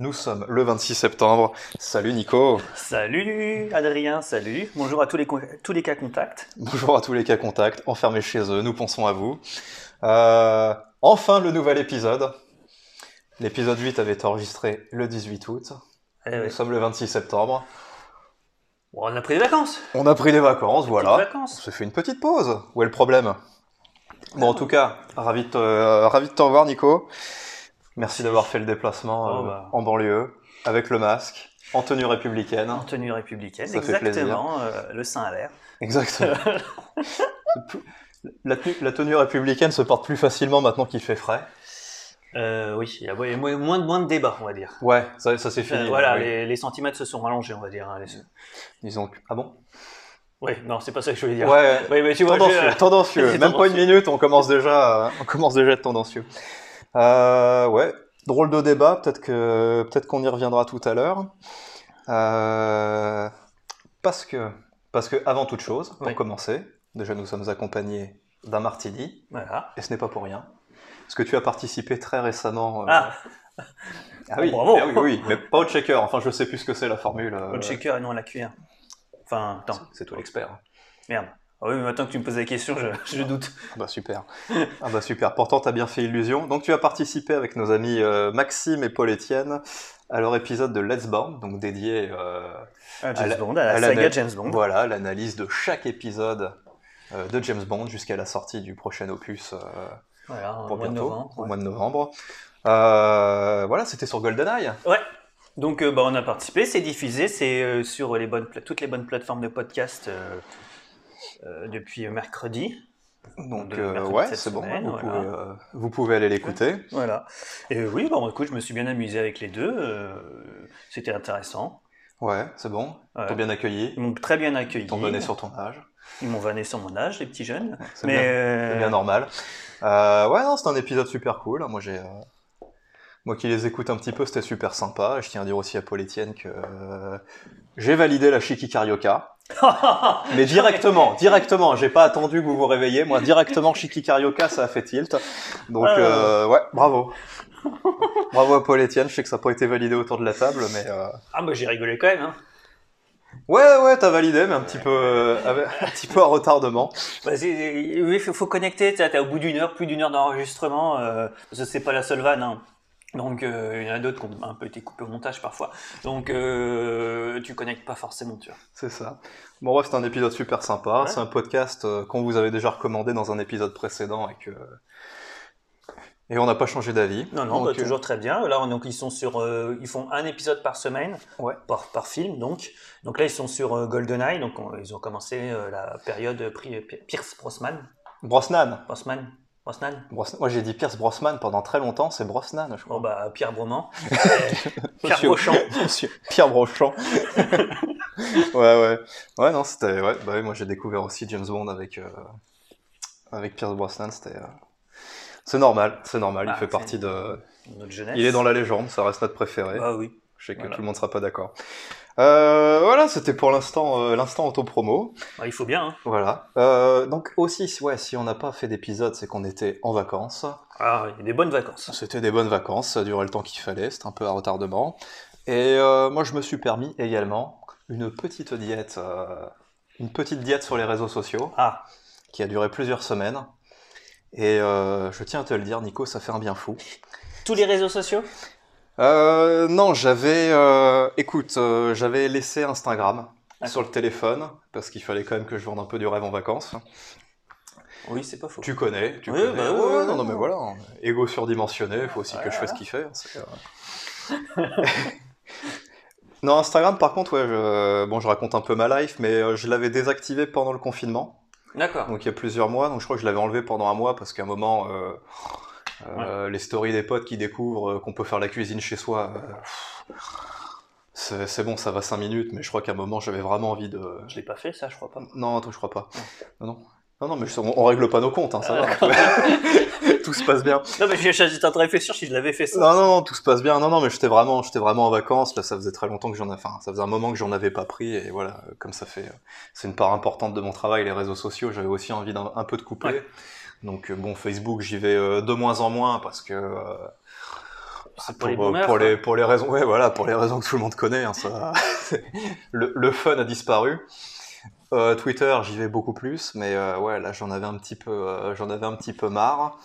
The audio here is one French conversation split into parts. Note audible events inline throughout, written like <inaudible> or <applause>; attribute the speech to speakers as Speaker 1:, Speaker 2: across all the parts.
Speaker 1: Nous sommes le 26 septembre. Salut Nico.
Speaker 2: Salut Adrien, salut. Bonjour à tous les, con- tous les cas contacts.
Speaker 1: Bonjour à tous les cas contacts, enfermés chez eux, nous pensons à vous. Euh, enfin le nouvel épisode. L'épisode 8 avait été enregistré le 18 août.
Speaker 2: Eh
Speaker 1: Nous
Speaker 2: oui.
Speaker 1: sommes le 26 septembre.
Speaker 2: Bon, on a pris des vacances.
Speaker 1: On a pris des vacances, voilà.
Speaker 2: Des
Speaker 1: On
Speaker 2: vacances.
Speaker 1: se fait une petite pause. Où est le problème Bon,
Speaker 2: Ah.
Speaker 1: en tout cas, ravi de te, euh, ravi de te revoir Nico. Merci d'avoir fait le déplacement
Speaker 2: Oh,
Speaker 1: euh,
Speaker 2: bah.
Speaker 1: en banlieue, avec le masque, en tenue républicaine.
Speaker 2: En tenue républicaine,
Speaker 1: Ça fait
Speaker 2: exactement. euh, le sein à l'air.
Speaker 1: Exactement. C'est plus- <laughs> la, tenue, la tenue républicaine se porte plus facilement maintenant qu'il fait frais.
Speaker 2: Euh, oui, il y a il y a moins, moins de- moins de débats, on va dire.
Speaker 1: Ouais, ça, ça c'est fini.
Speaker 2: Euh, voilà,
Speaker 1: oui.
Speaker 2: les, les centimètres se sont rallongés, on va dire. hein, les-
Speaker 1: Disons que- Ah bon
Speaker 2: Oui, non, c'est pas ça que je voulais dire.
Speaker 1: Ouais,
Speaker 2: Oui, mais tu vois, <laughs> je-
Speaker 1: tendancieux,
Speaker 2: <laughs>
Speaker 1: tendancieux.
Speaker 2: C'est
Speaker 1: Même pas une
Speaker 2: tendancieux.
Speaker 1: minute, on commence déjà, à- on commence déjà à être tendancieux. Euh, ouais, drôle de débat, peut-être que peut-être qu'on y reviendra tout à l'heure. Euh, parce que, parce que avant toute chose, pour
Speaker 2: Oui.
Speaker 1: commencer, déjà nous sommes accompagnés d'un martini,
Speaker 2: voilà.
Speaker 1: et ce n'est pas pour rien. Parce que tu as participé très récemment euh,
Speaker 2: Ah,
Speaker 1: Ah oui,
Speaker 2: Bravo.
Speaker 1: eh oui, oui, mais pas au checker. Enfin, je sais plus ce que c'est la formule. euh,
Speaker 2: au checker et non à la cuillère. Enfin, attends.
Speaker 1: C'est toi l'expert. hein.
Speaker 2: Merde. Ah oui, mais maintenant que tu me poses la question, je, je doute.
Speaker 1: Ah bah super. Ah bah super. Pourtant, t'as bien fait illusion. Donc, tu as participé avec nos amis euh, Maxime et Paul Étienne à leur épisode de Let's Born, donc dédié euh,
Speaker 2: Ah,
Speaker 1: À
Speaker 2: James
Speaker 1: la-
Speaker 2: Bond, à la,
Speaker 1: à la
Speaker 2: saga
Speaker 1: net.
Speaker 2: James Bond.
Speaker 1: voilà l'analyse de chaque épisode euh, de James Bond jusqu'à la sortie du prochain opus euh,
Speaker 2: Voilà, au
Speaker 1: pour
Speaker 2: mois de
Speaker 1: bientôt,
Speaker 2: novembre,
Speaker 1: au
Speaker 2: ouais.
Speaker 1: mois de novembre. Euh, voilà, c'était sur GoldenEye.
Speaker 2: Donc euh, bah, on a participé, c'est diffusé, c'est euh, sur les bonnes pla- toutes les bonnes plateformes de podcast euh, euh, depuis mercredi.
Speaker 1: Donc,
Speaker 2: De
Speaker 1: euh,
Speaker 2: mercredi
Speaker 1: ouais,
Speaker 2: cette
Speaker 1: c'est bon.
Speaker 2: semaine,
Speaker 1: vous, pouvez,
Speaker 2: voilà.
Speaker 1: euh, vous pouvez aller l'écouter.
Speaker 2: Voilà. Et oui, bah, écoute, je me suis bien amusé avec les deux, euh, c'était intéressant.
Speaker 1: Ouais, c'est bon.
Speaker 2: Ouais.
Speaker 1: T'as bien accueilli.
Speaker 2: Ils m'ont très bien accueilli.
Speaker 1: T'en venais sur ton âge.
Speaker 2: Ils m'ont vanné sur mon âge, les petits jeunes.
Speaker 1: C'est
Speaker 2: Mais
Speaker 1: bien.
Speaker 2: euh,
Speaker 1: C'est
Speaker 2: <laughs>
Speaker 1: bien normal. Euh, ouais, non, c'était un épisode super cool. Moi, j'ai, euh, moi qui les écoute un petit peu, c'était super sympa. Et Je tiens à dire aussi à Paul Etienne que euh, j'ai validé la Shiki Carioca.
Speaker 2: Ah, <laughs>
Speaker 1: Mais directement, directement. J'ai pas attendu que vous vous réveilliez. Moi, directement, Shiki Carioca, ça a fait tilt. Donc,
Speaker 2: Ah.
Speaker 1: euh, ouais, bravo. bravo à Paul Etienne. Je sais que ça n'a pas été validé autour de la table, mais. euh,
Speaker 2: Ah bah j'ai rigolé quand même. hein.
Speaker 1: Ouais, ouais, t'as validé, mais un petit peu, euh, avec- un petit peu à retardement.
Speaker 2: Bah, c'est- c'est- oui, faut, faut connecter. T'as, t'as au bout d'une heure, plus d'une heure d'enregistrement, euh, parce que c'est pas la seule vanne. hein. Donc euh, il y en a d'autres qui ont un peu été coupés au montage parfois. Donc euh, tu connectes pas forcément, tu vois.
Speaker 1: C'est ça. Bon bref, c'est un épisode super sympa.
Speaker 2: Ouais.
Speaker 1: C'est un podcast euh, qu'on vous avait déjà recommandé dans un épisode précédent et que et on n'a pas changé d'avis.
Speaker 2: Non, non,
Speaker 1: Donc,
Speaker 2: bah, toujours très bien. Là, on- donc ils sont sur, euh, ils font un épisode par semaine,
Speaker 1: Ouais.
Speaker 2: par, par film donc. Donc là, ils sont sur euh, GoldenEye. Donc on- ils ont commencé euh, la période pri- Pi- Pierce Brosnan,
Speaker 1: euh, Brosnan.
Speaker 2: Brosnan, Brosnan.
Speaker 1: Bros- Moi j'ai dit Pierce Brosnan pendant très longtemps. C'est Brosnan, je crois.
Speaker 2: Bon bah
Speaker 1: <laughs>
Speaker 2: Pierre Broman, Pierre
Speaker 1: Monsieur-
Speaker 2: Brochamp.
Speaker 1: <laughs> Monsieur Pierre Brochamp. <laughs> ouais, ouais. Ouais, non, c'était. Ouais, bah oui, moi j'ai découvert aussi James Bond avec, euh, avec Pierce Brosnan. C'était. euh, C'est normal, c'est normal.
Speaker 2: Ah,
Speaker 1: il fait
Speaker 2: c'est-
Speaker 1: partie de.
Speaker 2: notre jeunesse.
Speaker 1: Il est dans la légende, ça reste notre préféré.
Speaker 2: Bah oui.
Speaker 1: Je sais que
Speaker 2: Voilà.
Speaker 1: tout le monde sera pas d'accord. Euh, voilà, c'était pour l'instant euh, l'instant auto-promo.
Speaker 2: Bah, il faut bien. hein.
Speaker 1: Voilà. Euh, donc aussi, si- ouais, si on n'a pas fait d'épisode, c'est qu'on était en vacances.
Speaker 2: Ah, il y a des bonnes vacances.
Speaker 1: C'était des bonnes vacances, ça durait le temps qu'il fallait, c'était un peu à retardement. Et euh, moi, je me suis permis également une petite diète, euh, une petite diète sur les réseaux sociaux
Speaker 2: Ah,
Speaker 1: qui a duré plusieurs semaines. Et euh, je tiens à te le dire, Nico, ça fait un bien fou.
Speaker 2: tous les réseaux sociaux
Speaker 1: Euh, non, j'avais, euh, écoute, euh, j'avais laissé Instagram sur le téléphone parce qu'il fallait quand même que je vende un peu du rêve en vacances.
Speaker 2: Oui, c'est pas faux.
Speaker 1: Tu connais, tu
Speaker 2: Oui,
Speaker 1: connais.
Speaker 2: bah
Speaker 1: Ouais,
Speaker 2: oui,
Speaker 1: ouais,
Speaker 2: oui,
Speaker 1: non, non,
Speaker 2: oui.
Speaker 1: mais voilà, égo surdimensionné, faut aussi que je fasse kiffer. hein, c'est, euh. <laughs> non, Instagram, par contre, ouais, je... bon, je raconte un peu ma life, mais euh, je l'avais désactivé pendant le confinement.
Speaker 2: D'accord.
Speaker 1: Donc il y a plusieurs mois, donc je crois que je l'avais enlevé pendant un mois parce qu'à un moment, euh, euh, les stories des potes qui découvrent euh, qu'on peut faire la cuisine chez soi, euh, pff, c'est c'est bon, ça va 5 minutes, mais je crois qu'à un moment j'avais vraiment envie de.
Speaker 2: Je l'ai pas fait, ça, je crois pas.
Speaker 1: Non, toi, je crois pas. Non, non. Non, non, mais je- on, on règle pas nos comptes, hein, ça
Speaker 2: Ah, <laughs>
Speaker 1: va. <laughs> tout se passe bien.
Speaker 2: Non, mais j'ai- j'étais en train de réfléchir si je l'avais fait ça.
Speaker 1: Non, non, non, tout se passe bien. Non, non, mais j'étais vraiment, j'étais vraiment en vacances. Là, ça faisait très longtemps que j'en, enfin, ça faisait un moment que j'en avais pas pris. Et voilà, euh, comme ça fait, euh, c'est une part importante de mon travail, les réseaux sociaux. J'avais aussi envie d'un un peu de couper.
Speaker 2: Ouais.
Speaker 1: Donc euh, bon, Facebook, j'y vais euh, de moins en moins parce que euh,
Speaker 2: C'est pour,
Speaker 1: Pour,
Speaker 2: les
Speaker 1: euh,
Speaker 2: boomers.
Speaker 1: pour
Speaker 2: quoi.
Speaker 1: les, pour les raisons, ouais, voilà, pour les raisons que tout le monde connaît, hein, ça. <laughs> le, le fun a disparu. Euh, Twitter, j'y vais beaucoup plus, mais euh, ouais, là, j'en avais un petit peu, euh, j'en avais un petit peu marre.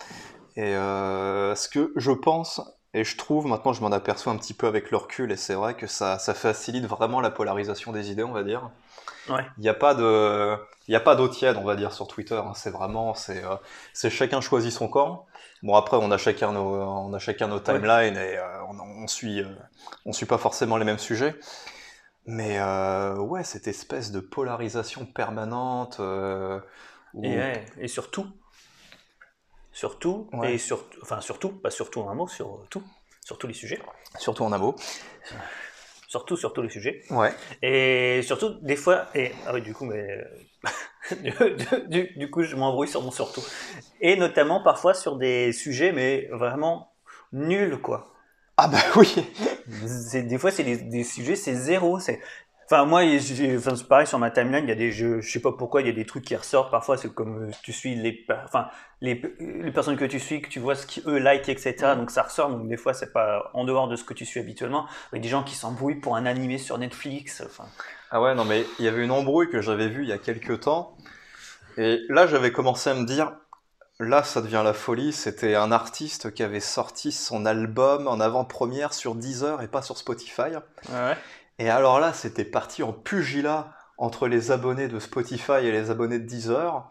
Speaker 1: Et euh, ce que je pense et je trouve, maintenant, je m'en aperçois un petit peu avec le recul, et c'est vrai que ça, ça facilite vraiment la polarisation des idées, on va dire.
Speaker 2: Ouais.
Speaker 1: Il n'y a pas de, il y a pas d'eau tiède, on va dire, sur Twitter. hein. C'est vraiment, c'est, euh, c'est chacun choisit son camp. Bon après on a chacun nos, on a chacun nos timelines et euh, on, on suit, euh, on suit pas forcément les mêmes sujets. Mais euh, ouais cette espèce de polarisation permanente. euh, où-
Speaker 2: Et, ouais, et surtout, surtout,
Speaker 1: Ouais.
Speaker 2: et sur, enfin surtout, pas surtout en un mot, sur tout, sur tous les sujets,
Speaker 1: Surtout en un mot.
Speaker 2: surtout sur tous les sujets,
Speaker 1: Ouais.
Speaker 2: et surtout des fois, et ah oui, du coup, mais <laughs> du, du- du coup, je m'embrouille sur mon surtout, et notamment parfois sur des sujets, mais vraiment nuls quoi.
Speaker 1: Ah bah <laughs> oui.
Speaker 2: C'est- Des fois, c'est des, des sujets, c'est zéro. C'est... Enfin, moi, j'ai- enfin, c'est pareil sur ma timeline, il y a des jeux, je sais pas pourquoi, il y a des trucs qui ressortent. Parfois, c'est comme euh, tu suis les, per- enfin, les, les personnes que tu suis, que tu vois ce qu'eux like, etc. Donc ça ressort. Donc des fois, c'est pas en dehors de ce que tu suis habituellement. Avec des gens qui s'embrouillent pour un animé sur Netflix. Enfin,
Speaker 1: Ah ouais non mais il y avait une embrouille que j'avais vue il y a quelques temps et là j'avais commencé à me dire là ça devient la folie. C'était un artiste qui avait sorti son album en avant-première sur Deezer et pas sur Spotify.
Speaker 2: ouais.
Speaker 1: Et alors là, c'était parti en pugilat entre les abonnés de Spotify et les abonnés de Deezer.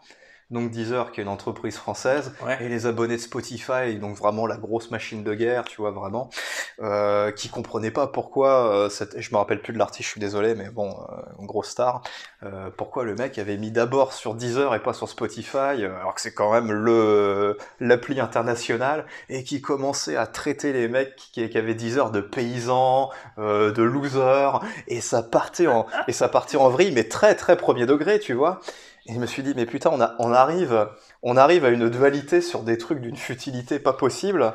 Speaker 1: Donc Deezer, qui est une entreprise française, et les abonnés de Spotify, donc vraiment la grosse machine de guerre, tu vois, vraiment, euh, qui comprenaient pas pourquoi, euh, cette- je me rappelle plus de l'artiste, je suis désolé, mais bon, euh, une grosse star, euh, pourquoi le mec avait mis d'abord sur Deezer et pas sur Spotify, euh, alors que c'est quand même le l'appli internationale, et qui commençait à traiter les mecs qui, qui avaient Deezer de paysans, euh, de losers, et ça partait en et ça partait en vrille, mais très très premier degré, tu vois. Et je me suis dit, mais putain, on, a- on arrive, on arrive à une dualité sur des trucs d'une futilité pas possible.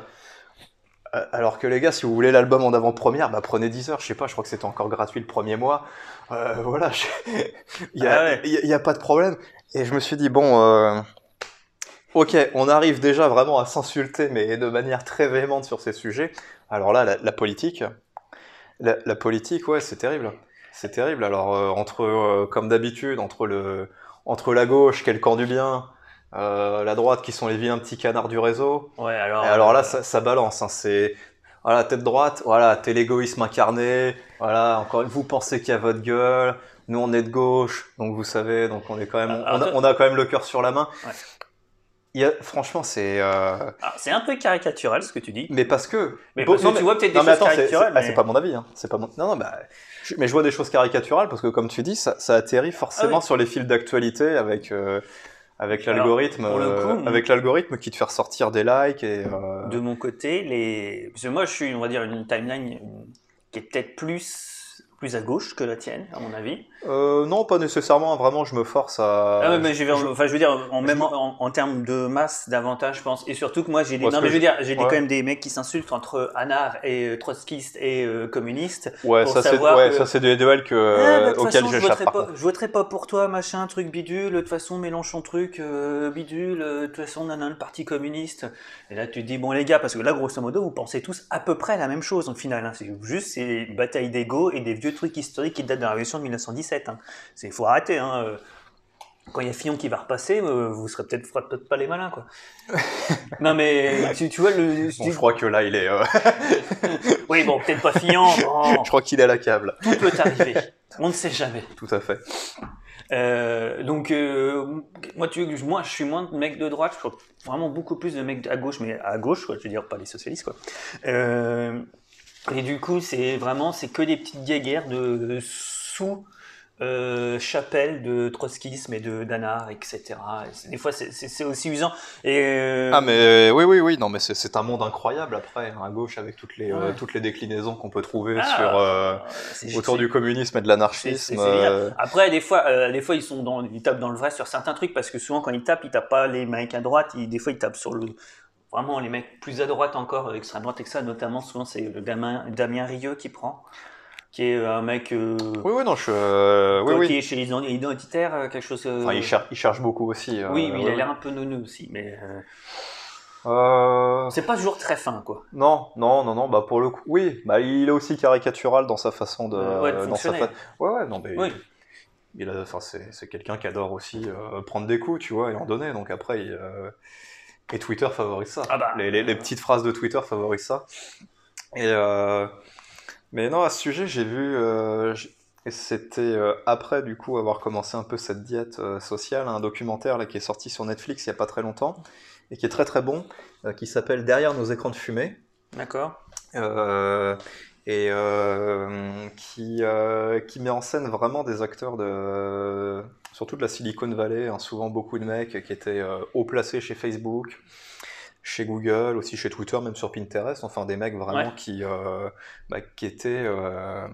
Speaker 1: Euh, Alors que les gars, si vous voulez l'album en avant-première, bah prenez 10 heures. Je sais pas, je crois que c'était encore gratuit le premier mois. Euh, voilà, je- <laughs> il y a,
Speaker 2: Ah ouais.
Speaker 1: il y a- il y a pas de problème. Et je me suis dit, bon, euh, ok, on arrive déjà vraiment à s'insulter, mais de manière très véhémente sur ces sujets. Alors là, la, la politique, la, la politique, ouais, c'est terrible. C'est terrible. Alors, euh, entre, euh, comme d'habitude, entre, le, entre la gauche, qui est le camp du bien, euh, la droite, qui sont les vilains petits canards du réseau.
Speaker 2: Ouais, alors.
Speaker 1: Et alors là,
Speaker 2: euh,
Speaker 1: ça, ça balance. hein, c'est voilà, tête droite, voilà, t'es l'égoïsme incarné. Voilà, encore une- vous pensez qu'il y a votre gueule. Nous, on est de gauche, donc vous savez, donc on est quand même,
Speaker 2: Ah, Alors,
Speaker 1: on, a,
Speaker 2: toi-
Speaker 1: on a quand même le cœur sur la main.
Speaker 2: Ouais.
Speaker 1: Il y a- franchement, c'est euh,
Speaker 2: ah, c'est un peu caricatural ce que tu dis.
Speaker 1: mais parce que
Speaker 2: Mais
Speaker 1: Mm. Bon,
Speaker 2: parce que
Speaker 1: non,
Speaker 2: tu vois peut-être des
Speaker 1: non, mais
Speaker 2: choses
Speaker 1: attends, c'est- c'est
Speaker 2: caricaturales.
Speaker 1: ah,
Speaker 2: mais-
Speaker 1: c'est pas mon avis. hein, C'est pas mon. Non, non, bah, je- mais je vois des choses caricaturales parce que, comme tu dis, ça, ça atterrit forcément
Speaker 2: Ah oui.
Speaker 1: sur les fils d'actualité avec euh, avec
Speaker 2: Alors,
Speaker 1: l'algorithme,
Speaker 2: pour le coup,
Speaker 1: euh,
Speaker 2: moi-
Speaker 1: avec l'algorithme qui te fait ressortir des likes et. euh,
Speaker 2: De mon côté, les... parce que moi je suis, on va dire, une timeline euh, qui est peut-être plus, plus à gauche que la tienne, à mon avis.
Speaker 1: Euh, non, pas nécessairement. Vraiment, je me force à.
Speaker 2: ah ouais, mais je, vais,
Speaker 1: Euh, je-
Speaker 2: enfin, je veux dire, en,
Speaker 1: je
Speaker 2: même
Speaker 1: me-
Speaker 2: en, en termes de masse davantage, je pense. Et surtout que moi j'ai des...
Speaker 1: Parce
Speaker 2: Non,
Speaker 1: que
Speaker 2: mais je veux
Speaker 1: je-
Speaker 2: dire, j'ai des-
Speaker 1: ouais.
Speaker 2: quand même des mecs qui s'insultent entre anards et euh, trotskistes et euh, communistes.
Speaker 1: Ouais,
Speaker 2: pour
Speaker 1: ça c'est
Speaker 2: savoir
Speaker 1: ouais,
Speaker 2: que-
Speaker 1: ça c'est des duels que
Speaker 2: Ah, bah, de
Speaker 1: euh,
Speaker 2: toute
Speaker 1: auxquels
Speaker 2: façon, je
Speaker 1: j'échappe
Speaker 2: voterai,
Speaker 1: par
Speaker 2: pas,
Speaker 1: contre.
Speaker 2: je voterai pas pour toi, machin, truc bidule, de toute façon Mélenchon truc, euh, bidule, euh, de toute façon nanana, le parti communiste. Et là tu te dis, bon les gars, parce que là grosso modo vous pensez tous à peu près la même chose au final, hein. c'est juste c'est une bataille d'ego et des vieux trucs historiques qui datent de la révolution de 1917. hein. C'est faut arrêter. hein, euh. Quand il y a Fillon qui va repasser, euh, vous serez peut-être ferez peut-être pas les malins
Speaker 1: <laughs>
Speaker 2: quoi. non mais tu, tu vois le.
Speaker 1: Bon, je crois que là il est, euh,
Speaker 2: <laughs> Oui bon peut-être
Speaker 1: <laughs>
Speaker 2: pas Fillon, bon,
Speaker 1: je crois qu'il est à la câble.
Speaker 2: tout peut arriver. On ne sait jamais.
Speaker 1: Tout à fait.
Speaker 2: Euh, donc, euh, moi, tu, moi, je suis moins de mec de droite, je suis vraiment beaucoup plus de mec à gauche, mais à gauche, quoi, je veux dire, pas les socialistes, quoi. Euh, et du coup, c'est vraiment, c'est que des petites guéguerres de, de sous. euh, chapelle de trotskisme et de d'anard, etc. Et c'est- des fois, c'est- c'est c'est aussi usant. Et euh,
Speaker 1: Ah mais oui oui oui non mais c'est- c'est un monde incroyable après hein, à gauche avec toutes les euh,
Speaker 2: Ouais.
Speaker 1: toutes les déclinaisons qu'on peut trouver
Speaker 2: Ah,
Speaker 1: sur euh,
Speaker 2: c'est-
Speaker 1: autour
Speaker 2: c'est-
Speaker 1: du communisme et de
Speaker 2: C'est-
Speaker 1: l'anarchisme.
Speaker 2: c'est- c'est génial.
Speaker 1: euh,
Speaker 2: Après, des fois, euh, des fois ils, sont dans, ils tapent dans le vrai sur certains trucs parce que souvent, quand ils tapent, ils tapent pas les mecs à droite, ils- des fois, ils tapent sur le. Vraiment, les mecs plus à droite encore, euh, extrême droite, etc. Notamment, souvent, c'est le gamin Damien Rieu qui prend, qui est euh, un mec euh,
Speaker 1: Oui oui non je euh, oui
Speaker 2: quoi, qui
Speaker 1: oui.
Speaker 2: est chez les ident- identitaires, euh, quelque chose. euh,
Speaker 1: Enfin, il, cher- il cherche beaucoup aussi. euh,
Speaker 2: oui, oui, il a
Speaker 1: ouais,
Speaker 2: l'air un peu neuneux aussi, mais. euh,
Speaker 1: Euh,
Speaker 2: C'est pas toujours très fin, quoi.
Speaker 1: Non, non, non, non, bah pour le coup, oui, bah il est aussi caricatural dans sa façon de,
Speaker 2: Euh, ouais, de
Speaker 1: dans sa
Speaker 2: fonctionner.
Speaker 1: Ouais, ouais, non, mais
Speaker 2: Oui.
Speaker 1: il a, enfin c'est, c'est quelqu'un qui adore aussi euh, prendre des coups, tu vois, et en donner. Donc après, il, euh, et Twitter favorise ça.
Speaker 2: Ah bah.
Speaker 1: les, les- les petites phrases de Twitter favorisent ça. Et euh, mais non, à ce sujet, j'ai vu, euh, j- et c'était euh, après du coup avoir commencé un peu cette diète euh, sociale, un documentaire là qui est sorti sur Netflix il y a pas très longtemps et qui est très très bon, euh, qui s'appelle Derrière nos écrans de fumée
Speaker 2: D'accord.
Speaker 1: euh, et euh, qui, euh, qui met en scène vraiment des acteurs de surtout de la Silicon Valley, hein, souvent beaucoup de mecs qui étaient euh, haut placés chez Facebook, chez Google, aussi chez Twitter, même sur Pinterest, enfin des mecs vraiment
Speaker 2: Ouais.
Speaker 1: qui, euh, bah, qui étaient euh,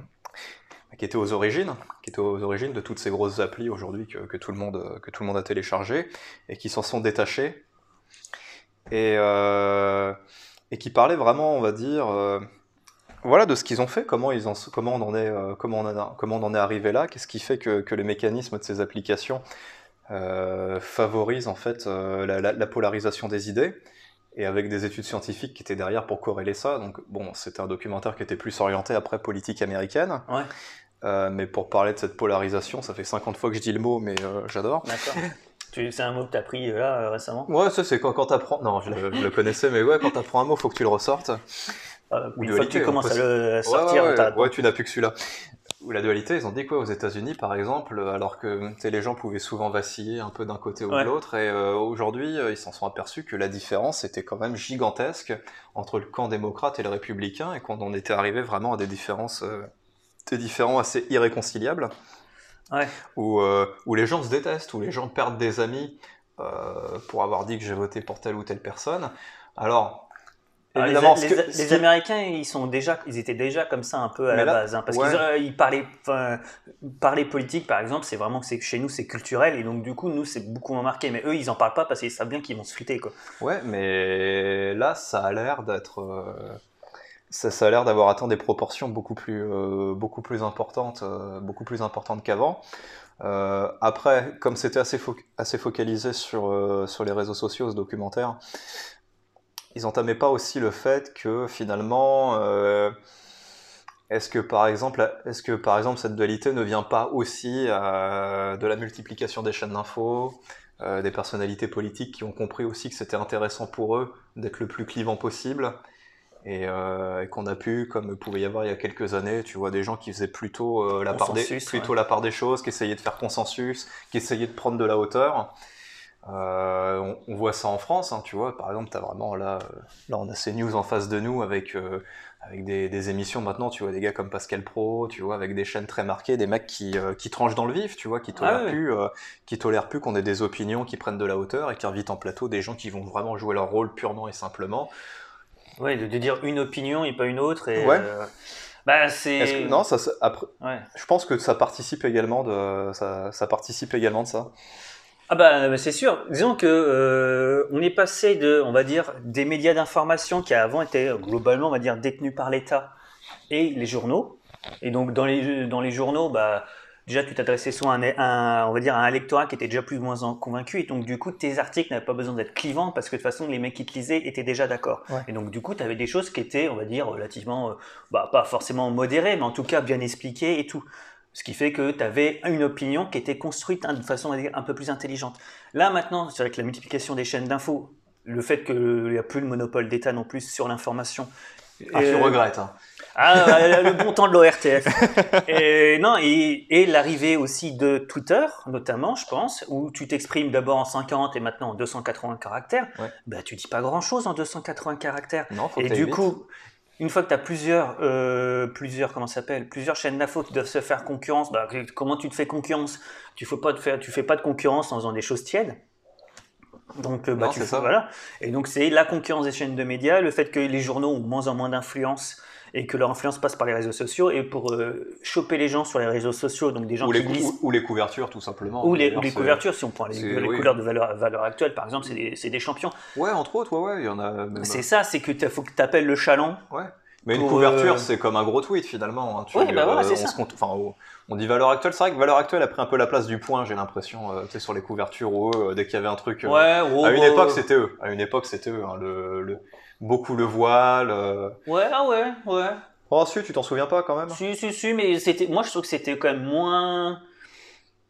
Speaker 1: qui étaient aux origines, qui étaient aux origines de toutes ces grosses applis aujourd'hui que, que tout le monde que tout le monde a téléchargé et qui s'en sont détachés et euh, et qui parlaient vraiment, on va dire, euh, voilà de ce qu'ils ont fait, comment ils en, comment on en est, euh, comment on en a- comment on en est arrivé là, qu'est-ce qui fait que, que les mécanismes de ces applications euh, favorisent en fait euh, la, la- la polarisation des idées. Et avec des études scientifiques qui étaient derrière pour corréler ça. Donc, bon, c'était un documentaire qui était plus orienté après politique américaine.
Speaker 2: Ouais.
Speaker 1: Euh, mais pour parler de cette polarisation, ça fait 50 fois que je dis le mot, mais euh, j'adore. <laughs>
Speaker 2: D'accord. Tu- C'est un mot que t'as pris euh, là euh, récemment
Speaker 1: Ouais, ça c'est quand, quand t'apprends. Non, je le, je le connaissais, mais ouais, quand t'apprends un mot, faut que tu le ressortes.
Speaker 2: Euh,
Speaker 1: Ou
Speaker 2: Une
Speaker 1: de
Speaker 2: fois que tu
Speaker 1: l'idée,
Speaker 2: commences
Speaker 1: on
Speaker 2: à
Speaker 1: peut-
Speaker 2: le à
Speaker 1: Ouais,
Speaker 2: euh, sortir,
Speaker 1: ouais, ouais,
Speaker 2: t'as-
Speaker 1: ouais, tu n'as plus que celui-là. Ou la dualité, ils ont dit quoi aux États-Unis, par exemple, alors que tu sais, les gens pouvaient souvent vaciller un peu d'un côté ou de
Speaker 2: Ouais.
Speaker 1: l'autre, et euh, aujourd'hui, euh, ils s'en sont aperçus que la différence était quand même gigantesque entre le camp démocrate et le républicain, et quand on était arrivé vraiment à des différences, euh, des différends assez irréconciliables,
Speaker 2: Ouais.
Speaker 1: où, euh, où les gens se détestent, où les gens perdent des amis euh, pour avoir dit que j'ai voté pour telle ou telle personne. Alors,
Speaker 2: Euh, les-
Speaker 1: évidemment, ce
Speaker 2: les,
Speaker 1: que-
Speaker 2: les
Speaker 1: ce qui-
Speaker 2: Américains, ils sont déjà, ils étaient déjà comme ça un peu à
Speaker 1: Mais
Speaker 2: la
Speaker 1: là-
Speaker 2: base, hein, parce
Speaker 1: ouais.
Speaker 2: qu'ils euh, ils parlaient, enfin, parler politique par exemple, c'est vraiment que c'est chez nous c'est culturel et donc du coup nous c'est beaucoup moins marqué, mais eux ils en parlent pas parce qu'ils savent bien qu'ils vont se friter quoi.
Speaker 1: Ouais, mais là, ça a l'air d'être. euh, Ça, ça a l'air d'avoir atteint des proportions beaucoup plus, euh, beaucoup plus importantes, euh, beaucoup plus importantes qu'avant. Euh, après, comme c'était assez, fo- assez focalisé sur, euh, sur les réseaux sociaux, ce documentaire, ils entamaient pas aussi le fait que finalement, euh, est-ce que par exemple, est-ce que par exemple cette dualité ne vient pas aussi euh, de la multiplication des chaînes d'infos, euh, des personnalités politiques qui ont compris aussi que c'était intéressant pour eux d'être le plus clivant possible et, euh, et qu'on a pu, comme pouvait y avoir il y a quelques années, tu vois, des gens qui faisaient plutôt, euh, la, part des,
Speaker 2: Consensus,
Speaker 1: plutôt la part des choses, qui essayaient de faire consensus, qui essayaient de prendre de la hauteur. Euh, on, on voit ça en France, hein, tu vois, par exemple, tu as vraiment là, euh, là, on a ces news en face de nous avec, euh, avec des, des émissions maintenant, tu vois, des gars comme Pascal Pro, tu vois, avec des chaînes très marquées, des mecs qui, euh, qui tranchent dans le vif, tu vois, qui
Speaker 2: Ah
Speaker 1: tolèrent
Speaker 2: ouais.
Speaker 1: plus. euh, qui tolèrent plus qu'on ait des opinions qui prennent de la hauteur et qui invitent en plateau des gens qui vont vraiment jouer leur rôle purement et simplement.
Speaker 2: Ouais, de, de dire une opinion et pas une autre et.
Speaker 1: Ouais.
Speaker 2: euh, bah
Speaker 1: Est-ce
Speaker 2: c'est.
Speaker 1: que- non, ça, ça- après,
Speaker 2: Ouais.
Speaker 1: je pense que ça participe également de ça, ça participe également de ça.
Speaker 2: Ah bah c'est sûr. Disons que euh, on est passé de, on va dire, des médias d'information qui avant étaient euh, globalement, on va dire, détenus par l'État et les journaux. Et donc dans les dans les journaux, bah déjà tu t'adressais soit à un, un- on va dire, à un lectorat qui était déjà plus ou moins en- convaincu. Et donc du coup tes articles n'avaient pas besoin d'être clivants parce que de toute façon les mecs qui te lisaient étaient déjà d'accord.
Speaker 1: Ouais.
Speaker 2: Et donc du coup tu avais des choses qui étaient, on va dire, relativement, euh, bah pas forcément modérées, mais en tout cas bien expliquées et tout. Ce qui fait que tu avais une opinion qui était construite hein, de façon on va dire, un peu plus intelligente. Là maintenant, c'est avec la multiplication des chaînes d'infos, le fait qu'il n'y a plus le monopole d'État non plus sur l'information.
Speaker 1: Ah, tu
Speaker 2: Euh,
Speaker 1: regrettes. hein.
Speaker 2: ah, euh, le bon temps de l'ORTF. Et, non, et, et l'arrivée aussi de Twitter, notamment, je pense, où tu t'exprimes d'abord en 50 et maintenant en 280 caractères,
Speaker 1: Ouais.
Speaker 2: bah, tu dis pas grand-chose en 280 caractères.
Speaker 1: Non, faut que
Speaker 2: Et
Speaker 1: t'ailles
Speaker 2: du
Speaker 1: vite.
Speaker 2: coup, une fois que tu as plusieurs, euh, plusieurs, comment ça s'appelle, plusieurs chaînes d'infos qui doivent se faire concurrence, bah, que- comment tu te fais concurrence Tu ne pas te faire, tu fais pas de concurrence en faisant des choses tièdes. Donc, euh, bah,
Speaker 1: Non,
Speaker 2: tu
Speaker 1: c'est
Speaker 2: fais-
Speaker 1: ça.
Speaker 2: voilà. Et donc, c'est la concurrence des chaînes de médias, le fait que les journaux ont de moins en moins d'influence et que leur influence passe par les réseaux sociaux. Et pour euh, choper les gens sur les réseaux sociaux, donc des gens
Speaker 1: ou,
Speaker 2: qui
Speaker 1: les, cou-
Speaker 2: lisent
Speaker 1: ou- ou les couvertures tout simplement.
Speaker 2: ou les,
Speaker 1: D'ailleurs,
Speaker 2: ou les
Speaker 1: c'est-
Speaker 2: couvertures, si on prend les,
Speaker 1: c'est-
Speaker 2: les
Speaker 1: oui. Mm.
Speaker 2: couleurs de valeur, valeur actuelle, par exemple, c'est des- c'est des champions.
Speaker 1: Ouais, entre autres, ouais, ouais, il y en a. même- euh,
Speaker 2: C'est ça, c'est que t'as- faut que tu appelles le chaland.
Speaker 1: Ouais. Mais une
Speaker 2: Pour,
Speaker 1: couverture,
Speaker 2: euh,
Speaker 1: c'est comme un gros tweet finalement. hein. Tu,
Speaker 2: Ouais, bah voilà, c'est
Speaker 1: on,
Speaker 2: ça.
Speaker 1: se compte- enfin, on- on dit valeur actuelle. C'est vrai que valeur actuelle a pris un peu la place du point, j'ai l'impression, euh, tu sais, sur les couvertures ou eux, euh, dès qu'il y avait un truc. euh,
Speaker 2: Ouais, oh, bah, wow,
Speaker 1: à une
Speaker 2: wow.
Speaker 1: époque, c'était eux. À une époque, c'était eux. hein, le, le- Beaucoup le voile. euh.
Speaker 2: Ouais, ah ouais, ouais.
Speaker 1: Oh, si, tu t'en souviens pas quand même
Speaker 2: Si, si, si, mais c'était, moi je trouve que c'était quand même moins.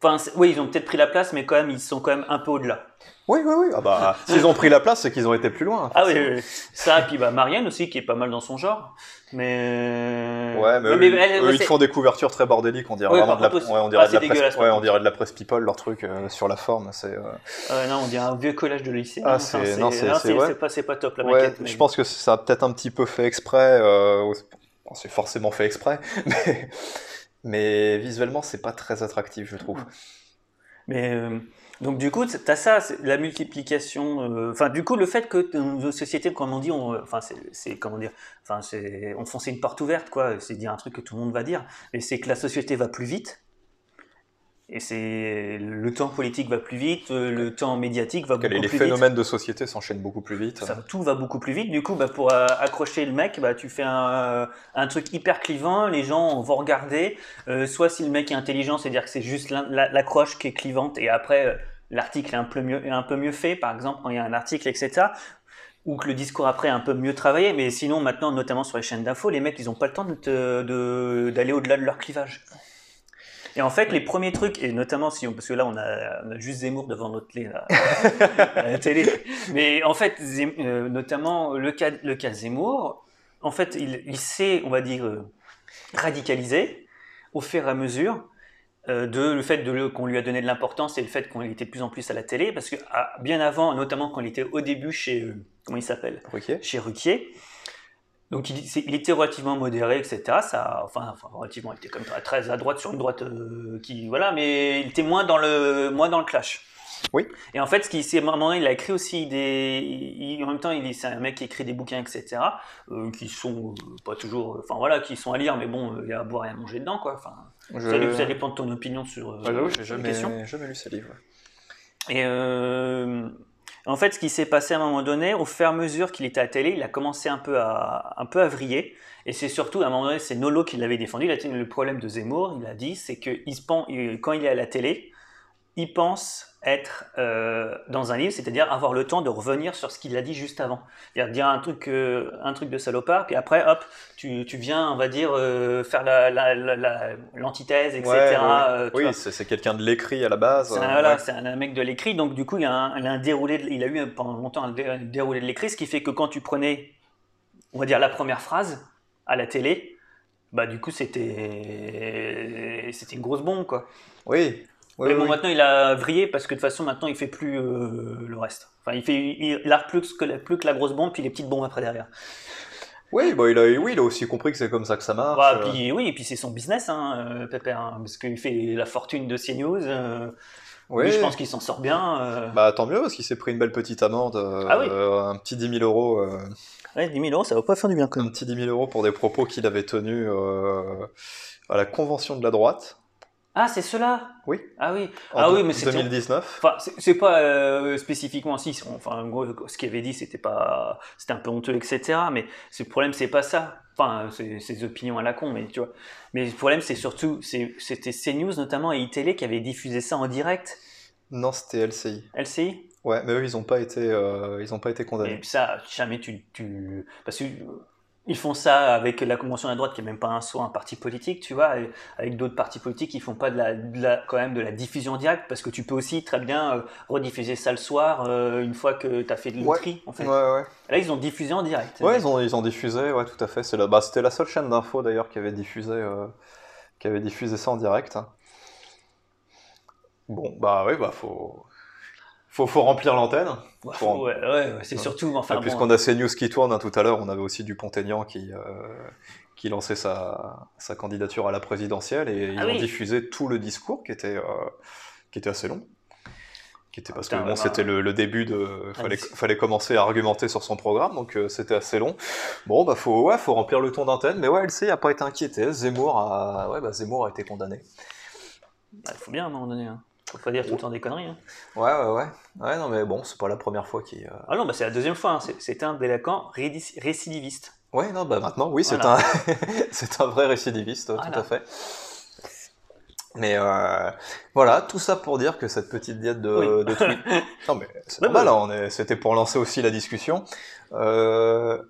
Speaker 2: Enfin, c'est- oui, ils ont peut-être pris la place, mais quand même, ils sont quand même un peu au-delà.
Speaker 1: Oui, oui, oui. Ah
Speaker 2: <laughs>
Speaker 1: bah, s'ils ont pris la place, c'est qu'ils ont été plus loin.
Speaker 2: Ah oui, oui, oui. ça, puis bah, Marianne aussi, qui est pas mal dans son genre. Mais.
Speaker 1: Ouais, mais, eux,
Speaker 2: elle- elle-
Speaker 1: eux,
Speaker 2: ouais,
Speaker 1: ils te
Speaker 2: c'est-
Speaker 1: font des couvertures très bordéliques. On dirait
Speaker 2: Oui,
Speaker 1: vraiment
Speaker 2: par
Speaker 1: de la,
Speaker 2: contre,
Speaker 1: ouais, on dirait
Speaker 2: ah,
Speaker 1: de la
Speaker 2: c'est
Speaker 1: presse,
Speaker 2: dégueulasse, par
Speaker 1: ouais, on
Speaker 2: contre.
Speaker 1: dirait de la presse people, leur truc euh, sur la forme. C'est. euh,
Speaker 2: Euh, non, on dirait un vieux collège de lycée.
Speaker 1: Ah,
Speaker 2: hein.
Speaker 1: c'est-
Speaker 2: Enfin,
Speaker 1: non, c'est-
Speaker 2: ah,
Speaker 1: c'est- ouais.
Speaker 2: pas, c'est pas top la
Speaker 1: Ouais,
Speaker 2: maquette. mais-
Speaker 1: je pense que ça a peut-être un petit peu fait exprès. euh, au- bon, c'est forcément fait exprès, <laughs> mais, mais visuellement, c'est pas très attractif, je trouve.
Speaker 2: Mais euh, donc du coup, t'as ça, c'est la multiplication. euh, Enfin, du coup, le fait que dans nos sociétés, comme on dit, on, euh, enfin, c'est- c'est comment dire, enfin, c'est on fonçait une porte ouverte, quoi. C'est dire un truc que tout le monde va dire, mais c'est que la société va plus vite. Et c'est le temps politique va plus vite, euh, le temps médiatique va
Speaker 1: Les,
Speaker 2: beaucoup plus vite.
Speaker 1: phénomènes de société s'enchaînent beaucoup plus vite.
Speaker 2: Ça, tout va beaucoup plus vite. Du coup, bah, pour euh, accrocher le mec, bah, tu fais un, un truc hyper clivant. Les gens vont regarder. Euh, soit si le mec est intelligent, c'est-à-dire que c'est juste l'in- la- l'accroche qui est clivante et après euh, l'article est un peu mieux, est un peu mieux fait. Par exemple, quand il y a un article, etc. Ou que le discours après est un peu mieux travaillé. Mais sinon, maintenant, notamment sur les chaînes d'infos, les mecs, ils n'ont pas le temps de te- de- d'aller au-delà de leur clivage. Et en fait, les premiers trucs, et notamment si on, parce que là, on a, on a juste Zemmour devant notre nez, là, <laughs> à la télé. Mais en fait, Zem- euh, notamment le cas, le cas Zemmour, en fait, il, il s'est, on va dire, euh, radicalisé au fur et à mesure euh, de le fait de le- qu'on lui a donné de l'importance et le fait qu'on était de plus en plus à la télé, parce que ah, bien avant, notamment quand il était au début chez, euh, comment il s'appelle,
Speaker 1: Ok.
Speaker 2: chez Ruquier. Donc il, c'est- il était relativement modéré, etc. Ça, enfin, enfin, relativement, il était comme très à droite sur une droite euh, qui, voilà, mais il était moins dans le, moins dans le clash.
Speaker 1: Oui.
Speaker 2: Et en fait, ce qui s'est moment, il a écrit aussi des, il- en même temps, il est- c'est un mec qui écrit des bouquins, etc. euh, qui sont euh, pas toujours, enfin voilà, qui sont à lire, mais bon, euh, il y a à boire et à manger dedans, quoi. Enfin,
Speaker 1: Je...
Speaker 2: ça, dé- ça dépend de ton opinion sur. euh,
Speaker 1: Ouais, j'avoue, j'ai
Speaker 2: sur les questions.
Speaker 1: jamais, jamais lu ces livres.
Speaker 2: Et euh, en fait, ce qui s'est passé à un moment donné, au fur et à mesure qu'il était à la télé, il a commencé un peu à, un peu à vriller. Et c'est surtout, à un moment donné, c'est Nolo qui l'avait défendu. Il a dit, le problème de Zemmour, il a dit, c'est que il se pen- il- quand il est à la télé, il pense être euh, dans un livre, c'est-à-dire avoir le temps de revenir sur ce qu'il a dit juste avant. C'est-à-dire dire un truc, euh, un truc de salopard, puis après, hop, tu, tu viens, on va dire, euh, faire la- la- la- la- l'antithèse, etc. euh, tu vois.
Speaker 1: oui, c'est c'est quelqu'un de l'écrit à la base.
Speaker 2: C'est
Speaker 1: euh,
Speaker 2: un, voilà,
Speaker 1: ouais.
Speaker 2: c'est un, un mec de l'écrit, donc du coup, il a, un, il a un déroulé de- il a eu un- pendant longtemps un, dé- un déroulé de l'écrit, ce qui fait que quand tu prenais, on va dire, la première phrase à la télé, bah du coup, c'était c'était une grosse bombe, quoi.
Speaker 1: Oui. oui,
Speaker 2: Mais
Speaker 1: oui,
Speaker 2: bon,
Speaker 1: oui.
Speaker 2: maintenant, il a vrillé parce que de toute façon, maintenant, il fait plus euh, le reste. Enfin, il fait il, il a plus que, la, plus que la grosse bombe, puis les petites bombes après derrière.
Speaker 1: Oui, bah, il a, oui, il a aussi compris que c'est comme ça que ça marche.
Speaker 2: Bah,
Speaker 1: euh.
Speaker 2: puis, oui, et puis c'est son business, hein, euh, Pépère, hein, parce qu'il fait la fortune de CNews. euh,
Speaker 1: Oui.
Speaker 2: lui, je pense qu'il s'en sort bien. euh.
Speaker 1: Bah, tant mieux, parce qu'il s'est pris une belle petite amende. euh,
Speaker 2: Ah oui.
Speaker 1: Un petit 10 000 euros. euh,
Speaker 2: Ouais, 10 000 euros, ça va pas faire du bien, quand même.
Speaker 1: un petit 10 000 euros pour des propos qu'il avait tenus euh, à la convention de la droite.
Speaker 2: Ah, c'est cela
Speaker 1: Oui.
Speaker 2: Ah oui.
Speaker 1: en
Speaker 2: Ah
Speaker 1: deux-
Speaker 2: oui, mais c'était-
Speaker 1: 2019.
Speaker 2: Enfin, c'est- c'est pas euh, spécifiquement si. c'est- Enfin, en gros, ce qu'il avait dit, c'était pas, c'était un peu honteux, etc. Mais c'est- le problème, c'est pas ça. Enfin, c'est ses opinions à la con, mais tu vois. Mais le problème, c'est surtout, c'est- c'était CNews notamment et iTélé qui avaient diffusé ça en direct.
Speaker 1: Non, c'était LCI.
Speaker 2: LCI.
Speaker 1: Ouais, mais eux, ils n'ont pas été, euh, ils ont pas été
Speaker 2: Et
Speaker 1: condamnés.
Speaker 2: puis ça, jamais tu, tu- Parce que. euh, Ils font ça avec la convention de la droite qui est même pas un soit un parti politique, tu vois, et avec d'autres partis politiques qui font pas de la, de la- quand même de la diffusion directe parce que tu peux aussi très bien euh, rediffuser ça le soir euh, une fois que tu as fait de
Speaker 1: Ouais.
Speaker 2: l'outil en fait.
Speaker 1: Ouais, ouais.
Speaker 2: Là, ils ont diffusé en direct.
Speaker 1: Ouais, ils ont, ils ont diffusé, ouais, tout à fait. C'est la, bah, c'était la seule chaîne d'info d'ailleurs qui avait diffusé, euh, qui avait diffusé ça en direct. Bon, bah oui, bah faut, faut, faut remplir l'antenne.
Speaker 2: Ouais,
Speaker 1: Pour-
Speaker 2: ouais, ouais, ouais, c'est
Speaker 1: Ouais.
Speaker 2: surtout. Enfin,
Speaker 1: Ah,
Speaker 2: bon,
Speaker 1: Puisqu'on a ces news qui tournent, hein, tout à l'heure, on avait aussi Dupont-Aignan qui, euh, qui lançait sa, sa candidature à la présidentielle et ils
Speaker 2: Ah
Speaker 1: ont
Speaker 2: oui.
Speaker 1: diffusé tout le discours qui était, euh, qui était assez long. Qui était parce
Speaker 2: putain,
Speaker 1: que bon,
Speaker 2: ouais, bah,
Speaker 1: c'était le, le début de. Fallait,
Speaker 2: dis-
Speaker 1: fallait commencer à argumenter sur son programme, donc euh, c'était assez long. Bon, bah faut, ouais, faut remplir le ton d'antenne, mais ouais, LC a pas été inquiété. Zemmour a, ouais, bah, Zemmour a été condamné.
Speaker 2: bah, faut bien à un moment donné. Hein. Faut pas dire tout le temps des conneries. hein.
Speaker 1: Ouais, ouais, ouais. Ouais, non, mais bon, c'est pas la première fois qu'il. euh,
Speaker 2: Ah non, bah, c'est la deuxième fois. hein. C'est- C'était un délinquant rédis- récidiviste.
Speaker 1: Ouais, non, bah maintenant, oui, c'est
Speaker 2: Voilà.
Speaker 1: un, <laughs> c'est un vrai récidiviste,
Speaker 2: Voilà.
Speaker 1: tout à fait. Mais euh, voilà, tout ça pour dire que cette petite diète de,
Speaker 2: Oui.
Speaker 1: de
Speaker 2: <laughs>
Speaker 1: tweet- non mais c'est
Speaker 2: Ouais,
Speaker 1: normal,
Speaker 2: ouais.
Speaker 1: hein, on est- c'était pour lancer aussi la discussion. Euh,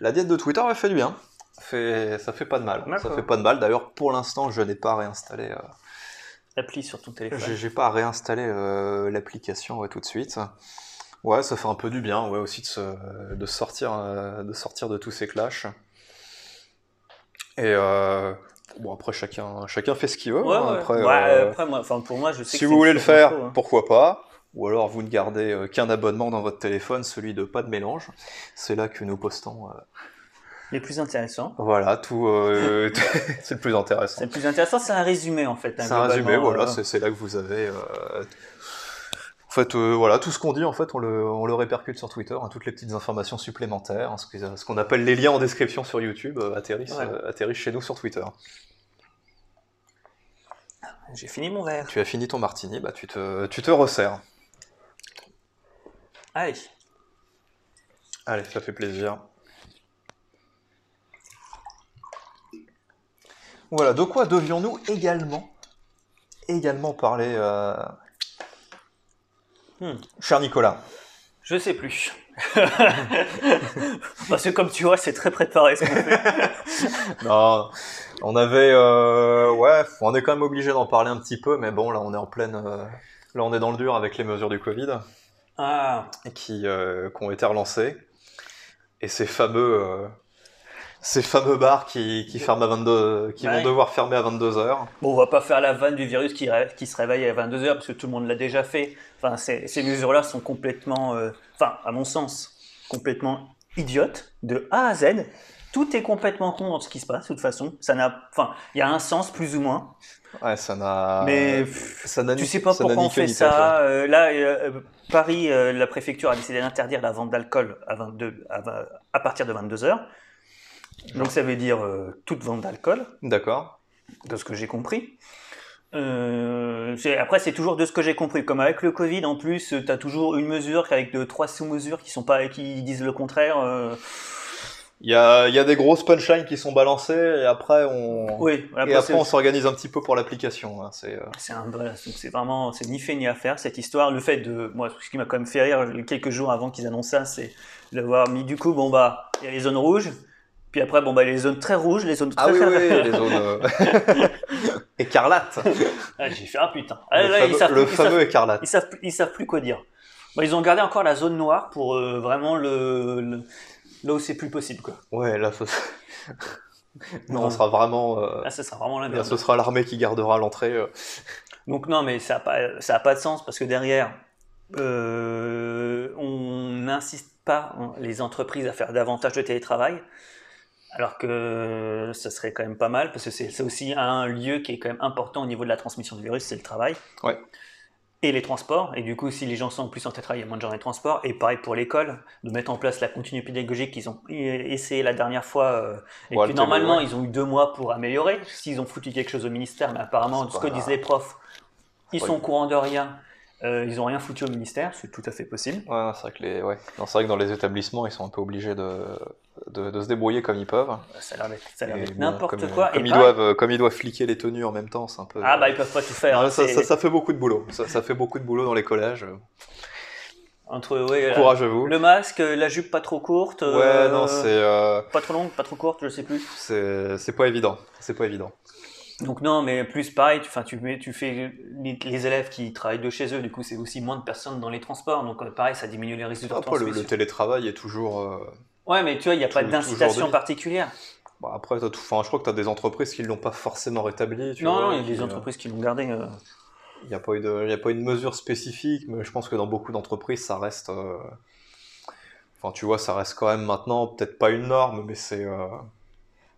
Speaker 1: la diète de Twitter, elle fait du bien. Fait, ça fait pas de mal. Ça
Speaker 2: D'accord.
Speaker 1: fait pas de mal. D'ailleurs, pour l'instant, je n'ai pas réinstallé. euh,
Speaker 2: L'appli sur ton téléphone.
Speaker 1: j'ai j'ai pas réinstallé euh, l'application ouais, tout de suite. Ouais, ça fait un peu du bien, ouais, aussi de, se- de sortir, euh, de sortir de tous ces clashs. Et euh, bon, après chacun, chacun fait ce qu'il veut.
Speaker 2: Ouais, ouais.
Speaker 1: hein,
Speaker 2: Ouais,
Speaker 1: Après,
Speaker 2: Après,
Speaker 1: euh,
Speaker 2: moi, enfin, pour moi, je sais que
Speaker 1: si
Speaker 2: c'est
Speaker 1: vous
Speaker 2: une
Speaker 1: voulez le
Speaker 2: source
Speaker 1: faire,
Speaker 2: d'info, hein.
Speaker 1: pourquoi pas. Ou alors vous ne gardez euh, qu'un abonnement dans votre téléphone, celui de pas de mélange. C'est là que nous postons. euh,
Speaker 2: Les plus intéressants.
Speaker 1: voilà, tout. euh, <laughs> c'est le plus intéressant.
Speaker 2: C'est le plus intéressant, c'est un résumé en fait. hein,
Speaker 1: C'est un résumé,
Speaker 2: globalement,
Speaker 1: voilà,
Speaker 2: euh,
Speaker 1: c'est- c'est là que vous avez. euh, En fait, euh, voilà, tout ce qu'on dit, en fait, on le, on le répercute sur Twitter, hein, toutes les petites informations supplémentaires, hein, ce que- ce qu'on appelle les liens en description sur YouTube, euh, atterrissent,
Speaker 2: Voilà.
Speaker 1: euh, atterrissent chez nous sur Twitter.
Speaker 2: J'ai fini mon verre.
Speaker 1: Tu as fini ton martini, bah tu te, tu te resserres.
Speaker 2: Allez.
Speaker 1: Allez, ça fait plaisir. Voilà, de quoi devions-nous également, également parler, euh,
Speaker 2: Hmm.
Speaker 1: cher Nicolas
Speaker 2: Je sais plus. <laughs> Parce que comme tu vois, c'est très préparé ce qu'on
Speaker 1: <laughs>
Speaker 2: fait.
Speaker 1: Non, on avait, euh, ouais, on est quand même obligé d'en parler un petit peu, mais bon, là, on est en pleine, euh, là, on est dans le dur avec les mesures du Covid
Speaker 2: Ah,
Speaker 1: qui, euh, qui ont été relancées et ces fameux, euh, ces fameux bars qui, qui ferment à 22, qui
Speaker 2: Ouais.
Speaker 1: vont devoir fermer à 22 heures.
Speaker 2: bon, on va pas faire la vanne du virus qui, ré- qui se réveille à 22h parce que tout le monde l'a déjà fait. Enfin, ces, ces mesures-là sont complètement, euh, enfin, à mon sens, complètement idiotes de A à Z. Tout est complètement con dans ce qui se passe, de toute façon. Ça n'a, enfin, il y a un sens plus ou moins.
Speaker 1: Ouais, ça n'a,
Speaker 2: Mais
Speaker 1: ça n'a
Speaker 2: Tu
Speaker 1: ni-
Speaker 2: sais pas
Speaker 1: ça n'a
Speaker 2: pourquoi
Speaker 1: ni
Speaker 2: on
Speaker 1: queue
Speaker 2: fait
Speaker 1: ni tête, ouais.
Speaker 2: ça. euh, là, euh, euh, Paris, euh, la préfecture a décidé d'interdire la vente d'alcool à, 22 à, vingt- à partir de 22h. Donc ça veut dire euh, toute vente d'alcool,
Speaker 1: D'accord.
Speaker 2: de ce que j'ai compris. Euh, c'est- après, c'est toujours de ce que j'ai compris. Comme avec le Covid, en plus, tu as toujours une mesure avec deux, trois sous-mesures qui, sont pas- qui disent le contraire. euh,
Speaker 1: Il y a, il y a des grosses punchlines qui sont balancées et après on,
Speaker 2: oui,
Speaker 1: et après
Speaker 2: bah, c'est-
Speaker 1: on s'organise un petit peu pour l'application. hein, c'est, euh,
Speaker 2: C'est un voilà, donc c'est vraiment c'est ni fait ni à faire cette histoire. Le fait de moi ce qui m'a quand même fait rire quelques jours avant qu'ils annoncent ça, c'est d'avoir mis du coup bon bah il y a les zones rouges, puis après bon bah les zones très rouges, les zones
Speaker 1: Ah
Speaker 2: très
Speaker 1: oui,
Speaker 2: <laughs>
Speaker 1: oui, les zones euh, <laughs> écarlates.
Speaker 2: Ah, j'ai fait un putain. Ah,
Speaker 1: le
Speaker 2: là,
Speaker 1: fameux,
Speaker 2: ils savent,
Speaker 1: le
Speaker 2: ils
Speaker 1: fameux
Speaker 2: savent-
Speaker 1: écarlate.
Speaker 2: ils savent plus- ils savent plus quoi dire. Bah, ils ont gardé encore la zone noire pour euh, vraiment le, le- là où c'est plus possible quoi.
Speaker 1: Ouais, là, ce...
Speaker 2: <laughs>
Speaker 1: non,
Speaker 2: Ouais.
Speaker 1: on sera vraiment. euh,
Speaker 2: Là Ah, ça sera vraiment la
Speaker 1: là,
Speaker 2: merde.
Speaker 1: ce sera l'armée qui gardera l'entrée. euh.
Speaker 2: Donc non, mais ça n'a pas, ça a pas de sens parce que derrière, euh, on n'insiste pas hein, les entreprises à faire davantage de télétravail, alors que ça serait quand même pas mal parce que c'est c'est aussi un lieu qui est quand même important au niveau de la transmission du virus, c'est le travail.
Speaker 1: Ouais.
Speaker 2: Et les transports, et du coup, si les gens sont en plus en télétravail, il y a moins de gens dans les transports. Et pareil pour l'école, de mettre en place la continue pédagogique qu'ils ont e- essayé la dernière fois, euh, et
Speaker 1: Ouais,
Speaker 2: que
Speaker 1: le
Speaker 2: normalement,
Speaker 1: TBO,
Speaker 2: ils ont eu deux mois pour améliorer. S'ils ont foutu quelque chose au ministère, mais apparemment,
Speaker 1: C'est
Speaker 2: ce que
Speaker 1: pas-
Speaker 2: disent les profs, ils
Speaker 1: Oui.
Speaker 2: sont au courant de rien. Euh, ils ont rien foutu au ministère, c'est tout à fait possible.
Speaker 1: Ouais, non, c'est vrai, que les... ouais. Non, c'est vrai que dans les établissements, ils sont un peu obligés de, de, de se débrouiller comme ils peuvent.
Speaker 2: Ça a l'air d'être- ça a l'air
Speaker 1: Et
Speaker 2: d'être
Speaker 1: bon,
Speaker 2: n'importe
Speaker 1: comme,
Speaker 2: quoi.
Speaker 1: Comme
Speaker 2: Et
Speaker 1: ils,
Speaker 2: pareil-
Speaker 1: doivent, euh, comme ils doivent fliquer les tenues en même temps, c'est un peu.
Speaker 2: Ah bah ils peuvent pas tout faire.
Speaker 1: Non,
Speaker 2: hein,
Speaker 1: ça,
Speaker 2: c'est-
Speaker 1: ça- ça fait beaucoup de boulot. Ça, ça fait beaucoup de boulot dans les collèges.
Speaker 2: Entre ouais, euh,
Speaker 1: Courage à vous.
Speaker 2: le masque, euh, la jupe pas trop courte, euh,
Speaker 1: Ouais, non, c'est, euh,
Speaker 2: pas trop longue, pas trop courte, je sais plus.
Speaker 1: c'est, c'est pas évident. C'est pas évident.
Speaker 2: Donc non, mais plus pareil, tu, 'fin, tu, mets, tu fais les, les élèves qui travaillent de chez eux, du coup c'est aussi moins de personnes dans les transports, donc euh, pareil, ça diminue les risques de
Speaker 1: Après, le, le
Speaker 2: transmission.
Speaker 1: télétravail est toujours. euh,
Speaker 2: ouais, mais tu vois, il n'y a pas
Speaker 1: toujours- toujours
Speaker 2: d'incitation
Speaker 1: de-
Speaker 2: particulière.
Speaker 1: Bon, après, t'as tout... enfin, je crois que tu as des entreprises qui ne l'ont pas forcément rétabli. tu
Speaker 2: non,
Speaker 1: vois,
Speaker 2: non, il y a
Speaker 1: qui,
Speaker 2: des
Speaker 1: euh,
Speaker 2: entreprises qui l'ont gardé. euh,
Speaker 1: Il n'y a, pas eu de... il y a pas eu de mesure spécifique, mais je pense que dans beaucoup d'entreprises, ça reste. euh, Enfin, tu vois, ça reste quand même maintenant, peut-être pas une norme, mais c'est euh,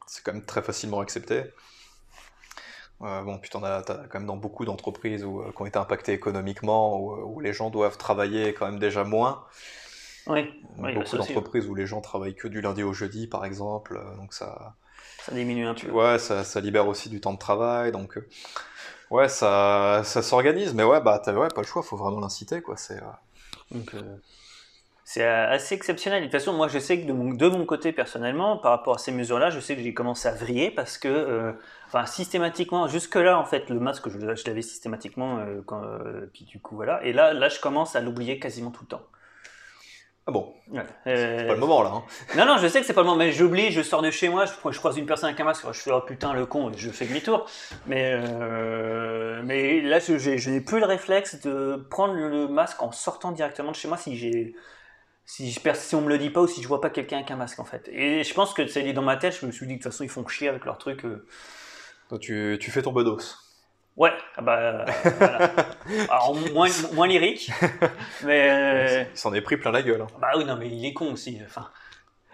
Speaker 1: c'est quand même très facilement accepté. Euh, bon, puis t'en as, t'as quand même dans beaucoup d'entreprises où, euh, qui ont été impactées économiquement, où, euh, où les gens doivent travailler quand même déjà moins.
Speaker 2: ouais, Oui, bah,
Speaker 1: beaucoup
Speaker 2: ça aussi,
Speaker 1: d'entreprises où les gens travaillent que du lundi au jeudi, par exemple. euh, Donc ça,
Speaker 2: ça diminue un peu.
Speaker 1: Ouais, ça, ça libère aussi du temps de travail, donc euh, ouais, ça, ça s'organise, mais ouais, bah t'as ouais, pas le choix, faut vraiment l'inciter, quoi. C'est euh,
Speaker 2: Donc, euh, C'est euh, assez exceptionnel. De toute façon, moi, je sais que de mon, de mon côté, personnellement, par rapport à ces mesures-là, je sais que j'ai commencé à vriller parce que, euh, enfin, systématiquement, jusque-là, en fait, le masque, je, je l'avais systématiquement, euh, quand, euh, puis du coup, voilà. Et là, là, je commence à l'oublier quasiment tout le temps.
Speaker 1: Ah bon,
Speaker 2: Ouais.
Speaker 1: c'est
Speaker 2: Euh,
Speaker 1: pas le moment là. hein.
Speaker 2: non, non, je sais que c'est pas le moment, mais j'oublie, je sors de chez moi, je, je croise une personne avec un masque, je fais oh putain le con, et je fais demi-tour. Mais, euh, mais là, je, j'ai- je n'ai plus le réflexe de prendre le masque en sortant directement de chez moi si j'ai. Si, je, pers- si on me le dit pas ou si je vois pas quelqu'un avec un masque en fait. Et je pense que ça dit dans ma tête, je me suis dit de toute façon ils font chier avec leur truc. euh.
Speaker 1: Donc, tu, tu fais ton bedos.
Speaker 2: Ouais, ah bah euh, voilà. Alors moins, moins lyrique, mais euh,
Speaker 1: Il s'en est pris plein la gueule. hein.
Speaker 2: Bah oui, non, mais il est con aussi. Enfin,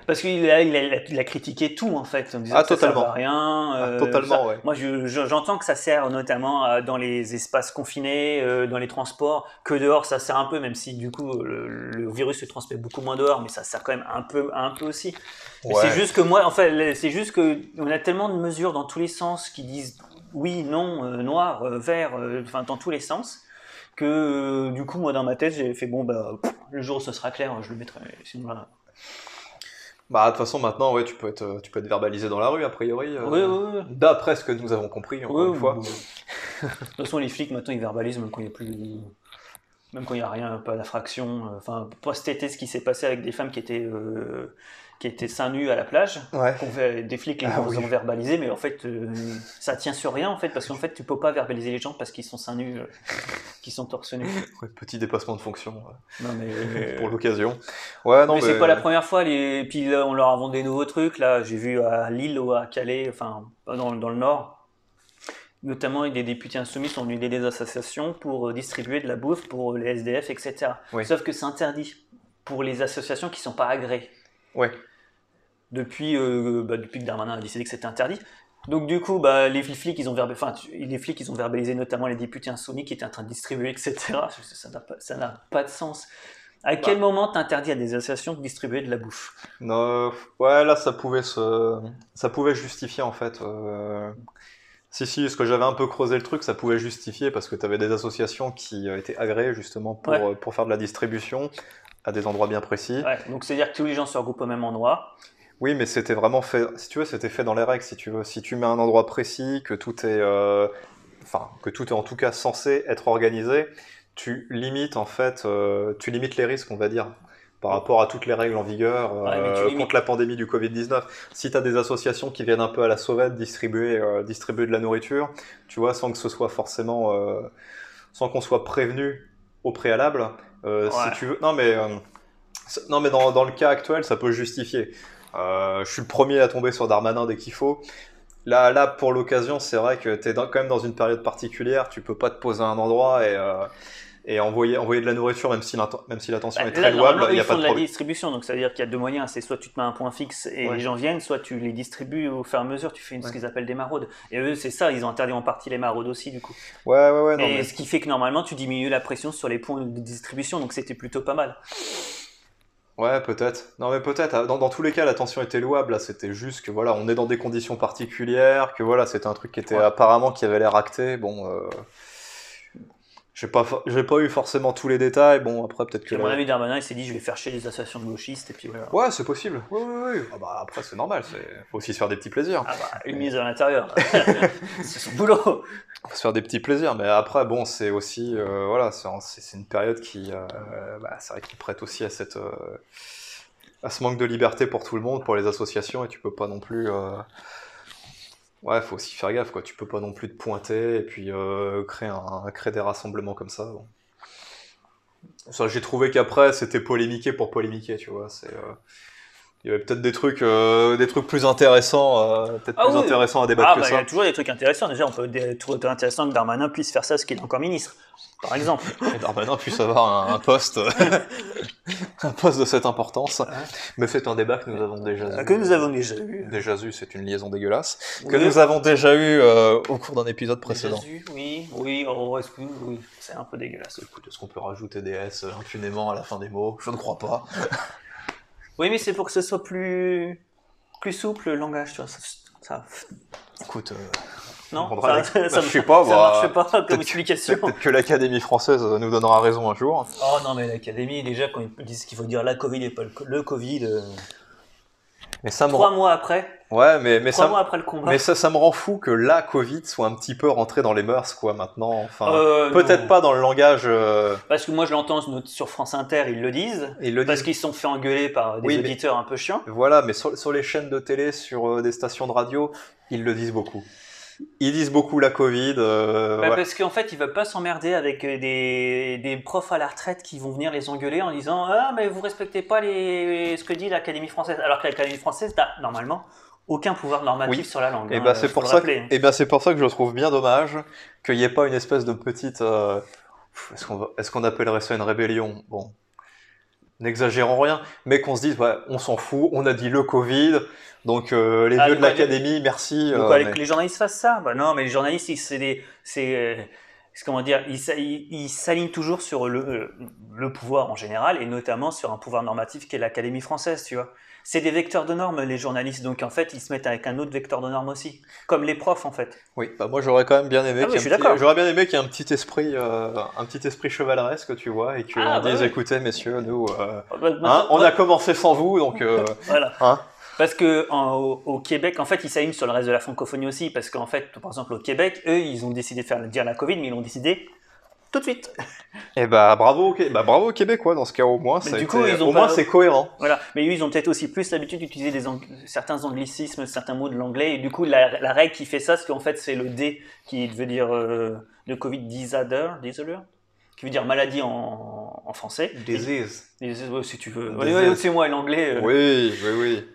Speaker 2: parce qu'il a, il a, il a critiqué tout en fait. en disant
Speaker 1: Ah,
Speaker 2: que ça sert à
Speaker 1: totalement.
Speaker 2: rien.
Speaker 1: Ah,
Speaker 2: euh,
Speaker 1: totalement,
Speaker 2: ça.
Speaker 1: ouais.
Speaker 2: Moi, je- je- j'entends que ça sert notamment à- dans les espaces confinés, euh, dans les transports, que dehors ça sert un peu, même si du coup le, le virus se transmet beaucoup moins dehors, mais ça sert quand même un peu, un peu aussi. Mais
Speaker 1: Ouais.
Speaker 2: C'est juste que moi, en fait, c'est juste que on a tellement de mesures dans tous les sens qui disent oui, non, euh, noir, euh, vert, euh, enfin dans tous les sens, que euh, du coup, moi, dans ma tête, j'ai fait bon, bah, pff, le jour où ce sera clair, je le mettrai. sinon, voilà.
Speaker 1: Bah, de toute façon, maintenant, ouais, tu peux être, euh, tu peux être verbalisé dans la rue, a priori. euh,
Speaker 2: Oui, oui, oui.
Speaker 1: D'après ce que nous avons compris, encore
Speaker 2: Oui,
Speaker 1: une fois.
Speaker 2: oui, oui. De toute façon, les flics maintenant ils verbalisent même quand il n'y a plus, même quand il n'y a rien, pas d'infraction. Euh, Enfin, pour cet été, ce qui s'est passé avec des femmes qui étaient, euh, qui étaient seins nus à la plage,
Speaker 1: Ouais.
Speaker 2: qu'on fait- des flics les
Speaker 1: Ah
Speaker 2: gens
Speaker 1: oui.
Speaker 2: ont verbalisé, mais en fait, euh, ça tient sur rien en fait, parce qu'en fait, tu peux pas verbaliser les gens parce qu'ils sont seins nus, euh, qu'ils sont torse nus.
Speaker 1: Ouais, Petit dépassement de fonction ouais,
Speaker 2: Non mais.
Speaker 1: <laughs>
Speaker 2: euh,
Speaker 1: pour l'occasion. Ouais, non,
Speaker 2: mais
Speaker 1: mais,
Speaker 2: c'est pas la première fois, les... puis là, on leur invente des nouveaux trucs, là, j'ai vu à Lille ou à Calais, enfin, dans, dans le Nord, notamment des députés insoumis sont venus aider des associations pour euh, distribuer de la bouffe pour les SDF, etc.
Speaker 1: Oui.
Speaker 2: Sauf que c'est interdit pour les associations qui sont pas agréées.
Speaker 1: Ouais.
Speaker 2: Depuis, euh, bah, depuis que Darmanin a décidé que c'était interdit. Donc du coup, bah, les flics, ils ont verba- enfin, tu- les flics, ils ont verbalisé notamment les députés insoumis qui étaient en train de distribuer, etc. Je sais, Ça n'a pas, ça n'a pas de sens. À quel moment t'interdis à des associations de distribuer de la bouffe
Speaker 1: Non, euh, ouais, là, ça pouvait se, ça pouvait justifier en fait. euh, Si, si, parce que j'avais un peu creusé le truc, ça pouvait justifier parce que tu avais des associations qui euh, étaient agréées justement pour,
Speaker 2: Ouais.
Speaker 1: euh, pour faire de la distribution à des endroits bien précis.
Speaker 2: Ouais, Donc c'est-à-dire que tous les gens se regroupent au même endroit.
Speaker 1: Oui, mais c'était vraiment fait, si tu veux, c'était fait dans les règles, si tu veux. Si tu mets un endroit précis, que tout est, euh, enfin, que tout est en tout cas censé être organisé, tu limites en fait, euh, tu limites les risques, on va dire, par rapport à toutes les règles en vigueur
Speaker 2: Ouais, mais tu
Speaker 1: euh,
Speaker 2: limites-
Speaker 1: contre la pandémie du Covid-19. Si tu as des associations qui viennent un peu à la sauvette distribuer, euh, distribuer de la nourriture, tu vois, sans que ce soit forcément, euh, sans qu'on soit prévenu au préalable, euh,
Speaker 2: Ouais.
Speaker 1: si tu veux, non mais. euh, c'est- Non, mais dans, dans le cas actuel, ça peut justifier. Euh, je suis le premier à tomber sur Darmanin dès qu'il faut. Là, là pour l'occasion, c'est vrai que tu es quand même dans une période particulière. Tu peux pas te poser à un endroit et, euh, et envoyer, envoyer de la nourriture, même si l'inten- même si l'intention
Speaker 2: Bah,
Speaker 1: est très louable.
Speaker 2: normalement,
Speaker 1: Il n'y
Speaker 2: ils
Speaker 1: a pas
Speaker 2: font
Speaker 1: de
Speaker 2: de la
Speaker 1: problème.
Speaker 2: distribution, donc c'est-à-dire qu'il y a deux moyens. C'est soit tu te mets un point fixe et
Speaker 1: Ouais.
Speaker 2: les gens viennent, soit tu les distribues au fur et à mesure, tu fais une- ce
Speaker 1: Ouais.
Speaker 2: qu'ils appellent des maraudes. Et eux, c'est ça, ils ont interdit en partie les maraudes aussi, du coup.
Speaker 1: Ouais, ouais, ouais. Non,
Speaker 2: et
Speaker 1: mais...
Speaker 2: ce qui fait que normalement, tu diminues la pression sur les points de distribution, donc c'était plutôt pas mal.
Speaker 1: Ouais, peut-être. Non, mais peut-être. Dans, dans tous les cas, la tension était louable. Là, c'était juste que voilà, on est dans des conditions particulières, que voilà, c'était un truc qui était
Speaker 2: Ouais.
Speaker 1: apparemment qui avait l'air acté. Bon, euh, j'ai pas, for- j'ai pas eu forcément tous les détails. Bon, après, peut-être que.
Speaker 2: Puis, à
Speaker 1: la-
Speaker 2: mon ami Darmanin, il s'est dit, je vais faire chier les associations de gauchistes, et puis voilà.
Speaker 1: Ouais, c'est possible. Ouais, ouais, ouais. Ah bah, après, c'est normal. C'est... Faut aussi se faire des petits plaisirs.
Speaker 2: Ah bah, une mise à <laughs> l'intérieur. c'est son boulot.
Speaker 1: Faut se faire des petits plaisirs. Mais après, bon, c'est aussi. euh, voilà, c'est, c'est- c'est une période qui. euh, bah, c'est vrai qu'il prête aussi à cette. euh, à ce manque de liberté pour tout le monde, pour les associations, et tu peux pas non plus. euh, Ouais, faut aussi faire gaffe, quoi. Tu peux pas non plus te pointer et puis euh, créer, un, créer des rassemblements comme ça. bon. Ça, j'ai trouvé qu'après, c'était polémiqué pour polémiquer, tu vois. C'est, euh, Il y avait peut-être des trucs, euh, des trucs plus intéressants, euh, peut-être
Speaker 2: Ah
Speaker 1: plus
Speaker 2: oui.
Speaker 1: intéressants à débattre
Speaker 2: Ah
Speaker 1: que
Speaker 2: bah, il y
Speaker 1: ça.
Speaker 2: a toujours des trucs intéressants. Déjà, on peut dé- trouver tout intéressant que Darmanin puisse faire ça, ce qu'il est encore ministre, par exemple.
Speaker 1: Et Darmanin puisse avoir un, un poste, <laughs> un poste de cette importance. Mais c'est un débat que nous avons déjà eu.
Speaker 2: Euh, que nous avons déjà eu.
Speaker 1: Déjà eu, c'est une liaison dégueulasse. Que
Speaker 2: Oui.
Speaker 1: nous avons déjà eu euh, au cours d'un épisode précédent.
Speaker 2: Déjà eu, Oui, oui, oh, est-ce que- oui, c'est un peu dégueulasse.
Speaker 1: Écoute, est-ce qu'on peut rajouter des S euh, impunément à la fin des mots Je ne crois pas.
Speaker 2: Oui, mais c'est pour que ce soit plus, plus souple le langage, tu vois. Ça, ça-
Speaker 1: Écoute, euh, tu
Speaker 2: Non,
Speaker 1: comprendras
Speaker 2: ça-
Speaker 1: l'ex-
Speaker 2: ça
Speaker 1: je sais pas,
Speaker 2: ça
Speaker 1: moi.
Speaker 2: marche pas comme
Speaker 1: peut-être-
Speaker 2: explication.
Speaker 1: Peut-être que l'Académie française euh, nous donnera raison un jour.
Speaker 2: Oh non, mais l'académie, déjà, quand ils disent qu'il faut dire la Covid et pas le, co- le Covid, euh,
Speaker 1: Mais ça me
Speaker 2: trois
Speaker 1: rend...
Speaker 2: mois après,
Speaker 1: Ouais, mais, mais,
Speaker 2: trois
Speaker 1: ça,
Speaker 2: mois après le combat.
Speaker 1: mais ça, ça me rend fou que la Covid soit un petit peu rentrée dans les mœurs, quoi, maintenant. Enfin,
Speaker 2: Euh,
Speaker 1: peut-être
Speaker 2: non.
Speaker 1: pas dans le langage. euh,
Speaker 2: Parce que moi, je l'entends sur- sur France Inter, ils le disent.
Speaker 1: ils le
Speaker 2: Parce
Speaker 1: disent.
Speaker 2: qu'ils se sont fait engueuler par des
Speaker 1: Oui, mais-
Speaker 2: auditeurs un peu chiants.
Speaker 1: Voilà, mais sur, sur les chaînes de télé, sur euh, des stations de radio, ils le disent beaucoup. Ils disent beaucoup la Covid. euh,
Speaker 2: Bah,
Speaker 1: ouais.
Speaker 2: Parce qu'en fait, ils veulent pas s'emmerder avec euh, des, des profs à la retraite qui vont venir les engueuler en disant Ah, mais vous respectez pas les, ce que dit l'Académie française. Alors que l'Académie française n'a normalement aucun pouvoir normatif
Speaker 1: Oui.
Speaker 2: sur la langue.
Speaker 1: Et
Speaker 2: hein,
Speaker 1: ben c'est
Speaker 2: faut
Speaker 1: pour
Speaker 2: le
Speaker 1: ça que,
Speaker 2: rappeler, hein.
Speaker 1: eh ben, c'est pour ça que je trouve bien dommage qu'il n'y ait pas une espèce de petite. euh, pff, Est-ce qu'on va- est-ce qu'on appellerait ça une rébellion Bon, n'exagérons rien, mais qu'on se dise ouais, on s'en fout, on a dit le Covid, donc euh, les
Speaker 2: Ah,
Speaker 1: vieux de
Speaker 2: donc, ouais,
Speaker 1: l'académie, merci.
Speaker 2: Donc,
Speaker 1: euh,
Speaker 2: quoi, les-
Speaker 1: mais-
Speaker 2: que les journalistes fassent ça Bah Non, mais les journalistes, ils- c'est des. C'est, euh, c'est comment dire Ils s'a- ils- ils s'alignent toujours sur le, euh, le pouvoir en général et notamment sur un pouvoir normatif qui est l'Académie française, tu vois. C'est des vecteurs de normes, les journalistes. Donc, en fait, ils se mettent avec un autre vecteur de normes aussi. Comme les profs, en fait.
Speaker 1: Oui, bah, moi j'aurais quand même bien aimé.
Speaker 2: Ah oui,
Speaker 1: qu'il y ait
Speaker 2: je suis
Speaker 1: un petit-
Speaker 2: d'accord.
Speaker 1: J'aurais bien aimé qu'il y ait un petit esprit, euh, un petit esprit chevaleresque, tu vois, et qu'on
Speaker 2: Ah, bah
Speaker 1: dise
Speaker 2: oui.
Speaker 1: écoutez messieurs, nous, euh,
Speaker 2: Bah, bah,
Speaker 1: hein,
Speaker 2: bah,
Speaker 1: on a commencé sans vous, donc. euh,
Speaker 2: Voilà.
Speaker 1: hein.
Speaker 2: Parce que en- au, au Québec, en fait, ils s'alignent sur le reste de la francophonie aussi. Parce qu'en fait, par exemple, au Québec, eux, ils ont décidé de faire dire la Covid, mais ils l'ont décidé tout de suite.
Speaker 1: <laughs> Eh bah bravo, au Qué- bah bravo aux Québécois dans ce cas au moins.
Speaker 2: Mais
Speaker 1: ça a
Speaker 2: du coup,
Speaker 1: été-
Speaker 2: ils ont
Speaker 1: au
Speaker 2: pas-
Speaker 1: moins c'est cohérent.
Speaker 2: Voilà, mais eux, ils ont peut-être aussi plus l'habitude d'utiliser des ang- certains anglicismes, certains mots de l'anglais, et du coup, la, la règle qui fait ça, c'est qu'en fait, c'est le D qui veut dire euh, le Covid disorder, disorder, qui veut dire maladie en, en français.
Speaker 1: Disease.
Speaker 2: Et- et- ouais, si tu veux.
Speaker 1: Disease.
Speaker 2: Ouais, ouais, c'est moi, l'anglais. euh.
Speaker 1: Oui, oui, oui.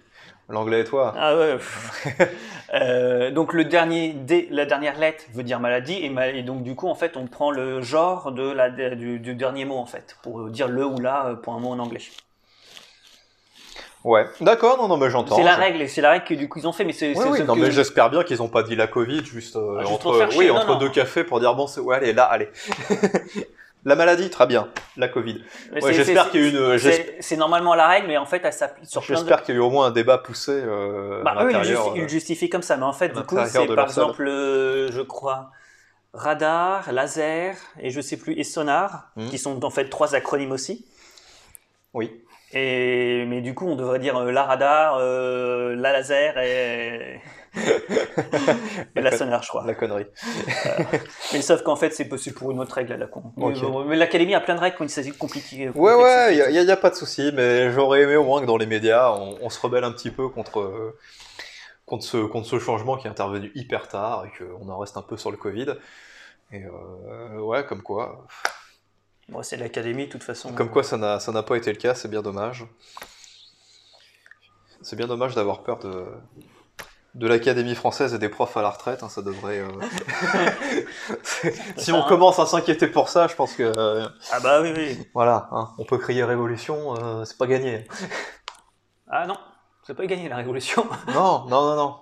Speaker 1: L'anglais et toi.
Speaker 2: Ah ouais.
Speaker 1: <laughs>
Speaker 2: pff. Euh, donc le dernier D, la dernière lettre veut dire maladie, et, ma- et donc du coup, en fait, on prend le genre de la, du, du dernier mot en fait pour dire le ou la euh, pour un mot en anglais.
Speaker 1: Ouais. D'accord, non, non, mais j'entends.
Speaker 2: C'est la
Speaker 1: Je-
Speaker 2: règle, et c'est la règle que du coup ils ont fait, mais c'est.
Speaker 1: Oui,
Speaker 2: c'est-
Speaker 1: oui,
Speaker 2: sauf
Speaker 1: non,
Speaker 2: que-
Speaker 1: mais j'espère bien qu'ils ont pas dit la Covid juste, euh,
Speaker 2: Ah, juste pour
Speaker 1: entre,
Speaker 2: faire
Speaker 1: oui,
Speaker 2: chier, non,
Speaker 1: entre
Speaker 2: non.
Speaker 1: deux cafés pour dire bon, c'est, ouais, allez, là, allez. <laughs> la maladie, très bien. La Covid.
Speaker 2: Mais
Speaker 1: Ouais,
Speaker 2: c'est-
Speaker 1: j'espère
Speaker 2: c'est-
Speaker 1: qu'il y a une, j'espère,
Speaker 2: C'est c'est normalement la règle, mais en fait, elle s'applique sur plein de...
Speaker 1: j'espère qu'il y a eu au moins un débat poussé euh,
Speaker 2: Bah,
Speaker 1: à
Speaker 2: eux, ils le
Speaker 1: l'intérieur,
Speaker 2: justi- ils
Speaker 1: euh.
Speaker 2: le justifient comme ça, mais en fait,
Speaker 1: à
Speaker 2: du coup,
Speaker 1: l'intérieur
Speaker 2: c'est
Speaker 1: de
Speaker 2: par
Speaker 1: leur salle.
Speaker 2: exemple, euh, je crois, radar, laser, et je sais plus, et sonar,
Speaker 1: Mhm.
Speaker 2: qui sont en fait trois acronymes aussi.
Speaker 1: Oui.
Speaker 2: Et... Mais du coup, on devrait dire euh, la radar, euh, la laser
Speaker 1: <laughs>
Speaker 2: et... et la sonar, je crois.
Speaker 1: La connerie.
Speaker 2: Mais sauf qu'en fait, c'est possible pour une autre règle à la con. Mais,
Speaker 1: Ok.
Speaker 2: bon, mais l'Académie a plein de règles quand il s'agit de compliquer.
Speaker 1: Ouais, ouais, il n'y a, pas de souci, mais j'aurais aimé au moins que dans les médias, on, on se rebelle un petit peu contre, euh, contre, ce, contre ce changement qui est intervenu hyper tard et qu'on en reste un peu sur le Covid. Et euh, ouais, comme quoi,
Speaker 2: Bon, c'est l'Académie, de toute façon.
Speaker 1: comme quoi ça n'a ça n'a pas été le cas, c'est bien dommage. C'est bien dommage d'avoir peur de, de l'Académie française et des profs à la retraite, hein, ça devrait... euh, <laughs> si on commence à s'inquiéter pour ça, je pense que... euh,
Speaker 2: Ah bah oui, oui.
Speaker 1: voilà, hein, on peut crier révolution, euh, c'est pas gagné.
Speaker 2: Ah non, c'est pas gagné la révolution. <laughs>
Speaker 1: Non, non, non, non.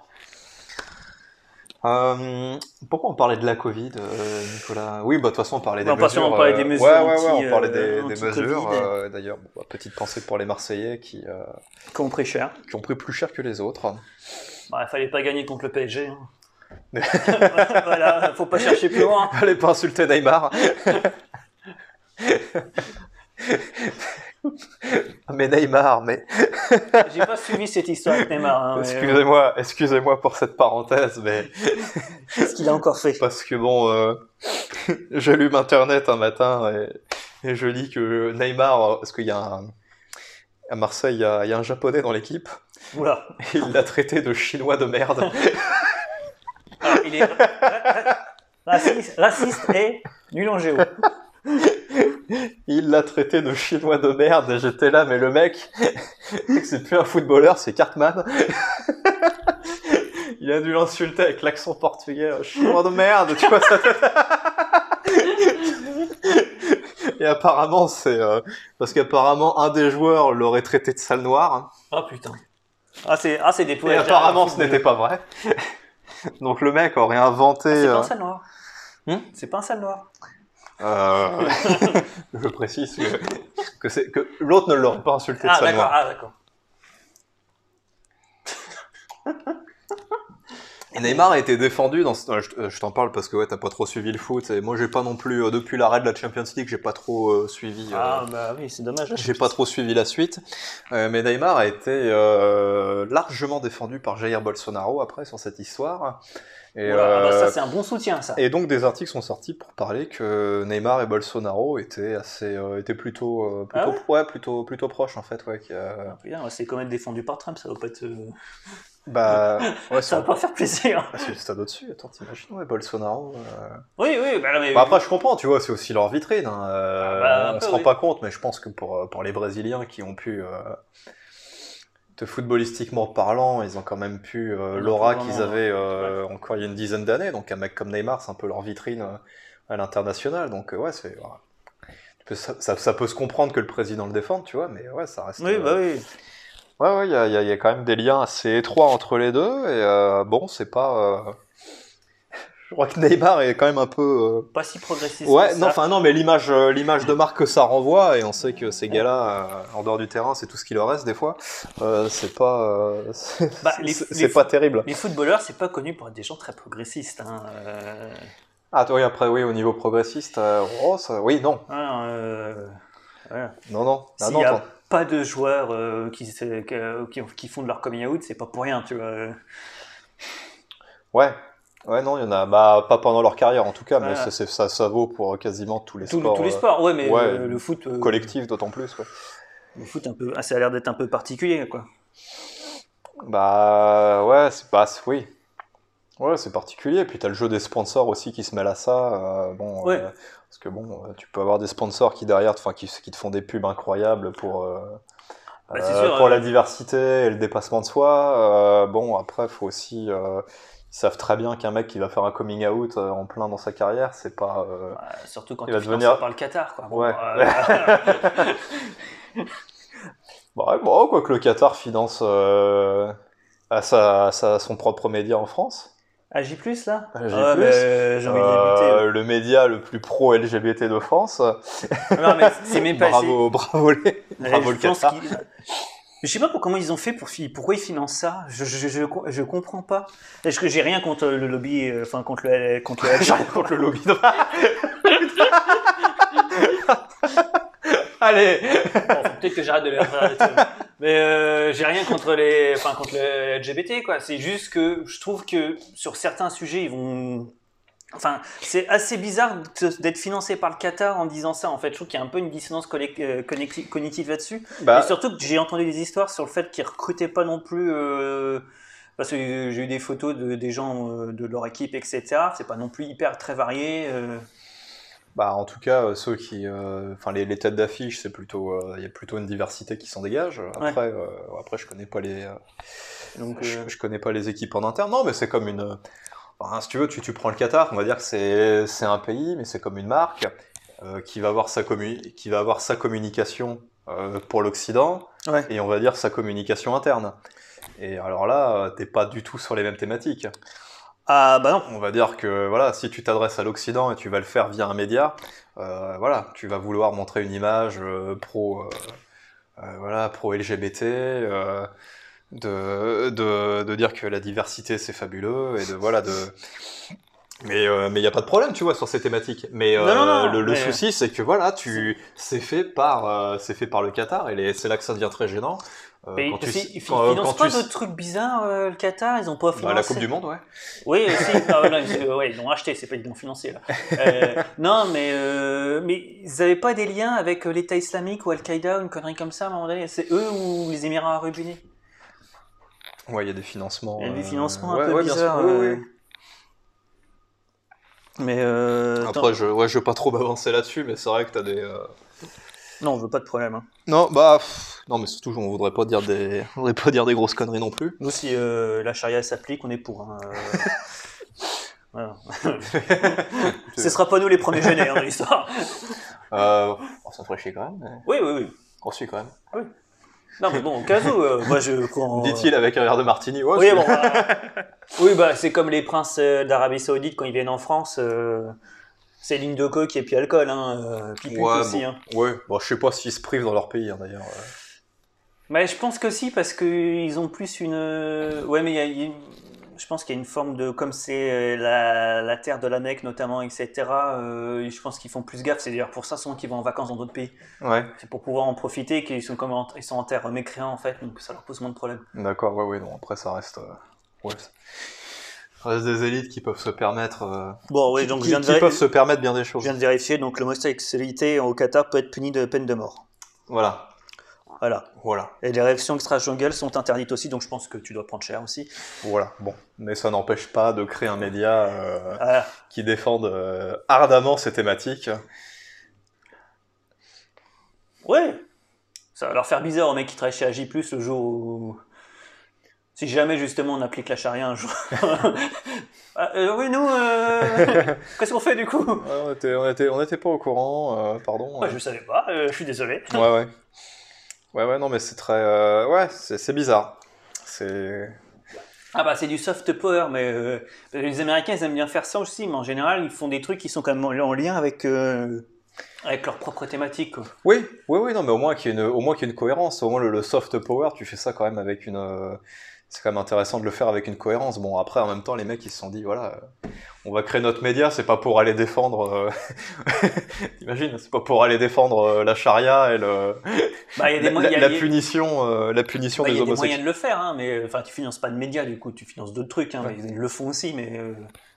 Speaker 1: Euh, pourquoi on parlait de la Covid, euh, Nicolas Oui, bah de toute façon on parlait des
Speaker 2: Non, parce
Speaker 1: mesures.
Speaker 2: qu'on parlait
Speaker 1: euh,
Speaker 2: des mesures
Speaker 1: Ouais, ouais, ouais,
Speaker 2: anti-
Speaker 1: on parlait des,
Speaker 2: euh,
Speaker 1: des
Speaker 2: anti-Covid.
Speaker 1: mesures. euh, D'ailleurs, bon, bah, petite pensée pour les Marseillais qui, euh,
Speaker 2: Qu'on pris cher.
Speaker 1: qui ont pris plus cher que les autres. <laughs>
Speaker 2: Bah, il fallait pas gagner contre le PSG. hein.
Speaker 1: Mais-
Speaker 2: voilà, faut pas chercher plus loin.
Speaker 1: Fallait pas insulter Neymar. <laughs> mais Neymar, mais
Speaker 2: J'ai pas suivi cette histoire avec Neymar. hein, mais, euh,
Speaker 1: excusez-moi, excusez-moi pour cette parenthèse, mais
Speaker 2: Qu'est-ce qu'il a encore fait
Speaker 1: parce que bon, euh, <laughs> j'allume internet un matin et, et je lis que Neymar, euh, parce qu'il y a un- à Marseille, il y a, il y a un japonais dans l'équipe, <laughs>
Speaker 2: Oula.
Speaker 1: et il l'a traité de chinois de merde.
Speaker 2: Alors, il est raciste, raciste et nul en géo.
Speaker 1: Il l'a traité de chinois de merde et j'étais là, mais le mec, <laughs> c'est plus un footballeur, c'est Cartman. <laughs> Il a dû l'insulter avec l'accent portugais, chinois de merde, tu vois ça. <laughs> Et apparemment, c'est euh, parce qu'apparemment un des joueurs l'aurait traité de sale noire. hein.
Speaker 2: Ah putain. Ah c'est ah, c'est des
Speaker 1: Et
Speaker 2: poètes.
Speaker 1: apparemment, ce n'était pas vrai. Donc le mec aurait inventé.
Speaker 2: C'est pas
Speaker 1: euh,
Speaker 2: un sale noir.
Speaker 1: Hmm
Speaker 2: c'est pas un sale noir.
Speaker 1: euh, <laughs> je précise que, que, c'est- que l'autre ne l'aurait pas insulté de
Speaker 2: Ah
Speaker 1: sa
Speaker 2: d'accord,
Speaker 1: noire.
Speaker 2: ah d'accord.
Speaker 1: Neymar a été défendu dans. ce- euh, Je, euh, je t'en parle parce que ouais, t'as pas trop suivi le foot et moi j'ai pas non plus euh, depuis l'arrêt de la Champions League, j'ai pas trop euh, suivi. euh,
Speaker 2: Ah bah oui, c'est dommage.
Speaker 1: J'ai pas trop suivi la suite, Euh, mais Neymar a été euh, largement défendu par Jair Bolsonaro après sur cette histoire. Et,
Speaker 2: Voilà, ah bah
Speaker 1: euh,
Speaker 2: ça c'est un bon soutien ça.
Speaker 1: et donc des articles sont sortis pour parler que Neymar et Bolsonaro étaient assez, euh, étaient plutôt, euh, plutôt, ouais, plutôt, plutôt proches en fait, ouais. qui, euh,
Speaker 2: Ah, putain, ouais, c'est quand même défendu par Trump, ça va pas être, euh, <laughs>
Speaker 1: bah, ouais,
Speaker 2: ça
Speaker 1: ça,
Speaker 2: va pas faire plaisir.
Speaker 1: c'est le stade au-dessus. Attends, t'imagines, ouais, Bolsonaro. euh.
Speaker 2: Oui, oui, bah, non, mais
Speaker 1: Bah, après, je comprends, tu vois, c'est aussi leur vitrine. hein, euh,
Speaker 2: Ah bah, un
Speaker 1: on
Speaker 2: peu,
Speaker 1: se rend
Speaker 2: oui.
Speaker 1: pas compte, mais je pense que pour, euh, pour les Brésiliens qui ont pu, euh, te footballistiquement parlant, ils ont quand même pu euh,
Speaker 2: Ils ont
Speaker 1: l'aura
Speaker 2: pu
Speaker 1: qu'ils
Speaker 2: vraiment,
Speaker 1: avaient euh, encore il y a une dizaine d'années. Donc un mec comme Neymar, c'est un peu leur vitrine euh, à l'international. Donc euh, ouais, c'est voilà. Tu peux- ça, ça- ça peut se comprendre que le président le défende, tu vois, mais ouais, ça reste.
Speaker 2: oui,
Speaker 1: euh,
Speaker 2: bah oui.
Speaker 1: Ouais, ouais, il y a, il y a- il y a quand même des liens assez étroits entre les deux. Et euh, bon, c'est pas. euh, <laughs> Je crois que Neymar est quand même un peu. euh,
Speaker 2: Pas si progressiste.
Speaker 1: Ouais,
Speaker 2: que ça.
Speaker 1: non, enfin non, mais l'image, euh, l'image de marque que ça renvoie, et on sait que ces gars-là, euh, en dehors du terrain, c'est tout ce qui leur reste des fois. euh, c'est pas, euh, <laughs> c'est
Speaker 2: Bah, les-
Speaker 1: c'est-
Speaker 2: les
Speaker 1: c'est
Speaker 2: fou-
Speaker 1: pas terrible.
Speaker 2: Les footballeurs, c'est pas connu pour être des gens très progressistes. Hein. euh,
Speaker 1: Ah oui, après oui, au niveau progressiste, euh, oh, ça- oui, non,
Speaker 2: hein, euh, voilà.
Speaker 1: non, non, Ah,
Speaker 2: S'il
Speaker 1: non,
Speaker 2: y a
Speaker 1: attends.
Speaker 2: pas de joueurs euh, qui, se- que- qui, qui font de leur coming out, c'est pas pour rien, tu vois.
Speaker 1: ouais, ouais, non, il y en a, bah, pas pendant leur carrière en tout cas, mais
Speaker 2: Voilà.
Speaker 1: c'est- c'est- ça, ça vaut pour quasiment tous les
Speaker 2: Tous,
Speaker 1: sports
Speaker 2: tous les
Speaker 1: euh,
Speaker 2: sports, ouais, mais
Speaker 1: ouais,
Speaker 2: euh, le foot, euh,
Speaker 1: collectifs, d'autant plus. ouais.
Speaker 2: le foot un peu, ah, ça a l'air d'être un peu particulier, quoi.
Speaker 1: Bah ouais, c'est bah, c'est- oui. Ouais, c'est particulier. Puis t'as le jeu des sponsors aussi qui se mêle à ça. euh, bon,
Speaker 2: Ouais.
Speaker 1: euh, parce que bon, euh, tu peux avoir des sponsors qui derrière, enfin, qui, qui te font des pubs incroyables pour euh,
Speaker 2: Bah, c'est
Speaker 1: euh,
Speaker 2: sûr,
Speaker 1: pour
Speaker 2: euh,
Speaker 1: la diversité et le dépassement de soi. Euh, bon, après, faut aussi. euh, ils savent très bien qu'un mec qui va faire un coming out euh, en plein dans sa carrière, c'est pas. euh,
Speaker 2: Ouais, surtout quand
Speaker 1: Il
Speaker 2: tu
Speaker 1: va
Speaker 2: financé
Speaker 1: devenir-
Speaker 2: par le Qatar, quoi.
Speaker 1: Ouais. <laughs>
Speaker 2: euh,
Speaker 1: Bah ouais, bon, quoique le Qatar finance euh, à sa, à sa- son propre média en France.
Speaker 2: AJ+, ah, là
Speaker 1: AJ+,
Speaker 2: Ouais, mais, euh, j'ai envie
Speaker 1: Ah, Euh,
Speaker 2: de
Speaker 1: le média le plus pro LGBT de France.
Speaker 2: débuter. Non, mais c'est même pas... c'est-
Speaker 1: bravo, bravo
Speaker 2: <laughs>
Speaker 1: les.
Speaker 2: Ouais,
Speaker 1: Bravo le
Speaker 2: je pense
Speaker 1: Qatar.
Speaker 2: <laughs> qu'ils- Je sais pas pour- comment ils ont fait pour fi- pourquoi ils financent ça. Je je, je, je comprends pas. Est-ce que j'ai rien contre le lobby, euh, enfin contre le contre le-
Speaker 1: J'ai rien <laughs> contre le lobby. Allez.
Speaker 2: Bon, faut peut-être que j'arrête de les regarder, tu vois. Mais euh, j'ai rien contre les, enfin contre le LGBT quoi. C'est juste que je trouve que sur certains sujets ils vont, enfin c'est assez bizarre de- d'être financé par le Qatar en disant ça. En fait, je trouve qu'il y a un peu une dissonance collec- euh, connecti- cognitive là-dessus.
Speaker 1: Bah,
Speaker 2: Et surtout que j'ai entendu des histoires sur le fait qu'ils recrutaient pas non plus. euh, Parce que j'ai eu des photos de, des gens euh, de leur équipe, etc. C'est pas non plus hyper très varié. euh.
Speaker 1: bah, en tout cas, euh, ceux qui, euh, enfin les, les têtes d'affiche, c'est plutôt, euh, il y a plutôt une diversité qui s'en dégage. Après, euh, après, je connais pas les. euh,
Speaker 2: Donc,
Speaker 1: Je,
Speaker 2: euh,
Speaker 1: je connais pas les équipes en interne. Non, mais c'est comme une. enfin, si tu veux, tu, tu prends le Qatar, on va dire que c'est, c'est un pays, mais c'est comme une marque euh, qui, va avoir sa commu- qui va avoir sa communication euh, pour l'Occident
Speaker 2: Ouais.
Speaker 1: et on va dire sa communication interne. Et alors là, euh, t'es pas du tout sur les mêmes thématiques.
Speaker 2: Ah bah non.
Speaker 1: On va dire que voilà, si tu t'adresses à l'Occident et tu vas le faire via un média, euh, voilà, tu vas vouloir montrer une image euh, pro, euh, euh, voilà, pro LGBT, euh, de, de, de dire que la diversité c'est fabuleux et de voilà de. Mais euh, mais il n'y a pas de problème, tu vois, sur ces thématiques. Mais
Speaker 2: Non,
Speaker 1: euh,
Speaker 2: non, non,
Speaker 1: le, le
Speaker 2: mais-
Speaker 1: souci c'est que voilà, tu c'est fait par euh, c'est fait par le Qatar et les- c'est là que ça devient très gênant. Euh,
Speaker 2: Mais
Speaker 1: quand tu-
Speaker 2: si- ils
Speaker 1: quand-
Speaker 2: financent
Speaker 1: quand
Speaker 2: pas
Speaker 1: tu-
Speaker 2: d'autres trucs bizarres, euh, le Qatar, ils ont pas financé.
Speaker 1: Bah, la Coupe du Monde, ouais.
Speaker 2: Oui,
Speaker 1: <laughs>
Speaker 2: aussi. Ah, non, ils, ouais, ils l'ont acheté, c'est pas ils l'ont financé là. Euh, non, mais euh, mais ils avaient pas des liens avec euh, l'État islamique ou Al-Qaïda ou une connerie comme ça à un moment donné. C'est eux ou les Émirats Arabes Unis.
Speaker 1: Ouais, il y a des financements.
Speaker 2: Il y a des
Speaker 1: euh,
Speaker 2: financements
Speaker 1: ouais,
Speaker 2: un peu
Speaker 1: ouais, bien sûr,
Speaker 2: bizarres.
Speaker 1: oui,
Speaker 2: euh,
Speaker 1: oui.
Speaker 2: Mais euh, attends.
Speaker 1: Après, je, ouais, je veux pas trop <laughs> m'avancer là-dessus, mais c'est vrai que t'as des. euh,
Speaker 2: non, on veut pas de problème. hein.
Speaker 1: Non, bah. pff, Non, mais surtout, on voudrait pas dire des, <laughs> on voudrait pas dire des grosses conneries non plus.
Speaker 2: Nous, si euh, la charia s'applique, on est pour. hein, euh.
Speaker 1: <laughs>
Speaker 2: Voilà. Ce sera pas nous les premiers gênés hein, dans l'histoire.
Speaker 1: Euh, on s'en ferait chier quand même. Mais...
Speaker 2: Oui, oui, oui.
Speaker 1: On suit quand même.
Speaker 2: Non, mais bon, au cas où, euh,
Speaker 1: <laughs>
Speaker 2: moi je. Quand,
Speaker 1: Dit-il avec un verre de martini. Ouais,
Speaker 2: Oui,
Speaker 1: c'est-
Speaker 2: bon, bah, oui, bah, c'est comme les princes euh, d'Arabie Saoudite quand ils viennent en France. euh, c'est ligne de coke et puis alcool, hein, euh, puis pute
Speaker 1: Ouais,
Speaker 2: aussi.
Speaker 1: bon.
Speaker 2: hein.
Speaker 1: <laughs> Ouais, bon, je sais pas s'ils se privent dans leur pays, hein, d'ailleurs. euh.
Speaker 2: Mais je pense que si, parce qu'ils ont plus une. euh, Ouais, mais il y a- il y a- Je pense qu'il y a une forme de. Comme c'est euh, la, la terre de la Mecque, notamment, etc., euh, je pense qu'ils font plus gaffe. C'est d'ailleurs pour ça souvent qu'ils vont en vacances dans d'autres pays.
Speaker 1: Ouais,
Speaker 2: C'est pour pouvoir en profiter qu'ils sont, comme en- ils sont en terre mécréants, en fait, donc ça leur pose moins de problèmes.
Speaker 1: d'accord, ouais, ouais, non, après ça reste. euh, ouais. Ça reste des élites qui peuvent se permettre. euh,
Speaker 2: Bon, oui,
Speaker 1: qui-
Speaker 2: donc
Speaker 1: qui,
Speaker 2: je viens, de
Speaker 1: qui
Speaker 2: vér-
Speaker 1: peuvent se permettre bien des
Speaker 2: je
Speaker 1: choses.
Speaker 2: viens de vérifier, donc l'homosexualité au Qatar peut être punie de peine de mort.
Speaker 1: Voilà,
Speaker 2: Voilà.
Speaker 1: voilà,
Speaker 2: Et les réactions extra-jungles sont interdites aussi, donc je pense que tu dois prendre cher aussi.
Speaker 1: voilà. Bon, mais ça n'empêche pas de créer un média euh,
Speaker 2: Ah,
Speaker 1: qui défende euh, ardemment ces thématiques.
Speaker 2: ouais Ça va leur faire bizarre aux mecs qui travaillent chez AJ, le jour où. Si jamais justement on applique la charia un <laughs> jour. Ah, euh, oui, nous, euh, qu'est-ce qu'on fait du coup
Speaker 1: Ouais, on, était, on, était, on était pas au courant, euh, pardon.
Speaker 2: Bah, Je savais pas, euh, je suis désolé.
Speaker 1: Ouais, ouais. Ouais, ouais, non, mais c'est très. euh, ouais, c'est c'est bizarre. C'est.
Speaker 2: Ah bah c'est du soft power, mais euh, les Américains ils aiment bien faire ça aussi, mais en général ils font des trucs qui sont quand même en- en lien avec, euh, avec leur propre thématique. quoi.
Speaker 1: Oui, oui, oui, non, mais au moins qu'il y ait une, au moins qu'il y ait une cohérence. Au moins, le, le soft power, tu fais ça quand même avec une. euh, c'est quand même intéressant de le faire avec une cohérence. Bon, après, en même temps, les mecs, ils se sont dit, voilà, euh, on va créer notre média, c'est pas pour aller défendre. euh, <laughs> T'imagines, c'est pas pour aller défendre euh, la charia et le,
Speaker 2: Bah, il y a des,
Speaker 1: la,
Speaker 2: mo- il y
Speaker 1: la-
Speaker 2: a-
Speaker 1: la
Speaker 2: il y a-
Speaker 1: punition, euh, la punition
Speaker 2: bah, il y
Speaker 1: des
Speaker 2: a des moyens
Speaker 1: homosexuels.
Speaker 2: de le faire, hein, mais euh, enfin tu finances pas de médias du coup, tu finances d'autres trucs, hein,
Speaker 1: Ouais.
Speaker 2: mais ils le font aussi, mais euh,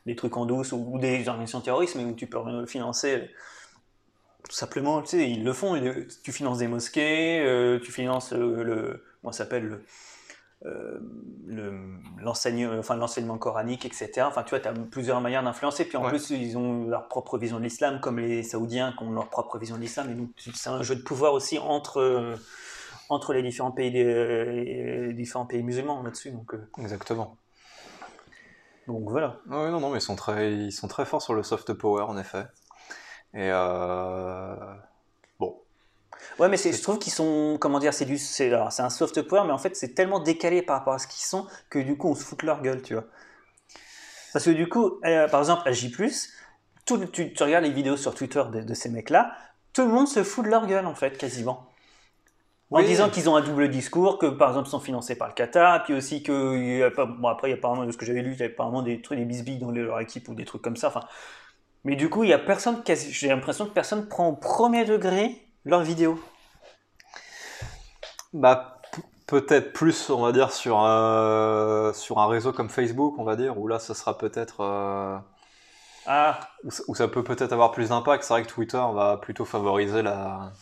Speaker 2: des trucs en douce ou, ou des organisations terroristes, mais où tu peux euh, financer. euh, tout simplement, tu sais, ils le font. ils- tu finances des mosquées, euh, tu finances euh, le. Comment ça s'appelle le- euh, le- l'enseigne- enfin, l'enseignement coranique, etc. Enfin, tu vois, tu as plusieurs manières d'influencer. Puis en
Speaker 1: Ouais.
Speaker 2: plus, ils ont leur propre vision de l'islam, comme les Saoudiens qui ont leur propre vision de l'islam. Et donc, c'est un jeu de pouvoir aussi entre, euh, entre les différents pays, des- euh, les différents pays musulmans là-dessus. Donc, euh,
Speaker 1: Exactement.
Speaker 2: donc voilà.
Speaker 1: Oui, non, non, mais ils sont très, ils sont très forts sur le soft power, en effet. Et euh, bon,
Speaker 2: Ouais, mais c'est- je trouve qu'ils sont, comment dire, c'est du, c'est alors, c'est un soft power, mais en fait c'est tellement décalé par rapport à ce qu'ils sont que du coup on se fout de leur gueule, tu vois. Parce que du coup, euh, par exemple, à J+, tout, tu, tu regardes les vidéos sur Twitter de, de ces mecs-là, tout le monde se fout de leur gueule en fait, quasiment. En
Speaker 1: Oui.
Speaker 2: disant qu'ils ont un double discours, que par exemple ils sont financés par le Qatar, puis aussi que il y a pas- bon après il y a apparemment de ce que j'avais lu, il y a apparemment des trucs des bisbilles dans leur équipe ou des trucs comme ça. Enfin, mais du coup il y a personne, quasi, j'ai l'impression que personne prend au premier degré leurs vidéos.
Speaker 1: bah p- peut-être plus, on va dire sur euh, sur un réseau comme Facebook, on va dire, où là, ça sera peut-être, euh,
Speaker 2: Ah,
Speaker 1: où, ça- où ça peut peut-être avoir plus d'impact. C'est vrai que Twitter va plutôt favoriser la,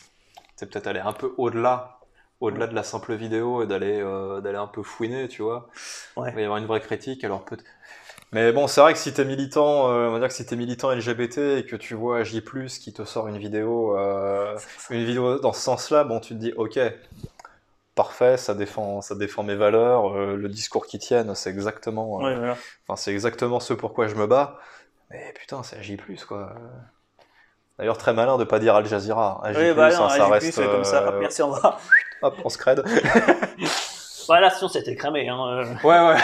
Speaker 1: c'est peut-être aller un peu au-delà, au-delà de la simple vidéo et d'aller euh, d'aller un peu fouiner, tu vois.
Speaker 2: Ouais.
Speaker 1: Il va y avoir une vraie critique, alors peut Mais bon, c'est vrai que si t'es militant, euh, on va dire que si t'es militant LGBT et que tu vois J+, qui te sort une vidéo, euh, une vidéo dans ce sens-là, bon, tu te dis, ok, parfait, ça défend, ça défend mes valeurs, euh, le discours qui tiennent, c'est exactement, euh,
Speaker 2: ouais, voilà.
Speaker 1: enfin, c'est exactement ce pourquoi je me bats. Mais putain, c'est J+, quoi. D'ailleurs, très malin de pas dire Al Jazeera. Al
Speaker 2: Oui, bah non,
Speaker 1: hein, ça
Speaker 2: AJ+,
Speaker 1: reste,
Speaker 2: comme ça,
Speaker 1: euh,
Speaker 2: hop, merci, au
Speaker 1: <laughs>
Speaker 2: revoir.
Speaker 1: hop, on se crède.
Speaker 2: Voilà, sinon c'était cramé. Hein. euh.
Speaker 1: ouais, ouais.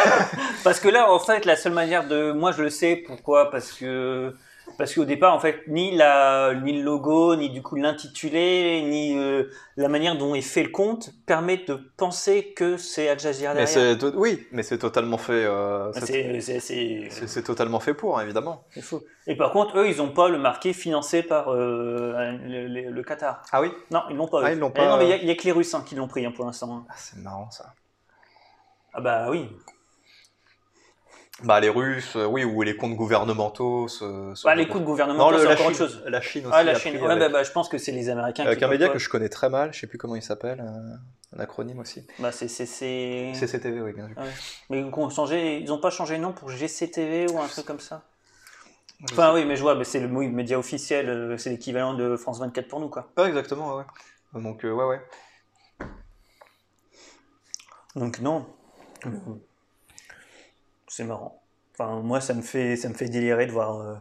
Speaker 2: Parce que là, en fait, la seule manière de... Moi, je le sais, pourquoi Parce que... Parce qu'au départ, en fait, ni, la, ni le logo, ni du coup l'intitulé, ni euh, la manière dont est fait le compte permet de penser que c'est Al Jazeera
Speaker 1: Mais
Speaker 2: derrière. Ah,
Speaker 1: c'est, to- oui, mais c'est totalement fait. euh, c'est-
Speaker 2: C'est- c'est- C'est euh,
Speaker 1: C'est c'est totalement fait pour, hein, évidemment.
Speaker 2: c'est faux. Et par contre, eux, ils n'ont pas le marqué financé par euh, le, le- le Qatar.
Speaker 1: Ah oui
Speaker 2: Non, ils l'ont pas.
Speaker 1: Ah,
Speaker 2: eux.
Speaker 1: ils l'ont
Speaker 2: Eh
Speaker 1: pas,
Speaker 2: Non, mais il y a- il y, a que les Russes hein, qui l'ont pris hein, pour l'instant. hein.
Speaker 1: C'est marrant ça.
Speaker 2: Ah bah oui,
Speaker 1: Bah les Russes, euh, oui, ou les comptes gouvernementaux. Ce, ce
Speaker 2: Bah,
Speaker 1: genre
Speaker 2: les
Speaker 1: de-
Speaker 2: coups de
Speaker 1: Non,
Speaker 2: gouvernement,
Speaker 1: le-
Speaker 2: c'est
Speaker 1: la, Chine,
Speaker 2: encore autre chose.
Speaker 1: la Chine aussi.
Speaker 2: Ah, la
Speaker 1: a
Speaker 2: Chine.
Speaker 1: pris
Speaker 2: Ouais,
Speaker 1: avec,
Speaker 2: bah, bah, je pense que c'est les Américains
Speaker 1: avec
Speaker 2: qui.
Speaker 1: un média que je connais très mal, je sais plus comment il s'appelle, euh, un acronyme aussi.
Speaker 2: Bah, c'est. c'est- c'est-
Speaker 1: CCTV, oui, bien sûr.
Speaker 2: Mais ils ont, changé... ils ont pas changé de nom pour GCTV ou un truc comme ça
Speaker 1: Je
Speaker 2: Enfin,
Speaker 1: sais
Speaker 2: oui, mais je vois, mais c'est le mot- média officiel, euh, c'est l'équivalent de France 24 pour nous, quoi.
Speaker 1: Pas exactement, ouais. ouais. Donc, euh, ouais, ouais.
Speaker 2: Donc, non. C'est marrant. Enfin, moi, ça me fait, ça me fait délirer de voir euh,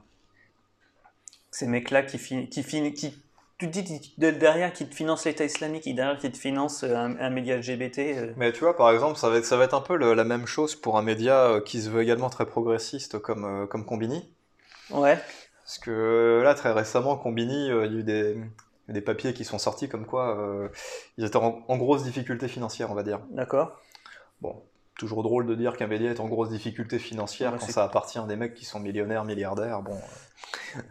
Speaker 2: ces mecs-là qui, fin... qui, fin... qui. Tu te dis qui- de- derrière qui te finance l'État islamique et derrière qui te finance euh, un, un média LGBT. euh,
Speaker 1: Mais tu vois, par exemple, ça va être, ça va être un peu le- la même chose pour un média euh, qui se veut également très progressiste comme, euh, comme Combini.
Speaker 2: Ouais.
Speaker 1: Parce que euh, là, très récemment, Combini, euh, il y a eu des, des papiers qui sont sortis comme quoi euh, ils étaient en, en grosse difficulté financière, on va dire.
Speaker 2: D'accord.
Speaker 1: Bon, toujours drôle de dire qu'un média est en grosse difficulté financière
Speaker 2: Ouais,
Speaker 1: quand
Speaker 2: c'est-
Speaker 1: ça appartient à des mecs qui sont millionnaires, milliardaires. Bon, euh,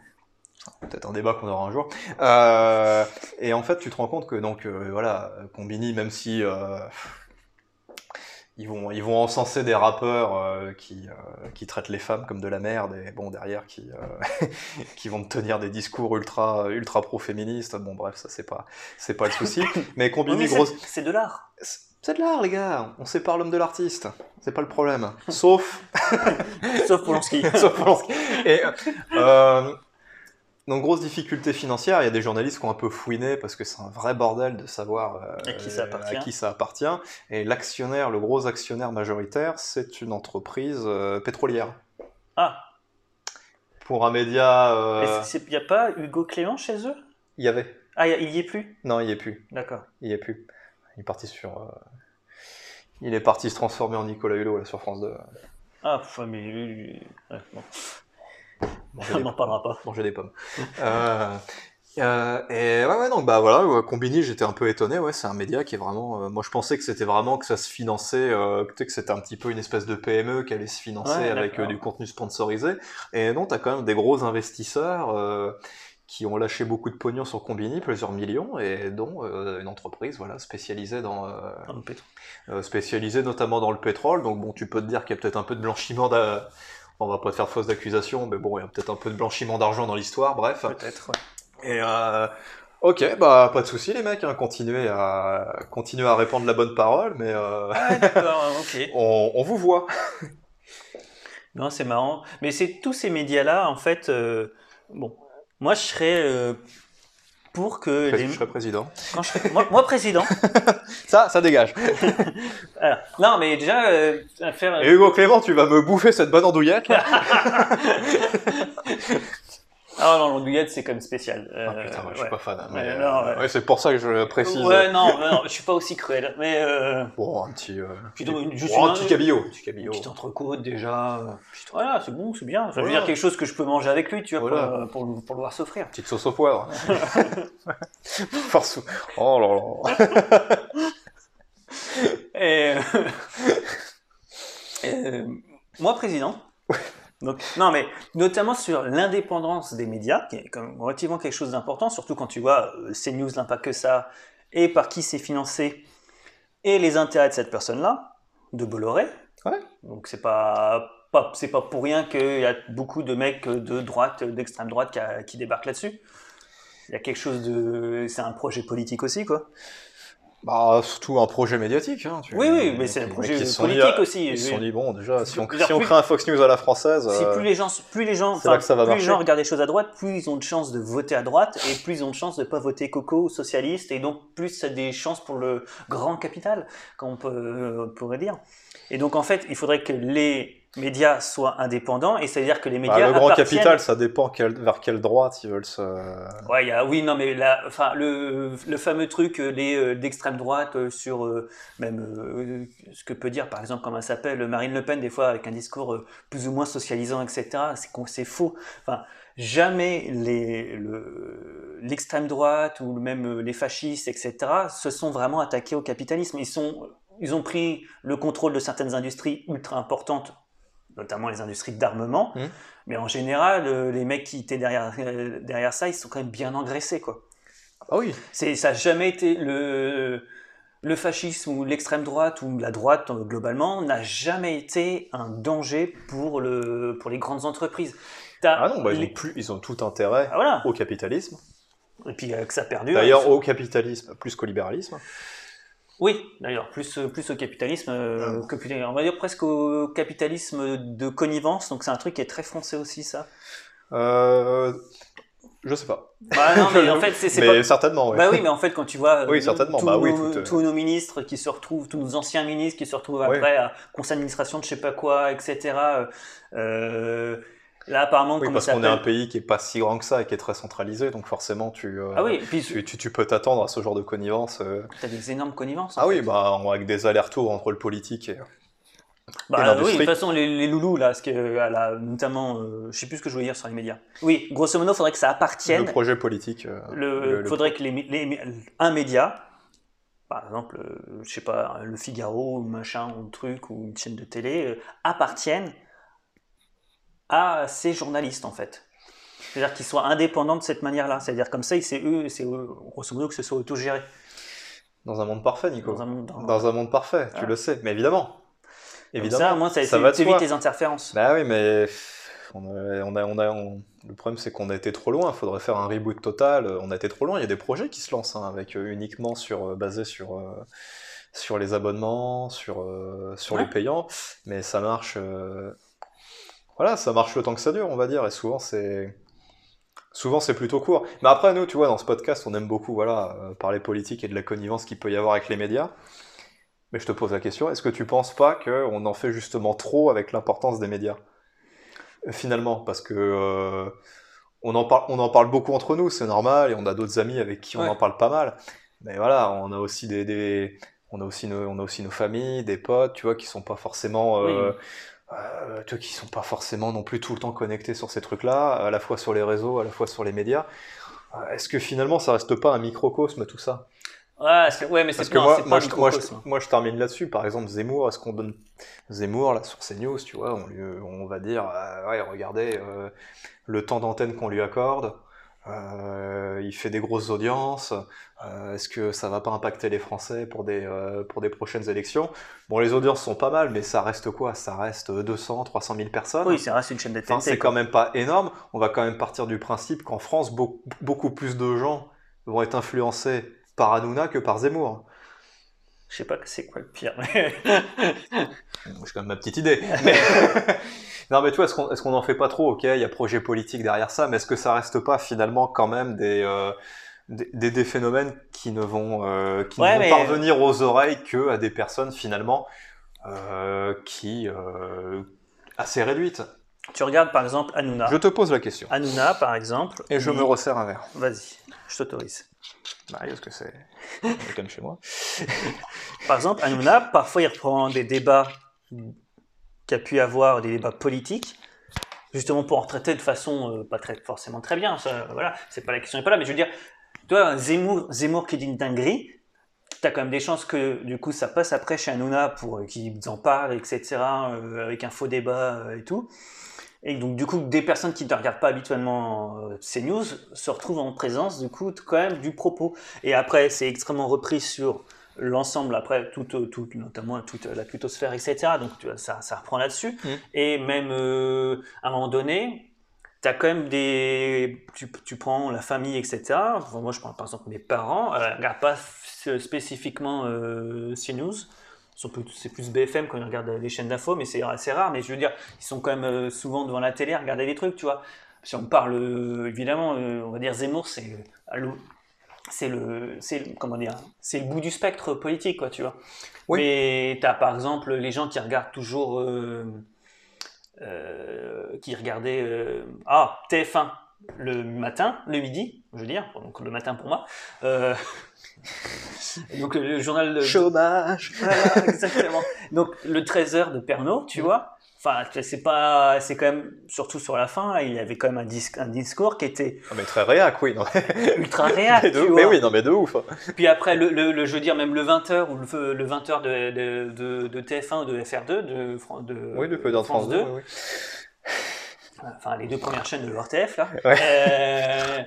Speaker 1: peut-être un débat qu'on aura un jour. Euh, et en fait, tu te rends compte que donc euh, voilà, Combini, même si euh, ils vont ils vont encenser des rappeurs euh, qui euh, qui traitent les femmes comme de la merde et bon derrière qui euh, <laughs> qui vont te tenir des discours ultra ultra pro féministes. Bon bref, ça c'est pas c'est pas le
Speaker 2: <laughs>
Speaker 1: souci. Mais
Speaker 2: Oui,
Speaker 1: Combini
Speaker 2: mais c'est-
Speaker 1: grosse
Speaker 2: C'est de l'art.
Speaker 1: c'est de l'art, les gars. On sépare l'homme de l'artiste. C'est pas le problème. <laughs> Sauf,
Speaker 2: Sauf Polanski.
Speaker 1: <laughs> sauf Polanski. Et, euh, donc, grosse difficulté financière. Il y a des journalistes qui ont un peu fouiné parce que c'est un vrai bordel de savoir euh,
Speaker 2: À qui ça appartient.
Speaker 1: à qui ça appartient. Et l'actionnaire, le gros actionnaire majoritaire, c'est une entreprise euh, pétrolière.
Speaker 2: Ah,
Speaker 1: Pour un média,
Speaker 2: il
Speaker 1: euh,
Speaker 2: n'y a pas Hugo Clément chez eux
Speaker 1: il y avait.
Speaker 2: Ah, y a- il n'y est plus
Speaker 1: Non, il n'y est plus.
Speaker 2: D'accord.
Speaker 1: Il n'y est plus. Il est parti sur. euh, Il est parti se transformer en Nicolas Hulot là, sur France 2.
Speaker 2: Ah, pff, mais lui, lui- ouais, bon.
Speaker 1: Manger
Speaker 2: <laughs> on
Speaker 1: des
Speaker 2: n'en parlera pas.
Speaker 1: <laughs> manger des pommes. Euh, euh, et ouais, ouais, donc bah voilà, ouais, Combini, j'étais un peu étonné. Ouais, c'est un média qui est vraiment. euh, moi, je pensais que c'était vraiment que ça se finançait, euh, que tu sais, que c'était un petit peu une espèce de PME qui allait se financer
Speaker 2: Ouais,
Speaker 1: avec
Speaker 2: d'accord.
Speaker 1: euh, du contenu sponsorisé. Et non, t'as quand même des gros investisseurs. euh, qui ont lâché beaucoup de pognon sur Combini, plusieurs millions, et dont euh, une entreprise voilà, spécialisée dans, euh,
Speaker 2: Ah, le pétrole.
Speaker 1: euh, spécialisé notamment dans le pétrole. Donc bon, tu peux te dire qu'il y a peut-être un peu de blanchiment d'a- On va pas te faire fausse accusation, mais bon, il y a peut-être un peu de blanchiment d'argent dans l'histoire, bref.
Speaker 2: Peut-être, ouais.
Speaker 1: Et euh, ok, bah pas de souci les mecs, hein, continuez à continuez à répandre la bonne parole, mais euh,
Speaker 2: <laughs> Ah, d'accord, ok.
Speaker 1: on, on vous voit.
Speaker 2: Non, c'est marrant. Mais c'est tous ces médias-là, en fait. euh, bon, moi, je serais euh, pour que
Speaker 1: Je
Speaker 2: les.
Speaker 1: serai président.
Speaker 2: Quand je serais- moi,
Speaker 1: <laughs>
Speaker 2: moi, président.
Speaker 1: Ça, ça dégage.
Speaker 2: Alors, non, mais déjà, euh, à faire.
Speaker 1: Et Hugo Clément, tu vas me bouffer cette bonne andouillette. là.
Speaker 2: Ah non, l'andouillette, c'est quand même spécial. Euh,
Speaker 1: Ah, putain, moi, je
Speaker 2: ouais.
Speaker 1: suis pas fan. hein, mais,
Speaker 2: Ouais, non, ouais.
Speaker 1: ouais, c'est pour ça que je précise.
Speaker 2: Ouais, non, ouais, non, je suis pas aussi cruel. Mais euh,
Speaker 1: Bon, un petit, euh,
Speaker 2: Plutôt une- juste
Speaker 1: bon,
Speaker 2: une-
Speaker 1: un petit cabillaud. Un petit
Speaker 2: une
Speaker 1: cabillaud.
Speaker 2: petite entrecôte déjà. euh, Voilà, c'est bon, c'est bien. Enfin, Je veux
Speaker 1: Voilà.
Speaker 2: dire quelque chose que je peux manger avec lui, tu vois,
Speaker 1: Voilà.
Speaker 2: pour, euh, pour, le- pour le voir s'offrir.
Speaker 1: Petite sauce au poivre. <laughs> Force- Oh là là.
Speaker 2: Et euh, <laughs> euh, moi, président. Donc, non, mais notamment sur l'indépendance des médias, qui est quand même relativement quelque chose d'important, surtout quand tu vois euh, CNews, l'impact que ça, a, et par qui c'est financé, et les intérêts de cette personne-là, de Bolloré.
Speaker 1: Ouais.
Speaker 2: Donc, c'est pas, pas, c'est pas pour rien qu'il y a beaucoup de mecs de droite, d'extrême droite qui, a- qui débarquent là-dessus. Il y a quelque chose de. C'est un projet politique aussi, quoi.
Speaker 1: Bah, surtout un projet médiatique. hein, tu-
Speaker 2: Oui, oui, mais c'est un
Speaker 1: les
Speaker 2: projet
Speaker 1: mecs, ils
Speaker 2: politique
Speaker 1: se sont dit, ah,
Speaker 2: aussi.
Speaker 1: Ils se
Speaker 2: Oui.
Speaker 1: sont dit, bon, déjà, si on,
Speaker 2: Je veux dire,
Speaker 1: si on
Speaker 2: plus-
Speaker 1: crée un Fox News à la française,
Speaker 2: Si
Speaker 1: euh,
Speaker 2: plus les gens, plus les gens,
Speaker 1: c'est là
Speaker 2: enfin,
Speaker 1: que ça va
Speaker 2: plus les
Speaker 1: marcher.
Speaker 2: gens regardent les choses à droite, plus ils ont de chances de voter à droite et plus ils ont de chances de pas voter coco ou socialiste et donc plus ça a des chances pour le grand capital, comme on peut, euh, pourrait dire. Et donc en fait, il faudrait que les médias soient indépendants et c'est-à-dire que les
Speaker 1: bah,
Speaker 2: médias
Speaker 1: le grand
Speaker 2: appartiennent-
Speaker 1: capital, ça dépend quel- vers quelle droite ils veulent se.
Speaker 2: Ouais, il y a- oui, non, mais la, enfin, le, le fameux truc euh, les, euh, d'extrême droite euh, sur euh, même euh, ce que peut dire, par exemple, comment elle s'appelle, Marine Le Pen, des fois, avec un discours euh, plus ou moins socialisant, etc. C'est con- c'est faux. Enfin, jamais les, le, l'extrême droite ou même euh, les fascistes, etc., se sont vraiment attaqués au capitalisme. Ils, sont, ils ont pris le contrôle de certaines industries ultra importantes, notamment les industries d'armement.
Speaker 1: Mhm.
Speaker 2: Mais en général, euh, les mecs qui étaient derrière, euh, derrière ça, ils sont quand même bien engraissés. Quoi.
Speaker 1: Ah oui.
Speaker 2: C'est, ça n'a jamais été le, le fascisme ou l'extrême droite ou la droite euh, globalement n'a jamais été un danger pour, le, pour les grandes entreprises. T'as
Speaker 1: Ah non, bah, ils,
Speaker 2: les-
Speaker 1: ont plus, ils ont tout intérêt
Speaker 2: Ah, voilà.
Speaker 1: au capitalisme.
Speaker 2: Et puis euh, que ça perdure.
Speaker 1: D'ailleurs, au capitalisme plus qu'au libéralisme.
Speaker 2: Oui, d'ailleurs, plus, euh, plus au capitalisme euh,
Speaker 1: Ah.
Speaker 2: que plus- on va dire presque au capitalisme de connivence, donc c'est un truc qui est très français aussi, ça.
Speaker 1: Euh, je sais pas.
Speaker 2: Bah non,
Speaker 1: <laughs>
Speaker 2: mais en fait, c'est c'est
Speaker 1: Mais
Speaker 2: pas-
Speaker 1: certainement, ouais.
Speaker 2: Bah oui, mais en fait, quand tu vois euh,
Speaker 1: Oui, certainement.
Speaker 2: tous,
Speaker 1: Bah oui,
Speaker 2: nos,
Speaker 1: tout, euh,
Speaker 2: tous nos ministres qui se retrouvent, tous nos anciens ministres qui se retrouvent
Speaker 1: Ouais.
Speaker 2: après à conseil d'administration de je sais pas quoi, etc. euh, euh, là, apparemment,
Speaker 1: Oui,
Speaker 2: comment
Speaker 1: parce
Speaker 2: ça
Speaker 1: qu'on est un
Speaker 2: s'appelle
Speaker 1: pays qui est pas si grand que ça et qui est très centralisé, donc forcément, tu. euh,
Speaker 2: Ah oui, et puis
Speaker 1: Tu, tu- tu peux t'attendre à ce genre de connivence. euh.
Speaker 2: t'as des énormes connivences. hein. en
Speaker 1: Ah oui,
Speaker 2: fait.
Speaker 1: bah, on- avec des allers-retours entre le politique et.
Speaker 2: Bah,
Speaker 1: Et
Speaker 2: euh, oui, de
Speaker 1: l'industrie.
Speaker 2: toute façon, les, les loulous, là, ce que, euh, à la- notamment, euh, je sais plus ce que je voulais dire sur les médias. Oui, grosso modo, faudrait que ça appartienne
Speaker 1: Le projet politique. euh,
Speaker 2: le,
Speaker 1: le- le-
Speaker 2: faudrait que les, mé- les mé- un média, par exemple, euh, je sais pas, le Figaro ou machin ou un truc ou une chaîne de télé euh, appartiennent à ces journalistes en fait. C'est-à-dire qu'ils soient indépendants de cette manière-là. C'est-à-dire comme ça, c'est eux, c'est eux, grosso modo, que ce soit autogéré.
Speaker 1: Dans un monde parfait, Nico.
Speaker 2: Dans un monde.
Speaker 1: Dans un monde parfait, tu
Speaker 2: Ah.
Speaker 1: le sais. Mais évidemment.
Speaker 2: Comme
Speaker 1: Évidemment.
Speaker 2: ça, au moins, ça,
Speaker 1: ça
Speaker 2: évite-
Speaker 1: va de
Speaker 2: évite
Speaker 1: soi.
Speaker 2: les interférences.
Speaker 1: Bah oui, mais on a, on a, on a- on- le problème c'est qu'on a été trop loin. Il faudrait faire un reboot total. On a été trop loin. Il y a des projets qui se lancent hein, avec euh, uniquement sur euh, basé sur euh, sur les abonnements, sur euh, sur
Speaker 2: Ouais.
Speaker 1: les payants, mais ça marche. euh, voilà, ça marche le temps que ça dure, on va dire. Et souvent c'est Souvent, c'est plutôt court. Mais après, nous, tu vois, dans ce podcast, on aime beaucoup voilà, euh, parler politique et de la connivence qu'il peut y avoir avec les médias. Mais je te pose la question, est-ce que tu penses pas qu'on en fait justement trop avec l'importance des médias Euh, Finalement, parce que euh, on, en parle, on en parle beaucoup entre nous, c'est normal, et on a d'autres amis avec qui on
Speaker 2: Ouais.
Speaker 1: en parle pas mal. Mais voilà, on a aussi des, des- on a aussi nos, on a aussi nos familles, des potes, tu vois, qui sont pas forcément, euh, euh, tu vois, qui sont pas forcément non plus tout le temps connectés sur ces trucs-là, à la fois sur les réseaux, à la fois sur les médias. Euh, Est-ce que finalement, ça reste pas un microcosme tout ça
Speaker 2: Ouais, c'est- ouais, mais c'est
Speaker 1: parce que
Speaker 2: non,
Speaker 1: moi,
Speaker 2: c'est pas
Speaker 1: moi,
Speaker 2: un
Speaker 1: je, moi, je-
Speaker 2: microcosme.
Speaker 1: moi, je termine là-dessus. Par exemple, Zemmour, est-ce qu'on donne Zemmour là sur CNews, tu vois, on lui, on va dire, euh, ouais, regardez euh, le temps d'antenne qu'on lui accorde. euh, il fait des grosses audiences. euh, est-ce que ça va pas impacter les Français pour des euh, pour des prochaines élections Bon, les audiences sont pas mal, mais ça reste quoi Ça reste 200, 300 000 personnes.
Speaker 2: Oui, ça reste une chaîne de
Speaker 1: Enfin, c'est
Speaker 2: TNT. quoi.
Speaker 1: quand même pas énorme. On va quand même partir du principe qu'en France, beaucoup, beaucoup plus de gens vont être influencés par Hanouna que par Zemmour.
Speaker 2: Je sais pas c'est quoi le pire. <laughs>
Speaker 1: Bon, J'ai quand même ma petite idée. Mais... <laughs> non, mais tu vois, est-ce qu'on est-ce qu'on en fait pas trop Ok, il y a projet politique derrière ça, mais est-ce que ça reste pas finalement quand même des, euh, des, des- des phénomènes qui ne vont, euh, qui ne
Speaker 2: Ouais,
Speaker 1: vont
Speaker 2: mais-
Speaker 1: parvenir aux oreilles que à des personnes finalement euh, qui. euh, assez réduites
Speaker 2: tu regardes par exemple Hanouna.
Speaker 1: Je te pose la question.
Speaker 2: Hanouna, par exemple.
Speaker 1: Et je
Speaker 2: il-
Speaker 1: me resserre un verre.
Speaker 2: Vas-y, je t'autorise.
Speaker 1: Bah, est-ce que c'est. c'est comme chez moi.
Speaker 2: Par exemple, Hanouna, parfois il reprend des débats qu'a pu avoir, des débats politiques, justement pour en traiter de façon euh, pas très, forcément très bien. Ça, voilà, c'est pas la question n'est pas là, mais je veux dire, toi, un Zemmour, Zemmour qui dit une dinguerie, t'as quand même des chances que du coup ça passe après chez Hanouna pour euh, qu'ils en parlent, etc., euh, avec un faux débat euh, et tout. Et donc du coup, des personnes qui ne regardent pas habituellement euh, ces news se retrouvent en présence du coup quand même du propos. Et après, c'est extrêmement repris sur l'ensemble après toute euh, toute notamment toute euh, la tutosphère etc donc tu vois, ça, ça reprend là-dessus
Speaker 1: Mm.
Speaker 2: et même euh, à un moment donné tu as quand même des tu, tu prends la famille etc Enfin, moi je prends par exemple mes parents euh, ils regardent pas f- spécifiquement euh, CNews Ils sont plus- c'est plus BFM quand ils regardent les chaînes d'info mais c'est assez rare mais je veux dire ils sont quand même euh, souvent devant la télé à regarder des trucs tu vois si on parle euh, évidemment euh, on va dire Zemmour c'est euh, à l'eau- c'est le, c'est le- comment dire, c'est le bout du spectre politique, quoi, tu vois.
Speaker 1: Oui.
Speaker 2: Mais t'as par exemple les gens qui regardent toujours, euh, euh, qui regardaient euh, ah TF1 le matin, le midi, je veux dire, donc le matin pour moi. euh, <laughs> donc le journal de,
Speaker 1: Chômage <laughs>
Speaker 2: voilà, exactement. Donc le 13h de Pernod,
Speaker 1: Mm.
Speaker 2: tu vois. Enfin, c'est pas, c'est quand même surtout sur la fin, il y avait quand même un, dis- un discours qui était
Speaker 1: Ah, Mais très réac, oui. Non, mais, <laughs>
Speaker 2: ultra réel,
Speaker 1: mais
Speaker 2: Ah, tu
Speaker 1: de,
Speaker 2: vois.
Speaker 1: mais oui, non, mais de ouf.
Speaker 2: Puis après, le, le- le- je veux dire, même le 20h ou le, le 20h de, de- de- de TF1 ou de FR2, de, Fran- de,
Speaker 1: Oui, de peu
Speaker 2: de
Speaker 1: d'en France 2. oui, oui.
Speaker 2: enfin les deux premières chaînes de RTF, là.
Speaker 1: Ouais.
Speaker 2: Euh,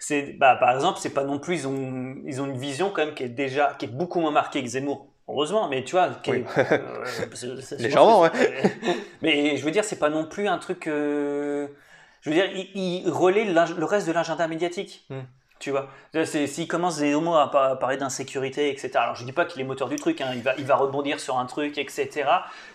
Speaker 2: c'est- bah, par exemple, c'est pas non plus, ils ont, ils ont une vision quand même qui est déjà, qui est beaucoup moins marquée que Zemmour. Heureusement, mais tu vois, qui est-
Speaker 1: Oui. <laughs>
Speaker 2: euh, parce que ça, je pense
Speaker 1: Légèrement,
Speaker 2: que- euh, Mais je veux dire, c'est pas non plus un truc. euh, je veux dire, il, il relaie l'ag- le reste de l'agenda médiatique.
Speaker 1: Hmm.
Speaker 2: Tu vois, Là, Euh, c'est- s'il commence des mots à pa- parler d'insécurité, etc. Alors je dis pas qu'il est moteur du truc, hein, il, va, il va rebondir sur un truc, etc.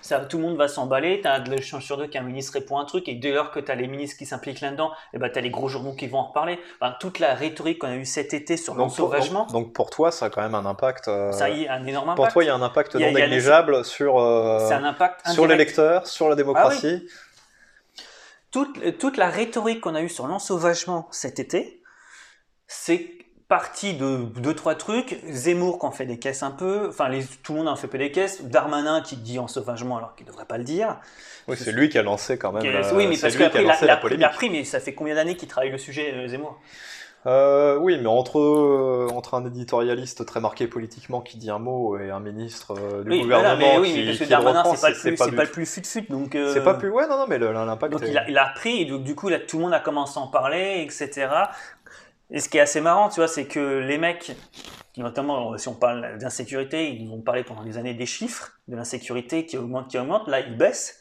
Speaker 2: Ça, tout le monde va s'emballer, t'as de la chance sur deux qu'un ministre répond à un truc, et dès lors que t'as les ministres qui s'impliquent là-dedans, et ben t'as les gros journaux qui vont en reparler. Enfin, toute la rhétorique qu'on a eue cet été sur
Speaker 1: Donc, pour,
Speaker 2: l'ensauvagement,
Speaker 1: donc- donc pour toi, ça a quand même un impact. euh,
Speaker 2: ça y est, un énorme
Speaker 1: Pour
Speaker 2: impact.
Speaker 1: toi, il y a un impact
Speaker 2: Il y
Speaker 1: non
Speaker 2: a- il y a
Speaker 1: négligeable sur, euh,
Speaker 2: C'est un impact
Speaker 1: sur les
Speaker 2: indirect. Ah
Speaker 1: lecteurs, sur la démocratie.
Speaker 2: toute, euh, toute la rhétorique qu'on a eue sur l'ensauvagement cet été, c'est parti de deux, trois trucs. Zemmour qui en fait des caisses un peu, enfin les- tout le monde en fait peu des caisses. Darmanin qui dit ensauvagement alors qu'il ne devrait pas le dire.
Speaker 1: Oui, c'est lui qui a lancé quand même.
Speaker 2: Qui-
Speaker 1: la-
Speaker 2: oui, mais
Speaker 1: bah, c'est
Speaker 2: parce
Speaker 1: lui qui a
Speaker 2: qu'après, il a,
Speaker 1: lancé
Speaker 2: il a
Speaker 1: la
Speaker 2: pris- il a
Speaker 1: polémique.
Speaker 2: pris, mais ça fait combien d'années qu'il travaille le sujet, euh, Zemmour
Speaker 1: Euh, oui, mais entre, euh, entre un éditorialiste très marqué politiquement qui dit un mot et un ministre euh, du
Speaker 2: Oui, voilà,
Speaker 1: gouvernement
Speaker 2: mais oui,
Speaker 1: qui,
Speaker 2: mais parce
Speaker 1: qui
Speaker 2: que
Speaker 1: le
Speaker 2: Darmanin,
Speaker 1: reprend,
Speaker 2: c'est pas le plus, c'est
Speaker 1: du
Speaker 2: pas le
Speaker 1: tout-
Speaker 2: plus fut-fut, donc. euh,
Speaker 1: c'est pas plus. Ouais, non, non, mais le- l'impact.
Speaker 2: Donc
Speaker 1: est-
Speaker 2: il a, il a repris, et donc du coup, là, tout le monde a commencé à en parler, etc. Et ce qui est assez marrant, tu vois, c'est que les mecs, notamment euh, si on parle d'insécurité, ils nous ont parlé pendant des années des chiffres, de l'insécurité qui augmente, qui augmente, là, ils baissent.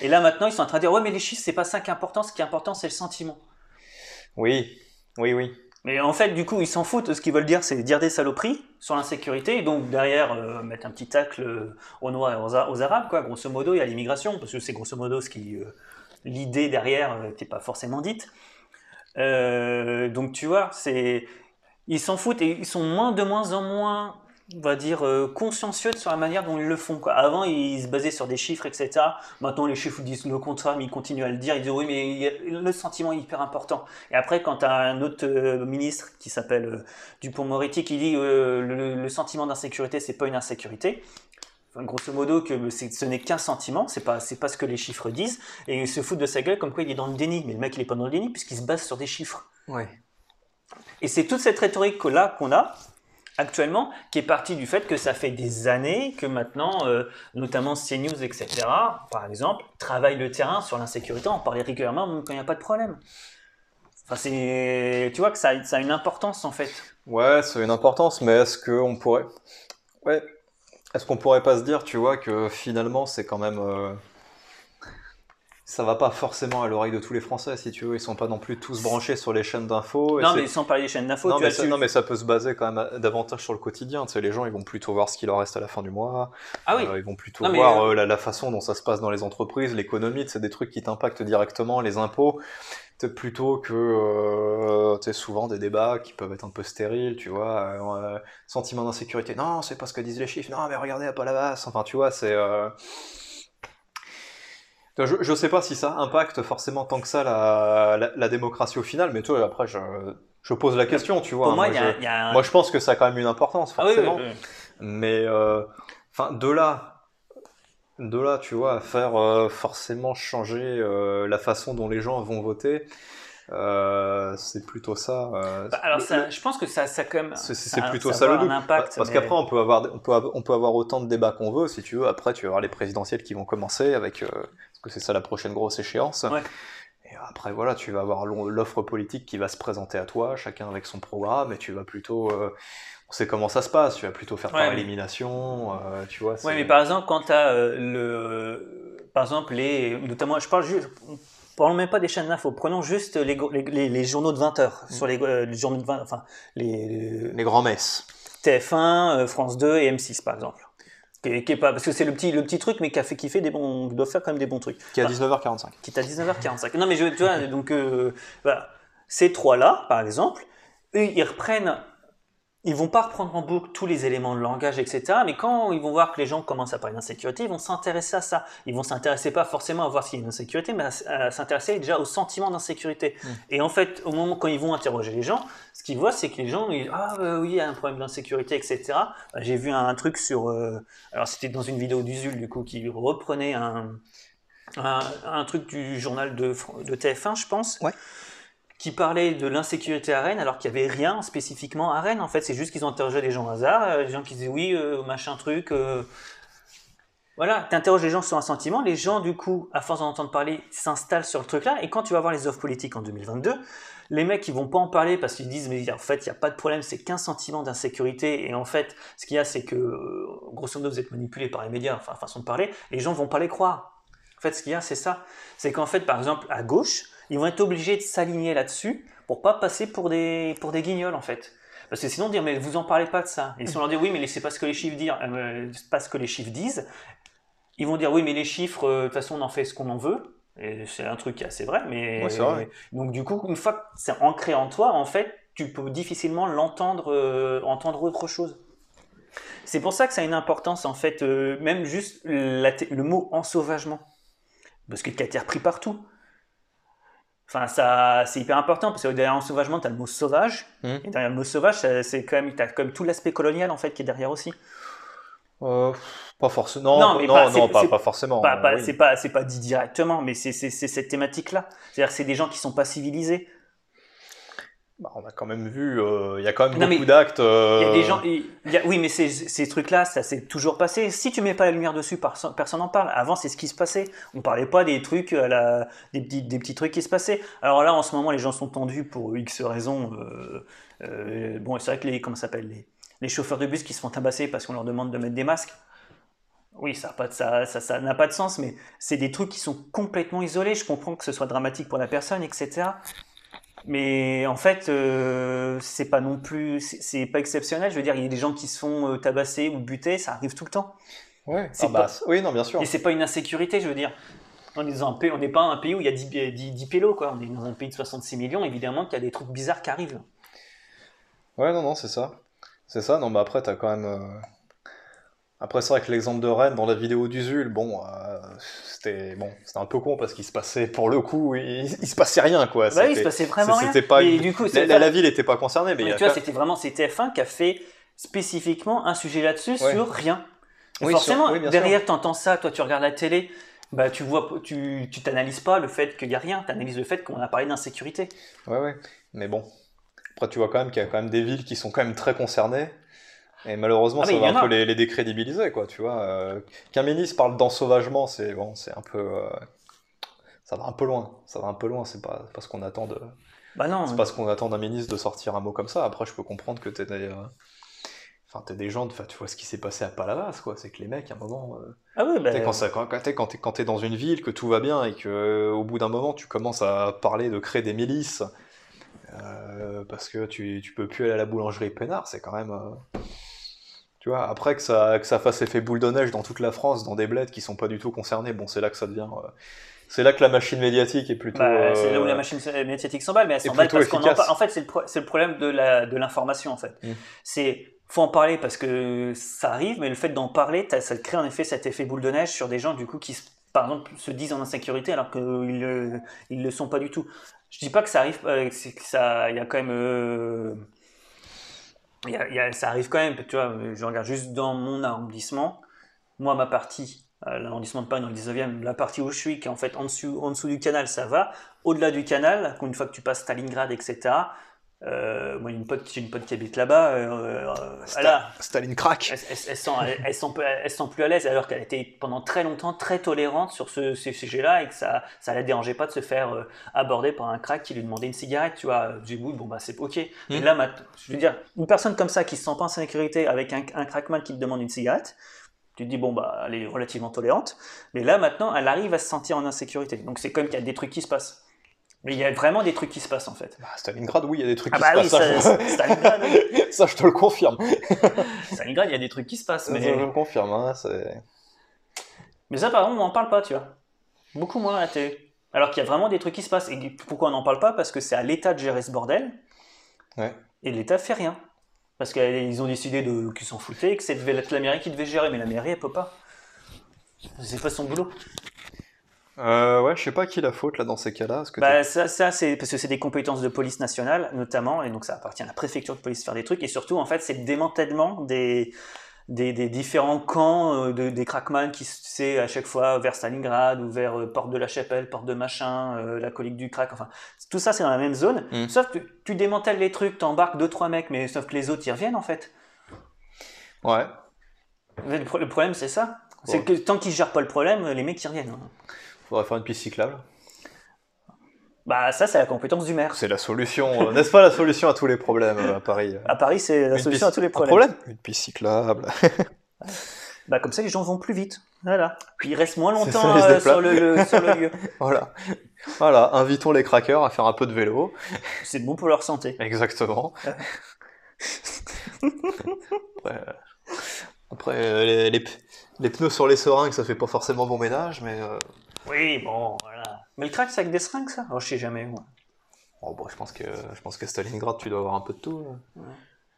Speaker 2: Et là, maintenant, ils sont en train de dire, ouais, mais les chiffres, c'est pas ça qui est important, ce qui est important, c'est le sentiment.
Speaker 1: Oui, oui, oui.
Speaker 2: Mais en fait, du coup, ils s'en foutent. Ce qu'ils veulent dire, c'est dire des saloperies sur l'insécurité. Et donc, derrière, euh, mettre un petit tacle euh, aux Noirs et aux, A- aux Arabes, quoi. Grosso modo, il y a l'immigration, parce que c'est grosso modo ce qui. euh, L'idée derrière euh, qui n'est pas forcément dite. Euh, donc, tu vois, c'est. Ils s'en foutent et ils sont moins de moins en moins, on va dire, euh, consciencieux de- sur la manière dont ils le font. Quoi. Avant, ils se basaient sur des chiffres, etc. Maintenant, les chiffres disent le contraire, mais ils continuent à le dire. Ils disent oui, mais il y a- le sentiment est hyper important. Et après, quand tu as un autre euh, ministre qui s'appelle euh, Dupont-Moretti qui dit euh, le, le sentiment d'insécurité, c'est pas une insécurité. Enfin, grosso modo, que c'est- ce n'est qu'un sentiment, c'est pas, c'est pas ce que les chiffres disent, et il se fout de sa gueule comme quoi il est dans le déni. Mais le mec, il est pas dans le déni puisqu'il se base sur des chiffres. Et c'est toute cette rhétorique-là qu'on a actuellement qui est partie du fait que ça fait des années que maintenant, euh, notamment CNews, etc., par exemple, travaille le terrain sur l'insécurité, on parlait régulièrement même quand il n'y a pas de problème. Enfin, c'est... Tu vois que ça, ça a une importance en fait.
Speaker 1: Ouais, c'est une importance, mais est-ce qu'on pourrait. Ouais. Est-ce qu'on pourrait pas se dire, tu vois, que finalement, c'est quand même. euh, Ça va pas forcément à l'oreille de tous les Français, si tu veux. Ils sont pas non plus tous branchés sur les chaînes d'infos. et
Speaker 2: non,
Speaker 1: c'est-
Speaker 2: mais sans parler des chaînes d'infos,
Speaker 1: Non
Speaker 2: tu
Speaker 1: mais,
Speaker 2: vois,
Speaker 1: ça,
Speaker 2: tu-
Speaker 1: non, mais ça peut se baser quand même à- davantage sur le quotidien. Tu sais, les gens, ils vont plutôt voir ce qu'il leur reste à la fin du mois.
Speaker 2: Ah oui,
Speaker 1: Euh, ils vont plutôt
Speaker 2: Non, mais,
Speaker 1: voir euh, la, la façon dont ça se passe dans les entreprises, l'économie. C'est des trucs qui t'impactent directement, les impôts, t'sais, plutôt que euh, t'sais, souvent des débats qui peuvent être un peu stériles, tu vois. euh, euh, sentiment d'insécurité. Non, c'est pas ce que disent les chiffres. Non, mais regardez à pas la basse. Enfin, tu vois, c'est. euh, Je, je sais pas si ça impacte forcément tant que ça la, la- la démocratie au final, mais toi, après, je, je pose la question, tu vois.
Speaker 2: pour
Speaker 1: hein,
Speaker 2: moi, il y
Speaker 1: je-
Speaker 2: a, il y a un...
Speaker 1: moi, je pense que ça a quand même une importance,
Speaker 2: Ah oui, oui,
Speaker 1: forcément.
Speaker 2: oui.
Speaker 1: Mais euh, enfin, de là, de là, tu vois, à faire euh, forcément changer euh, la façon dont les gens vont voter, euh, c'est plutôt ça. euh,
Speaker 2: Bah, alors,
Speaker 1: le-
Speaker 2: ça,
Speaker 1: le-
Speaker 2: je pense que ça, ça quand même...
Speaker 1: c'est- c'est
Speaker 2: a-
Speaker 1: plutôt
Speaker 2: ça
Speaker 1: ça
Speaker 2: va
Speaker 1: le
Speaker 2: avoir
Speaker 1: but.
Speaker 2: un impact,
Speaker 1: Parce
Speaker 2: mais-
Speaker 1: qu'après, on peut avoir, on peut, av- on peut avoir autant de débats qu'on veut, si tu veux. Après, tu vas avoir les présidentielles qui vont commencer avec, euh, parce que c'est ça la prochaine grosse échéance.
Speaker 2: Ouais.
Speaker 1: Et après, voilà, tu vas avoir l'on- l'offre politique qui va se présenter à toi, chacun avec son programme, et tu vas plutôt, euh, on sait comment ça se passe, tu vas plutôt faire
Speaker 2: Ouais,
Speaker 1: par
Speaker 2: mais-
Speaker 1: élimination, euh, tu vois.
Speaker 2: Oui,
Speaker 1: c'est-
Speaker 2: mais par exemple, quand tu as le. euh, Par exemple, les. Notamment, je parle juste. Parlons même pas des chaînes d'infos, prenons juste les, gros- les, les- les journaux de 20 heures, sur les, euh, les journaux de 20, enfin, les,
Speaker 1: Les grands messes.
Speaker 2: TF1, euh, France 2 et M6 par exemple. Qui est- qui est pas, parce que c'est le petit, le petit truc, mais qui, a fait, qui fait des bons, qui doit faire quand même des bons trucs.
Speaker 1: Qui est à
Speaker 2: Ah.
Speaker 1: 19h45.
Speaker 2: Qui est à 19h45. Non, mais je, tu vois, donc euh, voilà. ces trois-là, par exemple, eux, ils reprennent. Ils vont pas reprendre en boucle tous les éléments de langage, etc. Mais quand ils vont voir que les gens commencent à parler d'insécurité, ils vont s'intéresser à ça. Ils vont s'intéresser pas forcément à voir s'il y a une insécurité, mais à s- à, s'intéresser déjà au sentiment d'insécurité.
Speaker 1: Mm.
Speaker 2: Et en fait, au moment quand ils vont interroger les gens, ce qu'ils voient, c'est que les gens, ils, ah euh, oui, il y a un problème d'insécurité, etc. Bah, J'ai vu un, truc sur, euh, alors c'était dans une vidéo d'Usul du coup qui reprenait un, un, un truc du journal de, Fr- de TF1, je pense,
Speaker 1: Ouais.
Speaker 2: qui parlait de l'insécurité à Rennes, alors qu'il n'y avait rien spécifiquement à Rennes. En fait, c'est juste qu'ils ont interrogé les gens au hasard, euh, les gens qui disaient oui, euh, machin truc. euh. Voilà, tu interroges les gens sur un sentiment, les gens, du coup, à force d'en entendre parler, s'installent sur le truc-là. Et quand tu vas voir les offres politiques en 2022, les mecs, ils vont pas en parler parce qu'ils disent, mais en fait, il n'y a pas de problème, c'est qu'un sentiment d'insécurité. Et en fait, ce qu'il y a, c'est que, euh, grosso modo, vous êtes manipulé par les médias, enfin, façon de parler, les gens vont pas les croire. En fait, ce qu'il y a, c'est ça. C'est qu'en fait, par exemple, à gauche, ils vont être obligés de s'aligner là-dessus pour pas passer pour des, pour des guignols, en fait. Parce que sinon, dire, mais vous en parlez pas de ça. Et si on leur dit, oui, mais c'est pas ce que les chiffres disent, euh, c'est pas ce que les chiffres disent, ils vont dire, oui, mais les chiffres, euh, de toute façon, on en fait ce qu'on en veut. Et c'est un truc qui est assez vrai, mais.
Speaker 1: Ouais, c'est vrai.
Speaker 2: Donc, du coup, une fois que c'est ancré en toi, en fait, tu peux difficilement l'entendre, euh, entendre autre chose. C'est pour ça que ça a une importance, en fait, euh, même juste la thé- le mot ensauvagement. Parce que t'as été repris partout. Enfin, ça, c'est hyper important parce que derrière l'ensauvagement, t'as le mot sauvage.
Speaker 1: Mhm.
Speaker 2: Et derrière le mot sauvage, ça- c'est quand même, t'as quand même tout l'aspect colonial en fait qui est derrière aussi.
Speaker 1: Euh, pas forcément.
Speaker 2: Non,
Speaker 1: Non,
Speaker 2: mais
Speaker 1: non,
Speaker 2: pas-
Speaker 1: pas,
Speaker 2: c'est-
Speaker 1: pas,
Speaker 2: c'est-
Speaker 1: pas forcément.
Speaker 2: Pas- pas-
Speaker 1: Oh, oui.
Speaker 2: C'est pas, c'est pas dit directement, mais c'est c'est- c'est cette thématique-là. C'est-à-dire, que c'est des gens qui sont pas civilisés.
Speaker 1: bah, on a quand même vu, euh, il y a quand même
Speaker 2: Non, mais
Speaker 1: beaucoup d'actes.
Speaker 2: Il y a
Speaker 1: euh,
Speaker 2: des gens. il- il y a- oui, mais ces, ces trucs-là, ça s'est toujours passé. Si tu mets pas la lumière dessus, perso- personne n'en parle. Avant, c'est ce qui se passait. On parlait pas des trucs, à la- des, petits, des petits trucs qui se passaient. Alors là, en ce moment, les gens sont tendus pour X raisons. euh, euh, bon, c'est vrai que les, comment ça s'appelle les, les chauffeurs de bus qui se font tabasser parce qu'on leur demande de mettre des masques. Oui, ça n'a pas, de- ça, ça, ça n'a pas de sens, mais c'est des trucs qui sont complètement isolés. Je comprends que ce soit dramatique pour la personne, etc. Mais en fait, euh, c'est pas non plus, c'est- c'est pas exceptionnel. Je veux dire, il y a des gens qui se font euh, tabasser ou buter, ça arrive tout le temps.
Speaker 1: Ouais.
Speaker 2: c'est
Speaker 1: Ah bah,
Speaker 2: pas-
Speaker 1: c'est- Oui, non, bien sûr.
Speaker 2: Et c'est pas une insécurité, je veux dire. On est dans un pays, on n'est pas un pays où il y a 10, pi- 10, 10 pélos, quoi. On est dans un pays de 66 millions, évidemment qu'il y a des trucs bizarres qui arrivent.
Speaker 1: Ouais, non, non, c'est ça. C'est ça, non, mais après, t'as quand même. euh, Après, c'est vrai que l'exemple de Rennes dans la vidéo d'Usul, bon, euh, c'était bon, c'était un peu con parce qu'il se passait, pour le coup, il, il se passait rien, quoi.
Speaker 2: Bah oui, il
Speaker 1: C'était-
Speaker 2: se passait vraiment rien.
Speaker 1: c'était pas
Speaker 2: Mais
Speaker 1: une-
Speaker 2: du coup,
Speaker 1: la,
Speaker 2: c'est
Speaker 1: la- la ville n'était pas concernée, mais il y
Speaker 2: Mais
Speaker 1: a
Speaker 2: tu vois,
Speaker 1: quand même-
Speaker 2: c'était vraiment c'est TF1 qui a fait spécifiquement un sujet là-dessus
Speaker 1: Ouais.
Speaker 2: sur rien. Et
Speaker 1: Oui, sur-
Speaker 2: forcément,
Speaker 1: oui, bien sûr.
Speaker 2: derrière, tu entends ça, toi, tu regardes la télé, bah, tu vois, tu tu t'analyses pas le fait qu'il n'y a rien, tu analyses le fait qu'on a parlé d'insécurité.
Speaker 1: Ouais, ouais. Mais bon, après, tu vois quand même qu'il y a quand même des villes qui sont quand même très concernées. Et malheureusement,
Speaker 2: Ah, mais
Speaker 1: ça
Speaker 2: il y
Speaker 1: va
Speaker 2: en
Speaker 1: un peu
Speaker 2: a.
Speaker 1: les, les décrédibiliser, quoi, tu vois. euh, Qu'un ministre parle d'ensauvagement, c'est bon, c'est un peu. euh, Ça va un peu loin, ça va un peu loin, c'est pas, c'est pas ce qu'on attend de,
Speaker 2: Bah non,
Speaker 1: c'est pas ce qu'on attend d'un ministre de sortir un mot comme ça. Après, je peux comprendre que t'es des, euh, enfin, t'es des gens, de- enfin, tu vois ce qui s'est passé à Palavas, quoi. C'est que les mecs, à un moment, euh,
Speaker 2: ah oui, bah,
Speaker 1: tu sais, quand, ça- quand, quand t'es- quand t'es- quand t'es dans une ville, que tout va bien et que euh, au bout d'un moment tu commences à parler de créer des milices euh, parce que tu, tu peux plus aller à la boulangerie peinard, c'est quand même. euh, tu vois, après que ça, que ça fasse effet boule de neige dans toute la France, dans des bleds qui sont pas du tout concernés, bon, c'est là que ça devient. euh, c'est là que la machine médiatique est plutôt.
Speaker 2: bah, c'est là où
Speaker 1: euh,
Speaker 2: la machine médiatique s'emballe, mais elle
Speaker 1: et
Speaker 2: s'emballe
Speaker 1: plutôt
Speaker 2: parce qu'on en
Speaker 1: efficace.
Speaker 2: parle. En fait, c'est le, pro- c'est le problème de la- de l'information, en fait.
Speaker 1: Mm.
Speaker 2: C'est faut en parler parce que ça arrive, mais le fait d'en parler, t'as- ça crée en effet cet effet boule de neige sur des gens, du coup, qui, se- par exemple, se disent en insécurité alors qu'ils ne le sont pas du tout. Je dis pas que ça arrive, euh, c'est que ça, il y a quand même, euh, il y a- il y a- ça arrive quand même. Tu vois, je regarde juste dans mon arrondissement, moi ma partie, euh, l'arrondissement de Paris dans le 19e, la partie où je suis, qui est en fait en dessous, en dessous du canal, ça va. Au-delà du canal, une fois que tu passes Stalingrad, etc. euh, moi, j'ai une pote, j'ai une pote qui habite là-bas. euh, euh,
Speaker 1: Sta-
Speaker 2: elle a-
Speaker 1: Staline crack
Speaker 2: elle, elle- elle sent, elle, elle sent, peu- elle sent plus à l'aise alors qu'elle était pendant très longtemps très tolérante sur ce, ce sujet-là et que ça ça la dérangeait pas de se faire euh, aborder par un crack qui lui demandait une cigarette, tu vois. Du coup, bon bah c'est ok. Mais
Speaker 1: Mm.
Speaker 2: là, maintenant, je veux dire, une personne comme ça qui se sent pas en sécurité avec un, un crackman qui te demande une cigarette, tu te dis bon bah elle est relativement tolérante. Mais là maintenant, elle arrive à se sentir en insécurité. Donc c'est comme qu'il y a des trucs qui se passent. Mais il y a vraiment des trucs qui se passent en fait.
Speaker 1: Bah, Stalingrad, oui, il y a des trucs
Speaker 2: Ah
Speaker 1: qui
Speaker 2: bah
Speaker 1: se
Speaker 2: oui,
Speaker 1: passent.
Speaker 2: ça-
Speaker 1: je-
Speaker 2: Stalingrad,
Speaker 1: <laughs> Ça, je te le confirme.
Speaker 2: Stalingrad, il y a des trucs qui se
Speaker 1: <laughs>
Speaker 2: passent.
Speaker 1: Ça,
Speaker 2: Mais
Speaker 1: je le confirme. hein, c'est-
Speaker 2: Mais ça, par exemple, on n'en parle pas, tu vois. Beaucoup moins à la télé. Alors qu'il y a vraiment des trucs qui se passent. Et pourquoi on n'en parle pas Parce que c'est à l'État de gérer ce bordel.
Speaker 1: Ouais.
Speaker 2: Et l'État fait rien. Parce qu'ils ont décidé de, qu'ils s'en foutaient et que c'est devait être la mairie qui devait gérer. Mais la mairie, elle peut pas. C'est pas son boulot.
Speaker 1: Euh, ouais, je sais pas qui la faute là dans ces cas-là. Parce que
Speaker 2: Bah, ça, ça, c'est parce que c'est des compétences de police nationale, notamment, et donc ça appartient à la préfecture de police de faire des trucs. Et surtout, en fait, c'est le démantèlement des, des, des différents camps euh, de, des crackman qui se c'est à chaque fois vers Stalingrad ou vers euh, Porte de la Chapelle, Porte de Machin, euh, la colique du crack. Enfin, tout ça, c'est dans la même zone.
Speaker 1: Mm.
Speaker 2: Sauf que tu démantèles les trucs, t'embarques deux trois mecs, mais sauf que les autres y reviennent en fait.
Speaker 1: Ouais.
Speaker 2: Le, pro- le problème, c'est ça. C'est
Speaker 1: Ouais.
Speaker 2: que tant qu'ils gèrent pas le problème, les mecs y reviennent.
Speaker 1: Mm.
Speaker 2: hein.
Speaker 1: Faudrait faire une piste cyclable.
Speaker 2: Bah ça, c'est la compétence du maire.
Speaker 1: C'est la solution, euh, n'est-ce pas la solution à tous les problèmes euh, à Paris euh.
Speaker 2: À Paris, c'est la
Speaker 1: Une
Speaker 2: solution à
Speaker 1: piste-
Speaker 2: tous les
Speaker 1: Un
Speaker 2: problèmes.
Speaker 1: problème Une piste cyclable. <laughs>
Speaker 2: Bah comme ça les gens vont plus vite. Voilà. Puis ils restent moins
Speaker 1: C'est ça,
Speaker 2: longtemps
Speaker 1: ils se
Speaker 2: euh, sur, le, le- sur le
Speaker 1: <laughs>
Speaker 2: lieu.
Speaker 1: voilà. Voilà, invitons les crackers à faire un peu de vélo.
Speaker 2: C'est bon pour leur santé. <laughs>
Speaker 1: Exactement. après, euh, après, euh, les, les p- les pneus sur les seringues, ça fait pas forcément bon ménage, mais euh,
Speaker 2: Oui, bon, voilà. Mais le crack, c'est avec des seringues, ça Oh, je sais jamais, moi.
Speaker 1: oh, bon, je pense que je pense qu'à Stalingrad, tu dois avoir un peu de tout. hein.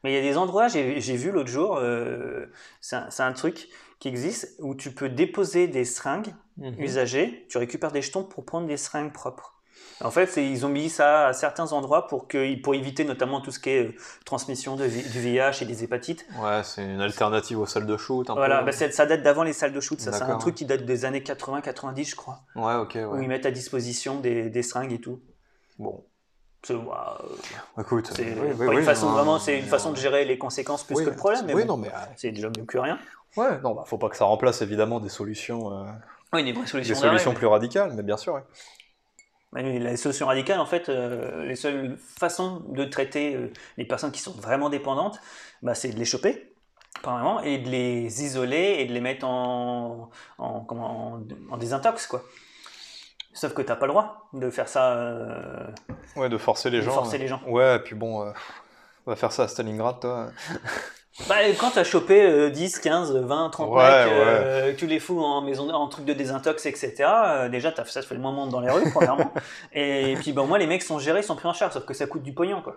Speaker 2: Mais il y a des endroits, j'ai j'ai vu l'autre jour, euh, c'est un, c'est un truc qui existe, où tu peux déposer des seringues Mm-hmm. usagées, tu récupères des jetons pour prendre des seringues propres. En fait, c'est- ils ont mis ça à certains endroits pour, que, pour éviter notamment tout ce qui est euh, transmission de vi- du VIH et des hépatites.
Speaker 1: Ouais, c'est une alternative aux salles de shoot. Un
Speaker 2: Voilà,
Speaker 1: peu.
Speaker 2: bah, c'est- ça date d'avant les salles de shoot, ça c'est un
Speaker 1: D'accord,
Speaker 2: truc qui date des années 80-90, je crois.
Speaker 1: Ouais, ok, ouais.
Speaker 2: où ils mettent à disposition des, des seringues et tout.
Speaker 1: Bon,
Speaker 2: C'est bah, euh,
Speaker 1: Écoute,
Speaker 2: c'est
Speaker 1: euh, oui, oui,
Speaker 2: pas une
Speaker 1: oui,
Speaker 2: façon
Speaker 1: non,
Speaker 2: vraiment, c'est
Speaker 1: mais,
Speaker 2: une façon de gérer les conséquences plus
Speaker 1: oui,
Speaker 2: que le problème. Mais
Speaker 1: oui, non,
Speaker 2: bon,
Speaker 1: mais euh,
Speaker 2: c'est déjà mieux que rien.
Speaker 1: ouais, non, bah, faut pas que ça remplace évidemment des solutions, euh,
Speaker 2: Oui, des vraies
Speaker 1: des
Speaker 2: solutions. d'arrêt,
Speaker 1: solutions plus radicales, mais bien sûr. oui.
Speaker 2: Ouais, mais La solution radicale, en fait, euh, les seules façons de traiter euh, les personnes qui sont vraiment dépendantes, bah, c'est de les choper, premièrement, et de les isoler et de les mettre en, en, comment, en, en désintox, quoi. Sauf que t'as pas le droit de faire ça, euh,
Speaker 1: Ouais, de forcer les
Speaker 2: de
Speaker 1: gens.
Speaker 2: forcer
Speaker 1: euh,
Speaker 2: les gens.
Speaker 1: Ouais, et puis bon, euh, on va faire ça à Stalingrad, toi.
Speaker 2: Bah, quand t'as chopé euh, 10, 15, 20, 30
Speaker 1: Ouais,
Speaker 2: mecs, euh, que tu les fous en maison, en truc de désintox, etc. euh, déjà, t'as, ça te fait le moins monde dans les rues,
Speaker 1: <laughs>
Speaker 2: premièrement. et, puis, bah, au moins, les mecs sont gérés, sont pris en charge, sauf que ça coûte du pognon, quoi.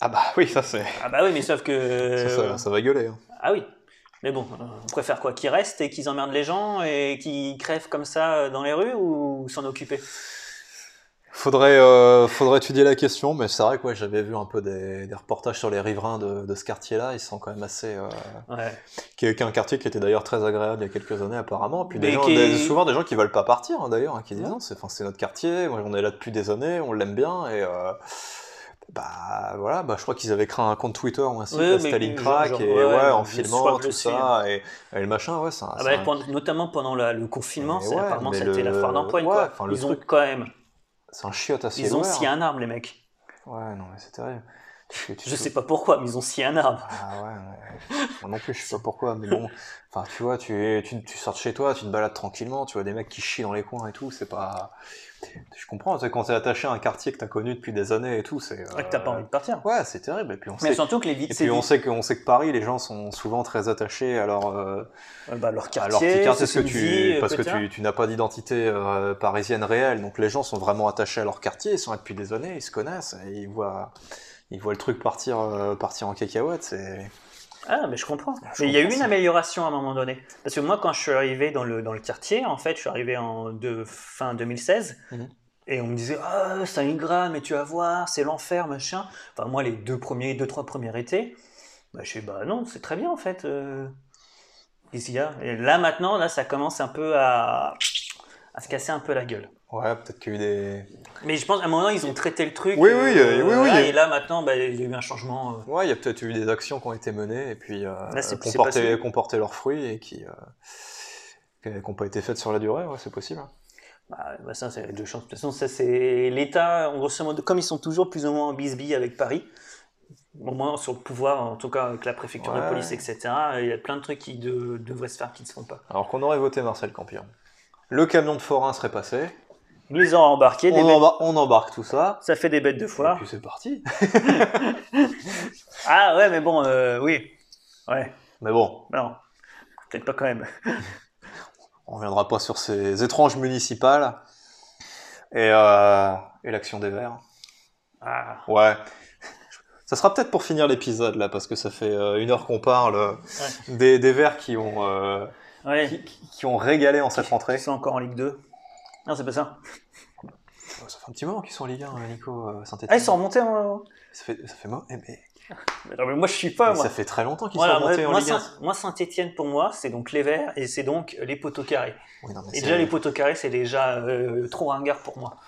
Speaker 1: Ah bah oui, ça c'est.
Speaker 2: Ah bah oui, mais sauf que...
Speaker 1: ça, ça- ça va gueuler. hein.
Speaker 2: Ah oui. Mais bon, euh, on préfère quoi Qu'ils restent et qu'ils emmerdent les gens et qu'ils crèvent comme ça euh, dans les rues ou s'en occuper
Speaker 1: Faudrait, euh, faudrait étudier la question, mais c'est vrai que ouais, j'avais vu un peu des, des reportages sur les riverains de, de ce quartier-là. Ils sont quand même assez. euh,
Speaker 2: Ouais.
Speaker 1: qui est qui est un quartier qui était d'ailleurs très agréable il y a quelques années apparemment. Puis des
Speaker 2: Mais
Speaker 1: gens,
Speaker 2: qui est-
Speaker 1: des- souvent des gens qui veulent pas partir hein, d'ailleurs, hein, qui disent
Speaker 2: Ouais.
Speaker 1: non, c'est enfin, c'est notre quartier, moi, on est là depuis des années, on l'aime bien et euh, bah voilà, bah, je crois qu'ils avaient créé un compte Twitter ou un site
Speaker 2: Ouais, mais
Speaker 1: Stalingrad
Speaker 2: genre,
Speaker 1: et
Speaker 2: ouais,
Speaker 1: ouais, en
Speaker 2: je- je crois
Speaker 1: filmant
Speaker 2: que je
Speaker 1: tout
Speaker 2: suis.
Speaker 1: ça et, et le machin, ouais, c'est un-
Speaker 2: Ah
Speaker 1: c'est
Speaker 2: bah,
Speaker 1: un-
Speaker 2: pendant- notamment pendant la- le confinement,
Speaker 1: Mais
Speaker 2: c'est-
Speaker 1: ouais,
Speaker 2: apparemment
Speaker 1: mais
Speaker 2: ça a été
Speaker 1: le-
Speaker 2: la foire d'empoigne.
Speaker 1: ouais,
Speaker 2: quoi.
Speaker 1: enfin, le
Speaker 2: Ils ont
Speaker 1: truc-
Speaker 2: quand même,
Speaker 1: c'est un chiotte à ciel
Speaker 2: ils ont
Speaker 1: ouvert,
Speaker 2: scié
Speaker 1: hein.
Speaker 2: un arbre les mecs.
Speaker 1: Ouais, non, mais c'est terrible. Tu- tu-
Speaker 2: Je sais pas pourquoi, mais ils ont scié un arbre.
Speaker 1: Ah ouais, ouais. Moi non plus, je sais pas pourquoi, mais bon, enfin, tu vois, tu, es- tu, tu sors de chez toi, tu te balades tranquillement, tu vois des mecs qui chient dans les coins et tout, c'est pas. Je comprends, tu sais, quand t'es attaché à un quartier que t'as connu depuis des années et tout, c'est. euh,
Speaker 2: Ouais, que t'as pas envie de partir.
Speaker 1: Ouais, c'est terrible, et puis on
Speaker 2: Mais
Speaker 1: sait.
Speaker 2: surtout que les
Speaker 1: Et
Speaker 2: vides,
Speaker 1: puis on sait, que, on sait que Paris, les gens sont souvent très attachés à leur, euh, à
Speaker 2: bah, leur
Speaker 1: leur
Speaker 2: quartier,
Speaker 1: petit quartier, parce que
Speaker 2: ceci
Speaker 1: tu,
Speaker 2: dit, euh,
Speaker 1: parce que
Speaker 2: etc.
Speaker 1: tu, tu n'as pas d'identité euh, parisienne réelle. Donc les gens sont vraiment attachés à leur quartier, ils sont là depuis des années, ils se connaissent, et ils voient, ils voient le truc partir, euh, partir en cacahuète. C'est...
Speaker 2: Ah, mais je comprends.
Speaker 1: Je
Speaker 2: Mais il y a eu
Speaker 1: comprends
Speaker 2: une
Speaker 1: ça.
Speaker 2: amélioration à un moment donné. Parce que moi, quand je suis arrivé dans le, dans le quartier, en fait, je suis arrivé en de, fin 2016.
Speaker 1: Mhm.
Speaker 2: Et on me disait, ah, Stalingrad, mais tu vas voir, c'est l'enfer, machin. Enfin, moi, les deux premiers, deux, trois premiers étés, bah, je suis, bah non, c'est très bien, en fait. euh, Qu'est-ce qu'il y a Et là, maintenant, là, ça commence un peu à, à se casser un peu la gueule.
Speaker 1: Ouais, peut-être qu'il y a eu des,
Speaker 2: Mais je pense, à un moment, ils ont traité le truc.
Speaker 1: Oui, oui, euh, oui, oui, il
Speaker 2: là,
Speaker 1: y a-
Speaker 2: Et là, maintenant, bah, il y a eu un changement. euh,
Speaker 1: Ouais, il y a peut-être eu des actions qui ont été menées et puis euh,
Speaker 2: Là, Ah, c'est-
Speaker 1: qui ont
Speaker 2: c'est
Speaker 1: porté-
Speaker 2: possible.
Speaker 1: qui ont porté leurs fruits et qui euh, n'ont pas été faites sur la durée, ouais, c'est possible.
Speaker 2: Bah, bah ça, c'est deux chances. De toute façon, ça, c'est l'État, en grosso modo, comme ils sont toujours plus ou moins en bisbille avec Paris, au moins sur le pouvoir, en tout cas avec la préfecture, la
Speaker 1: Ouais.
Speaker 2: police, etc., il y a plein de trucs qui de- devraient se faire qui ne se font pas.
Speaker 1: Alors qu'on aurait voté Marcel Campion. Le camion de forain serait passé,
Speaker 2: Ils les ont embarqués,
Speaker 1: on,
Speaker 2: des bêtes-
Speaker 1: embar- on embarque tout ça,
Speaker 2: ça fait des bêtes de
Speaker 1: et
Speaker 2: foire.
Speaker 1: puis c'est parti.
Speaker 2: Ah ouais, mais bon, euh, oui. Ouais,
Speaker 1: Mais bon,
Speaker 2: non. Peut-être pas quand même.
Speaker 1: on reviendra pas sur ces étranges municipales et, euh, et l'action des Verts.
Speaker 2: Ah,
Speaker 1: Ouais. Ça sera peut-être pour finir l'épisode là, parce que ça fait euh, une heure qu'on parle euh, des, des Verts qui ont, euh,
Speaker 2: ouais.
Speaker 1: qui, qui- qui ont régalé en cette rentrée.
Speaker 2: Ils sont encore en Ligue 2. Non, c'est pas ça.
Speaker 1: Ouais, Ça fait un petit moment qu'ils sont en Ligue 1, euh, Nico, euh, Saint-Etienne.
Speaker 2: Ah, ils sont remontés en.
Speaker 1: Ça fait, ça fait mo- eh, mais-
Speaker 2: Non, mais moi, je suis pas,
Speaker 1: mais
Speaker 2: moi.
Speaker 1: ça fait très longtemps qu'ils
Speaker 2: Voilà,
Speaker 1: sont remontés
Speaker 2: moi,
Speaker 1: en
Speaker 2: moi,
Speaker 1: Ligue 1.
Speaker 2: Saint- moi, Saint-Etienne, pour moi, c'est donc les verts et c'est donc les poteaux carrés.
Speaker 1: Oui, non, mais
Speaker 2: Et
Speaker 1: Ah, c'est- Ah,
Speaker 2: déjà, les poteaux carrés, c'est déjà euh, trop ringard pour moi.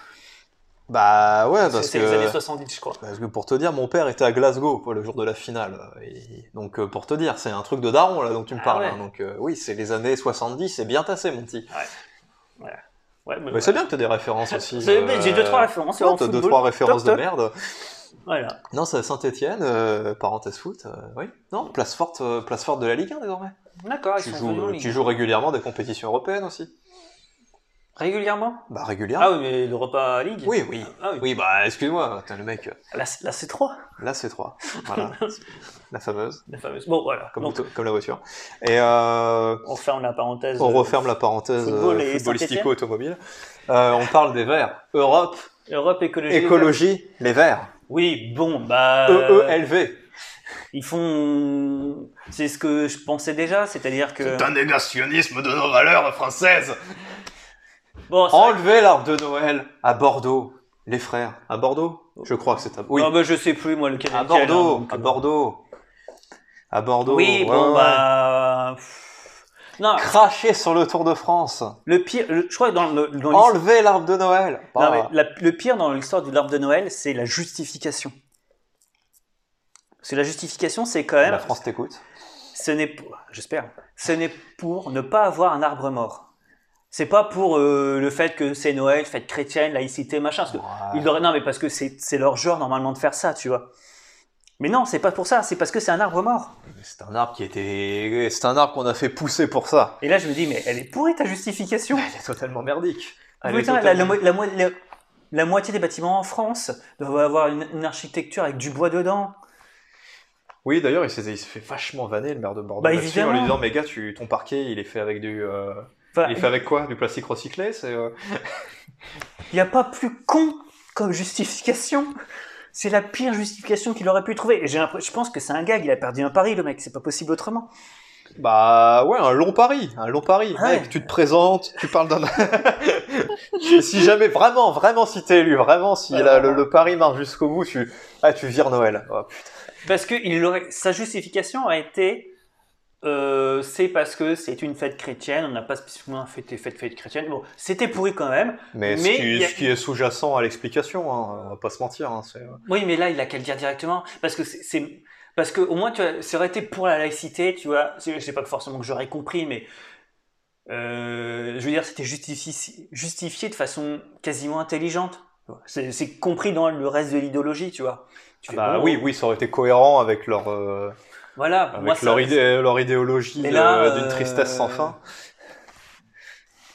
Speaker 1: Bah ouais,
Speaker 2: C'est
Speaker 1: parce
Speaker 2: c'est les années
Speaker 1: que...
Speaker 2: 70, je crois.
Speaker 1: parce que pour te dire, mon père était à Glasgow quoi, le jour de la finale. Et Donc euh, pour te dire, c'est un truc de daron là dont tu me
Speaker 2: Ah
Speaker 1: parles.
Speaker 2: ouais.
Speaker 1: hein. Donc euh, oui, c'est les années 70, c'est bien tassé mon petit.
Speaker 2: Ouais, mais
Speaker 1: Mais c'est bien que t'aies des références aussi.
Speaker 2: C'est- mais J'ai deux, trois
Speaker 1: références.
Speaker 2: références. en
Speaker 1: T'as deux,
Speaker 2: football.
Speaker 1: trois références
Speaker 2: Toc,
Speaker 1: de merde.
Speaker 2: Voilà.
Speaker 1: Non, c'est à Saint-Etienne, parenthèse foot, euh, oui. Non, place forte, euh, place forte de la Ligue 1 désormais.
Speaker 2: D'accord, Ah, ils
Speaker 1: Qui
Speaker 2: sont
Speaker 1: joue,
Speaker 2: venus en
Speaker 1: euh,
Speaker 2: Ligue.
Speaker 1: qui joue régulièrement des compétitions européennes aussi.
Speaker 2: Régulièrement
Speaker 1: Bah régulièrement.
Speaker 2: Ah oui, mais l'Europa League
Speaker 1: Oui, oui.
Speaker 2: Ah oui.
Speaker 1: Oui, bah, excuse-moi, attends, le mec, euh,
Speaker 2: Là, c'est là, c'est trois,
Speaker 1: là c'est 3.
Speaker 2: <laughs>
Speaker 1: Voilà. la fameuse,
Speaker 2: la fameuse. Bon, voilà.
Speaker 1: comme,
Speaker 2: Donc,
Speaker 1: l'auto- comme la voiture. Et euh,
Speaker 2: on ferme la parenthèse.
Speaker 1: on
Speaker 2: euh,
Speaker 1: referme la parenthèse
Speaker 2: football et
Speaker 1: footballistico-automobile. Euh, on parle des verts. Europe,
Speaker 2: Europe écologie.
Speaker 1: écologie, E les verts.
Speaker 2: Oui, bon, bah.
Speaker 1: EELV.
Speaker 2: Ils font. C'est ce que je pensais déjà, c'est-à-dire que.
Speaker 1: négationnisme de nos valeurs françaises.
Speaker 2: Bon, c'est vrai
Speaker 1: Enlever l'arbre de Noël à Bordeaux. Les frères, à Bordeaux Je crois que c'est à... Oui,
Speaker 2: Ah bah, je sais plus moi lequel.
Speaker 1: à
Speaker 2: lequel, hein,
Speaker 1: Bordeaux,
Speaker 2: donc,
Speaker 1: à
Speaker 2: euh,
Speaker 1: Bordeaux. À Bordeaux.
Speaker 2: Oui,
Speaker 1: ouais,
Speaker 2: bon
Speaker 1: ouais.
Speaker 2: bah. pff, Non,
Speaker 1: Cracher sur le Tour de France.
Speaker 2: le pire, le- je crois que dans le. Dans l'histoire-
Speaker 1: Enlever l'arbre de Noël.
Speaker 2: Non,
Speaker 1: Bah,
Speaker 2: mais la- le pire dans l'histoire du l'arbre de Noël, c'est la justification. Parce que la justification, c'est quand même.
Speaker 1: La France t'écoute.
Speaker 2: Ce n'est pour, j'espère, ce n'est pour ne pas avoir un arbre mort. C'est pas pour euh, le fait que c'est Noël, fête chrétienne, laïcité, machin. Parce que
Speaker 1: Ouais.
Speaker 2: ils auraient- non, mais parce que c'est c'est leur genre normalement de faire ça, tu vois. Mais non, c'est pas pour ça, c'est parce que c'est un arbre mort.
Speaker 1: C'est un arbre qui était. C'est un arbre qu'on a fait pousser pour ça.
Speaker 2: Et là, je me dis, mais elle est pourrie ta justification.
Speaker 1: Elle est totalement merdique. Elle est
Speaker 2: Putain, la, la
Speaker 1: totalement-
Speaker 2: mo- la mo- la- la moitié des bâtiments en France doivent avoir une, une architecture avec du bois dedans.
Speaker 1: Oui, d'ailleurs, il s'est il s'est fait vachement vanner le maire de Bordeaux
Speaker 2: Bah,
Speaker 1: là-dessus, en
Speaker 2: évidemment. Bah,
Speaker 1: lui disant Mais gars, tu, ton parquet, il est fait avec du. euh,
Speaker 2: Enfin,
Speaker 1: Il est fait avec quoi Du plastique recyclé C'est. euh,
Speaker 2: Il n'y a pas plus con comme justification. C'est la pire justification qu'il aurait pu trouver. Et j'ai l'impr- je pense que c'est un gag, il a perdu un pari, le mec, c'est pas possible autrement.
Speaker 1: Bah ouais, un long pari, un long pari.
Speaker 2: Ah Ouais.
Speaker 1: Mec, tu te présentes, tu parles d'un. <laughs> si si jamais vraiment, vraiment, si t'es élu, vraiment, si
Speaker 2: Ouais.
Speaker 1: la- le, le pari marche jusqu'au bout, tu ah tu vires Noël. Oh, putain.
Speaker 2: Parce que il aurait- sa justification a été euh, c'est parce que c'est une fête chrétienne, on n'a pas spécifiquement fêté fête, fête chrétienne. Bon, c'était pourri quand même.
Speaker 1: Mais,
Speaker 2: Mais
Speaker 1: ce,
Speaker 2: il
Speaker 1: qui,
Speaker 2: y a-
Speaker 1: ce qui est sous-jacent à l'explication, hein, on va pas se mentir. Hein, c'est-
Speaker 2: Oui, mais là, il a qu'à le dire directement. Parce que c'est- c'est. Parce que au moins, tu vois, ça aurait été pour la laïcité, tu vois. C'est- Je sais pas que forcément que j'aurais compris, mais. euh, je veux dire, c'était justifié, justifié de façon quasiment intelligente. C'est c'est compris dans le reste de l'idéologie, tu vois. Tu fais,
Speaker 1: Bah
Speaker 2: bon,
Speaker 1: oui, oui, ça aurait été cohérent avec leur, euh,
Speaker 2: Voilà,
Speaker 1: avec
Speaker 2: moi, ça-
Speaker 1: leur, idée, leur idéologie
Speaker 2: Mais
Speaker 1: de-
Speaker 2: là,
Speaker 1: d'une
Speaker 2: euh,
Speaker 1: tristesse sans fin.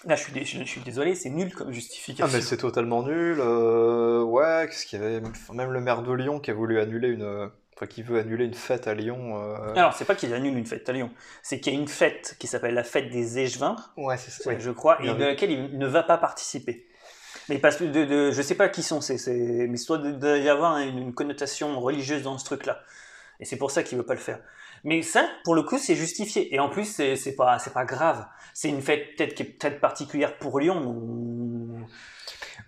Speaker 2: Là, je suis, dé- je, je suis désolé, c'est nul comme
Speaker 1: Ah,
Speaker 2: justification.
Speaker 1: mais c'est totalement nul. euh, ouais, qu'est-ce qu'il y avait Même le maire de Lyon qui a voulu annuler une. Enfin, qui veut annuler une fête à Lyon. euh,
Speaker 2: Alors, c'est pas qu'il annule une fête à Lyon, c'est qu'il y a une fête qui s'appelle la fête des Échevins,
Speaker 1: Ouais, c'est ça.
Speaker 2: je crois, et
Speaker 1: Bien
Speaker 2: de
Speaker 1: vu.
Speaker 2: laquelle il ne va pas participer. Mais parce que de, de- je sais pas qui sont ces, ces- mais il doit de- de y avoir une, une connotation religieuse dans ce truc-là. Et c'est pour ça qu'il veut pas le faire. Mais ça, pour le coup, c'est justifié. Et en plus, c'est c'est pas, c'est pas grave. C'est une fête peut-être qui est peut-être particulière pour Lyon. mais-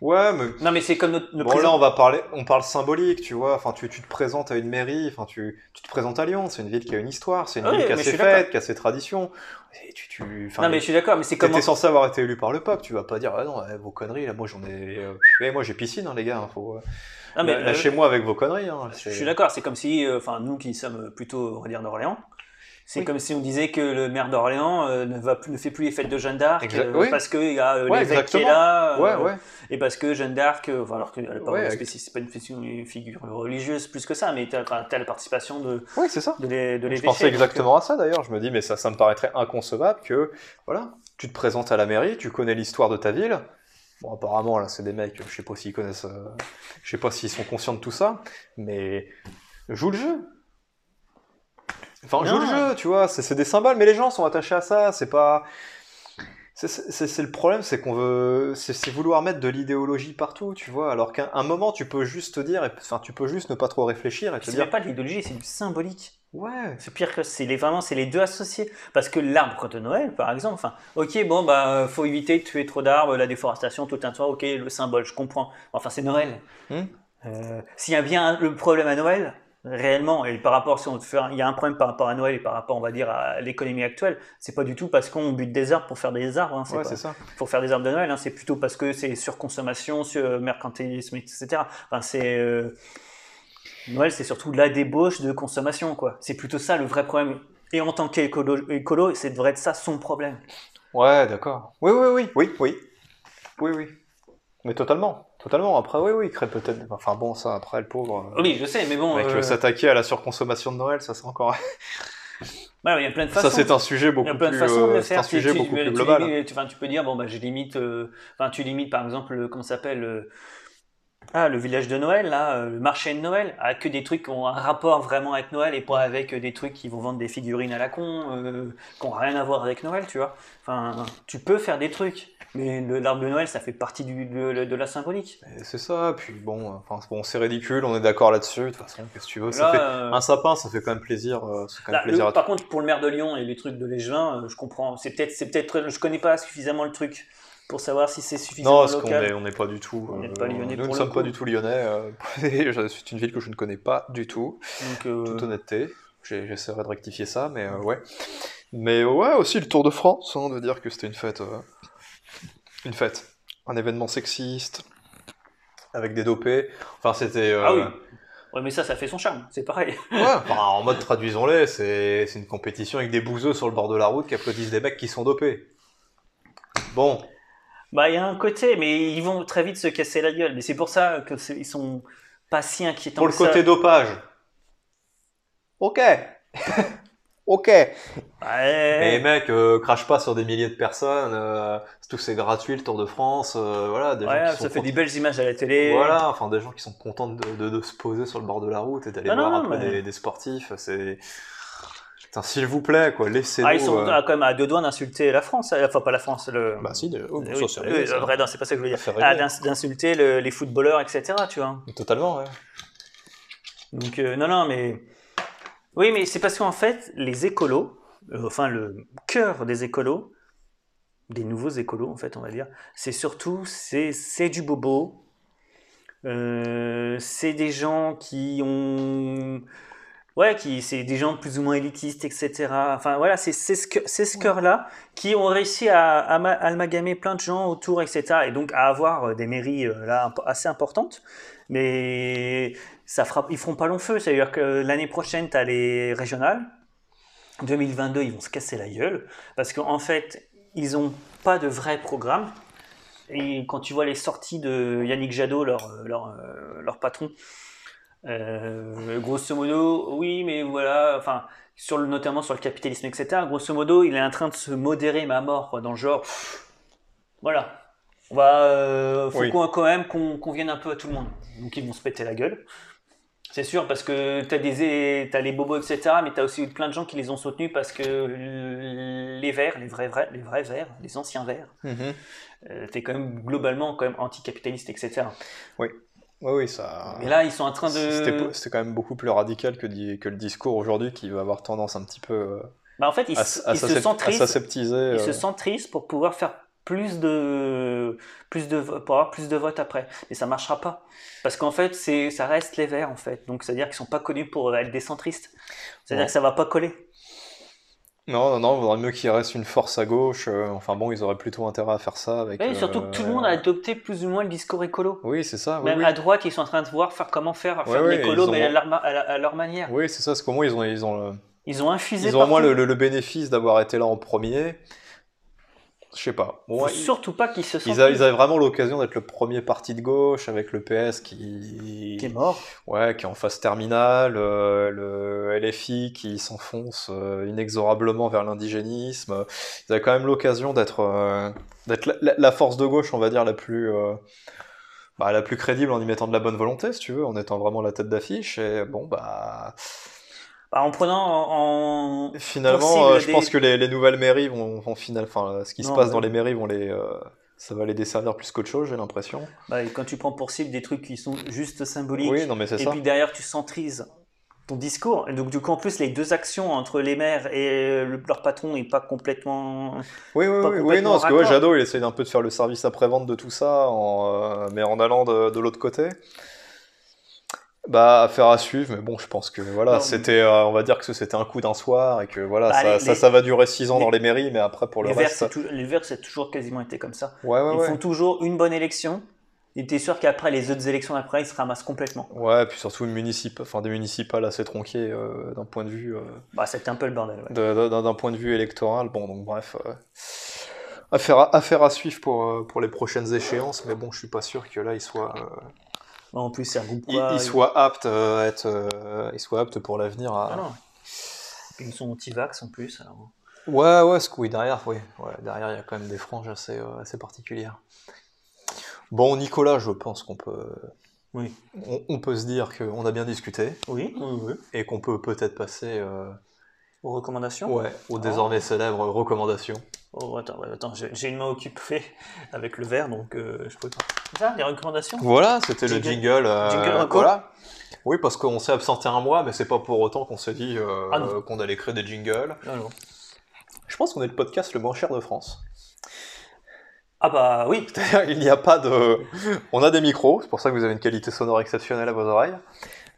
Speaker 1: Ouais, mais
Speaker 2: Non, mais c'est comme notre, notre
Speaker 1: bon, là, on va parler, on parle symbolique, tu vois. Enfin, tu, tu te présentes à une mairie, enfin, tu, tu te présentes à Lyon. C'est une ville qui a une histoire, c'est une
Speaker 2: Ah oui,
Speaker 1: ville qui a
Speaker 2: mais
Speaker 1: ses
Speaker 2: je suis d'accord.
Speaker 1: fêtes, qui a ses traditions. Et tu, tu, enfin,
Speaker 2: Non, mais je suis d'accord, mais c'est
Speaker 1: t'étais
Speaker 2: comme.
Speaker 1: censé avoir été élu par le peuple. Tu vas pas dire, ah non, eh, vos conneries, là, moi, j'en ai, euh, eh, moi, j'ai piscine, hein, les gars. hein, faut, euh,
Speaker 2: Non, mais,
Speaker 1: la-
Speaker 2: euh,
Speaker 1: Lâchez-moi avec vos conneries. hein,
Speaker 2: Je
Speaker 1: c'est-
Speaker 2: suis d'accord, c'est comme si, euh, enfin nous qui sommes plutôt, on va dire, d'Orléans, c'est
Speaker 1: Oui.
Speaker 2: comme si on disait que le maire d'Orléans euh, ne, va plus- ne fait plus les fêtes de Jeanne d'Arc
Speaker 1: Exact-
Speaker 2: euh,
Speaker 1: oui.
Speaker 2: parce qu'il y a euh,
Speaker 1: Ouais,
Speaker 2: l'évêque qui est
Speaker 1: exactement.
Speaker 2: là,
Speaker 1: Ouais,
Speaker 2: euh,
Speaker 1: ouais.
Speaker 2: et parce que Jeanne d'Arc, euh, enfin, alors qu'elle n'est pas,
Speaker 1: Ouais,
Speaker 2: vraiment
Speaker 1: ex-
Speaker 2: spécifique, c'est pas une, figu- une figure religieuse plus que ça, mais tu as, la participation de,
Speaker 1: Ouais, c'est ça.
Speaker 2: de l'é- de l'évêché.
Speaker 1: Je pensais
Speaker 2: donc, euh,
Speaker 1: exactement à ça d'ailleurs. Je me dis, mais ça, ça me paraîtrait inconcevable que, voilà, tu te présentes à la mairie, tu connais l'histoire de ta ville. Bon, apparemment, là, c'est des mecs, je sais pas s'ils connaissent, euh, je sais pas s'ils sont conscients de tout ça, mais joue le jeu. Enfin, joue
Speaker 2: Non.
Speaker 1: le jeu, tu vois, c'est c'est des cymbales, mais les gens sont attachés à ça, c'est pas. c'est- C'est c'est le problème, c'est qu'on veut, c'est c'est vouloir mettre de l'idéologie partout, tu vois. Alors qu'à un moment, tu peux juste te dire, et- enfin, tu peux juste ne pas trop réfléchir et te
Speaker 2: C'est
Speaker 1: dire,
Speaker 2: même pas de l'idéologie, c'est du symbolique.
Speaker 1: ouais,
Speaker 2: C'est pire que c'est les, vraiment c'est les deux associés parce que l'arbre de Noël par exemple enfin ok bon bah euh, faut éviter de tuer trop d'arbres la déforestation tout un tas ok le symbole je comprends enfin c'est Noël
Speaker 1: Hmm.
Speaker 2: Euh, s'il y a bien un- le problème à Noël réellement et par rapport si on fait un- il y a un problème par rapport à Noël et par rapport on va dire à l'économie actuelle c'est pas du tout parce qu'on bute des arbres pour faire des arbres hein, c'est
Speaker 1: ouais,
Speaker 2: pas-
Speaker 1: c'est ça.
Speaker 2: pour faire des arbres de Noël, hein, c'est plutôt parce que c'est surconsommation, sur euh, mercantilisme, etc. Enfin, c'est euh, Noël, c'est surtout la débauche de consommation, quoi. C'est plutôt ça le vrai problème. Et en tant qu'écolo, écolo, c'est devrait être ça son problème.
Speaker 1: Ouais, d'accord. Oui, oui, oui, oui, oui. Oui, oui. Mais totalement, totalement. Après, oui, oui, crée peut-être. Enfin bon, ça, après, le pauvre. euh,
Speaker 2: Oui, je sais, mais bon,
Speaker 1: Avec
Speaker 2: euh,
Speaker 1: euh, s'attaquer à la surconsommation de Noël, ça c'est encore.
Speaker 2: voilà, il y a plein de
Speaker 1: <laughs> Ça
Speaker 2: façons.
Speaker 1: c'est un sujet
Speaker 2: Il y a
Speaker 1: beaucoup
Speaker 2: plein de
Speaker 1: plus.
Speaker 2: façons de
Speaker 1: euh,
Speaker 2: le
Speaker 1: c'est
Speaker 2: faire.
Speaker 1: un
Speaker 2: Tu-
Speaker 1: sujet
Speaker 2: tu,
Speaker 1: beaucoup
Speaker 2: tu-
Speaker 1: plus
Speaker 2: tu
Speaker 1: global.
Speaker 2: limites- tu- enfin, tu peux dire, bon, bah, je limite, euh, enfin, tu limites par exemple, euh, comment ça s'appelle euh, Ah, le village de Noël, là, euh, le marché de Noël, à que des trucs qui ont un rapport vraiment avec Noël et
Speaker 1: Mm.
Speaker 2: pas avec euh, des trucs qui vont vendre des figurines à la con, euh, qui n'ont rien à voir avec Noël, tu vois. Enfin, tu peux faire des trucs, mais le- l'arbre de Noël, ça fait partie du- de, de la symbolique.
Speaker 1: Et C'est ça. Puis bon, euh, enfin bon, c'est ridicule. On est d'accord là-dessus. De toute façon, qu'est-ce que tu veux Ça
Speaker 2: Là,
Speaker 1: fait
Speaker 2: euh,
Speaker 1: un sapin, ça fait quand même plaisir. euh, ça fait quand même
Speaker 2: Là,
Speaker 1: plaisir
Speaker 2: le-
Speaker 1: à
Speaker 2: par contre, pour le maire de Lyon et les trucs de Légevin, euh, je comprends. C'est peut-être, c'est peut-être, je connais pas suffisamment le truc pour savoir si c'est
Speaker 1: tous.
Speaker 2: suffisamment
Speaker 1: Non, parce qu'on
Speaker 2: local.
Speaker 1: est, on n'est pas du tout.
Speaker 2: On n'est
Speaker 1: euh,
Speaker 2: pas lyonnais
Speaker 1: nous ne
Speaker 2: pour le
Speaker 1: sommes pas
Speaker 2: coup.
Speaker 1: du tout lyonnais. euh, <laughs> je- c'est une ville que je ne connais pas du tout.
Speaker 2: Donc, euh,
Speaker 1: toute honnêteté. J'ai- J'essaierai de rectifier ça, mais euh, ouais. Mais ouais, aussi le Tour de France, hein, de dire que c'était une fête. euh, Une fête. Un événement sexiste. Avec des dopés. Enfin, c'était. euh,
Speaker 2: Ah oui. Ouais, mais ça, ça fait son charme, c'est pareil. <laughs>
Speaker 1: Ouais, enfin, en mode traduisons-les, c'est c'est une compétition avec des bouseux sur le bord de la route qui applaudissent des mecs qui sont dopés. Bon,
Speaker 2: Bah, il y a un côté, mais ils vont très vite se casser la gueule. Mais c'est pour ça qu'ils sont pas si inquiétants.
Speaker 1: pour le
Speaker 2: que ça.
Speaker 1: côté dopage. Ok. <laughs> ok. Mais
Speaker 2: Ouais.
Speaker 1: mec, euh, crache pas sur des milliers de personnes. euh, tout c'est gratuit, le Tour de France. euh, voilà, des
Speaker 2: Ouais,
Speaker 1: gens qui
Speaker 2: ça
Speaker 1: sont
Speaker 2: fait des
Speaker 1: contents-
Speaker 2: belles images à la télé.
Speaker 1: Voilà, enfin des gens qui sont contents de, de- de se poser sur le bord de la route et d'aller
Speaker 2: Ah,
Speaker 1: voir
Speaker 2: non,
Speaker 1: un
Speaker 2: non,
Speaker 1: peu
Speaker 2: mais-
Speaker 1: des, des sportifs. C'est. Putain, s'il vous plaît, quoi, laissez-nous.
Speaker 2: Ah, ils sont
Speaker 1: euh,
Speaker 2: ah, quand même à deux doigts d'insulter la France. hein. Enfin, pas la France, le.
Speaker 1: Bah si, déjà- oh,
Speaker 2: Oui,
Speaker 1: ça, c'est
Speaker 2: oui,
Speaker 1: réglé, ça.
Speaker 2: euh, vrai, non, c'est pas ça que je voulais dire.
Speaker 1: Ça fait
Speaker 2: Ah,
Speaker 1: rêver.
Speaker 2: d'ins- d'insulter le- les footballeurs, etc. Tu vois.
Speaker 1: Totalement, ouais.
Speaker 2: Donc, euh, non, non, mais. Oui, mais c'est parce qu'en fait, les écolos, euh, enfin, le cœur des écolos, des nouveaux écolos, en fait, on va dire, c'est surtout, c'est c'est du bobo. Euh, c'est des gens qui ont. Ouais, qui, c'est des gens plus ou moins élitistes, etc. Enfin, voilà, c'est c'est ce, que- c'est ce cœur-là qui ont réussi à, à ma- amalgamer plein de gens autour, etc. Et donc à avoir euh, des mairies euh, là imp- assez importantes. Mais ça fera, ils feront pas long feu. C'est-à-dire que l'année prochaine, tu as les régionales. 2022, ils vont se casser la gueule parce qu'en fait, ils n'ont pas de vrai programme. Et quand tu vois les sorties de Yannick Jadot, leur, leur, euh, leur patron, euh, grosso modo, oui, mais voilà, enfin, sur le, notamment sur le capitalisme, etc. Grosso modo, il est en train de se modérer, ma mort, quoi, dans le genre. pff, Voilà. On va, euh, faut
Speaker 1: Oui.
Speaker 2: qu'on- quand même qu'on convienne un peu à tout le monde. Donc ils vont se péter la gueule. C'est sûr, parce que t'as des, t'as les bobos, etc., mais t'as aussi eu plein de gens qui les ont soutenus parce que euh, les verts, les vrais, vrais, les vrais verts, les anciens verts, euh, t'es quand même globalement quand même anticapitaliste, etc.
Speaker 1: Oui, oui, ça.
Speaker 2: Mais là, ils sont en train
Speaker 1: Ah, C'était
Speaker 2: de.
Speaker 1: po- c'était quand même beaucoup plus radical que, di- que le discours aujourd'hui qui va avoir tendance un petit peu euh,
Speaker 2: Bah, en fait, ils,
Speaker 1: à,
Speaker 2: s-
Speaker 1: s- à
Speaker 2: ils se
Speaker 1: s'assep-
Speaker 2: sentent
Speaker 1: à
Speaker 2: tristes.
Speaker 1: s'aseptiser. euh.
Speaker 2: Ils se sentent tristes pour pouvoir faire plus de plus de vo- pour avoir plus de votes après mais ça marchera pas parce qu'en fait c'est ça reste les verts en fait donc c'est à dire qu'ils sont pas connus pour être des centristes c'est à dire
Speaker 1: Ouais.
Speaker 2: que ça va pas coller
Speaker 1: Non, non, non, il vaudrait mieux qu'il reste une force à gauche. euh, enfin bon, ils auraient plutôt intérêt à faire ça avec.
Speaker 2: et surtout que tout le monde a
Speaker 1: euh,
Speaker 2: adopté plus ou moins le discours écolo
Speaker 1: Oui, c'est ça. Ah, Oui,
Speaker 2: Même
Speaker 1: oui.
Speaker 2: à droite, ils sont en train de voir faire comment faire, faire
Speaker 1: Ouais,
Speaker 2: de
Speaker 1: ouais,
Speaker 2: l'écolo,
Speaker 1: ils
Speaker 2: mais à
Speaker 1: ont-
Speaker 2: leur, ma- à la- à leur manière.
Speaker 1: Oui, c'est ça, parce qu'au moins ils ont, ils ont, le-
Speaker 2: Ils ont infusé
Speaker 1: ils ont au moins
Speaker 2: partout.
Speaker 1: le, le- le bénéfice d'avoir été là en premier. Je sais pas. Au
Speaker 2: Faut
Speaker 1: moins, ils-
Speaker 2: surtout pas qu'ils se sentent
Speaker 1: ils, a- ils avaient vraiment l'occasion d'être le premier parti de gauche avec le PS qui.
Speaker 2: qui est mort.
Speaker 1: Ouais, qui est en phase terminale, euh, le LFI qui s'enfonce euh, inexorablement vers l'indigénisme. Ils avaient quand même l'occasion d'être euh, d'être la, la- la force de gauche, on va dire, la plus, euh, bah, la plus crédible en y mettant de la bonne volonté, si tu veux, en étant vraiment la tête d'affiche. Et bon, bah,
Speaker 2: Bah, en prenant en, en-
Speaker 1: finalement,
Speaker 2: Pour
Speaker 1: euh,
Speaker 2: cibler
Speaker 1: je
Speaker 2: des-
Speaker 1: pense que les, les nouvelles mairies vont, vont final, enfin, ce qui se
Speaker 2: Non,
Speaker 1: passe
Speaker 2: mais-
Speaker 1: dans les mairies vont les, euh, ça va les desservir plus qu'autre chose, j'ai l'impression.
Speaker 2: bah, et quand tu prends pour cible des trucs qui sont juste symboliques,
Speaker 1: Oui, non, mais c'est
Speaker 2: et
Speaker 1: ça.
Speaker 2: puis derrière tu centrises ton discours. Et donc du coup, en plus, les deux actions entre les maires et euh, le- leur patron n'est pas complètement.
Speaker 1: Oui, oui,
Speaker 2: pas
Speaker 1: oui, oui,
Speaker 2: complètement
Speaker 1: non, parce que
Speaker 2: raccord.
Speaker 1: ouais, Jadot, il essaye un peu de faire le service après-vente de tout ça, en, euh, mais en allant de, de l'autre côté. Bah, affaire à suivre, mais bon, je pense que
Speaker 2: Non,
Speaker 1: voilà,
Speaker 2: mais-
Speaker 1: c'était, euh, on va dire que ce- c'était un coup d'un soir et que voilà,
Speaker 2: Bah,
Speaker 1: ça,
Speaker 2: les-
Speaker 1: ça,
Speaker 2: les-
Speaker 1: ça va durer 6 ans
Speaker 2: les-
Speaker 1: dans les mairies, mais après pour le
Speaker 2: les, verts,
Speaker 1: reste.
Speaker 2: c'est
Speaker 1: ça-
Speaker 2: tou- les verts, c'est toujours quasiment été comme ça.
Speaker 1: Ouais, ouais,
Speaker 2: ils
Speaker 1: ouais.
Speaker 2: font toujours une bonne élection. Et t'es sûr qu'après les autres élections après, ils se ramassent complètement.
Speaker 1: Ouais, puis surtout une municip... enfin, des municipales assez tronquées euh, d'un point de vue euh,
Speaker 2: Bah, c'était un peu le bordel. ouais.
Speaker 1: de- de- d'un d'un point de vue électoral. Bon, donc bref, euh, affaire, à, affaire à suivre pour, euh, pour les prochaines échéances, mais bon, je suis pas sûr que là, il soit. euh,
Speaker 2: Bah, En plus, c'est un groupe.
Speaker 1: il,
Speaker 2: quoi,
Speaker 1: il
Speaker 2: ils-
Speaker 1: soit apte euh, à être, euh, il soit apte pour l'avenir à.
Speaker 2: Ah non. Puis ils sont anti-vax en plus. alors.
Speaker 1: Ouais, ouais, ce oui, derrière, oui. Ouais, derrière, il y a quand même des franges assez, euh, assez particulières. Bon, Nicolas, je pense qu'on peut,
Speaker 2: Oui.
Speaker 1: on, on peut se dire qu'on a bien discuté
Speaker 2: Oui, oui, oui.
Speaker 1: et qu'on peut peut-être passer, euh,
Speaker 2: Aux recommandations
Speaker 1: ouais, aux désormais célèbres recommandations.
Speaker 2: Oh, attends, ouais, attends j'ai j'ai une main occupée <laughs> avec le verre, donc euh, je peux pas. Ça, les recommandations
Speaker 1: Voilà, c'était le
Speaker 2: Jingle-
Speaker 1: jingle. euh,
Speaker 2: jingle reco.
Speaker 1: voilà. Oui, parce qu'on s'est absenté un mois, mais c'est pas pour autant qu'on s'est dit euh,
Speaker 2: Ah non.
Speaker 1: qu'on allait créer des jingles.
Speaker 2: Non, non.
Speaker 1: Je pense qu'on est le podcast le moins cher de France.
Speaker 2: Ah bah oui
Speaker 1: <laughs> Il n'y a pas de. On a des micros, c'est pour ça que vous avez une qualité sonore exceptionnelle à vos oreilles.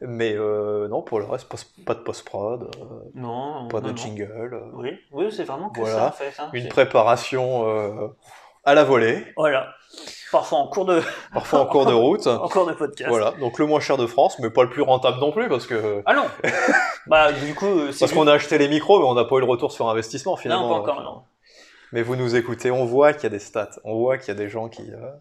Speaker 1: Mais euh, non, pour le reste, pas, pas de post-prod, euh,
Speaker 2: Non.
Speaker 1: pas
Speaker 2: non,
Speaker 1: de
Speaker 2: non.
Speaker 1: jingle. euh,
Speaker 2: Oui, oui c'est vraiment que
Speaker 1: Voilà.
Speaker 2: ça en fait. hein.
Speaker 1: une
Speaker 2: C'est-
Speaker 1: préparation euh, à la volée,
Speaker 2: Voilà. Parfois en
Speaker 1: <laughs>
Speaker 2: cours de,
Speaker 1: parfois en cours de
Speaker 2: <laughs>
Speaker 1: route.
Speaker 2: en cours de podcast.
Speaker 1: Voilà, donc le moins cher de France, mais pas le plus rentable non plus, parce que
Speaker 2: Ah non
Speaker 1: <laughs>
Speaker 2: Bah du coup, euh,
Speaker 1: parce
Speaker 2: c'est juste-
Speaker 1: qu'on a acheté les micros, mais on n'a pas eu le retour sur investissement
Speaker 2: Non,
Speaker 1: finalement. euh,
Speaker 2: pas encore, non.
Speaker 1: Mais vous nous écoutez, on voit qu'il y a des stats, on voit qu'il y a des gens qui, euh,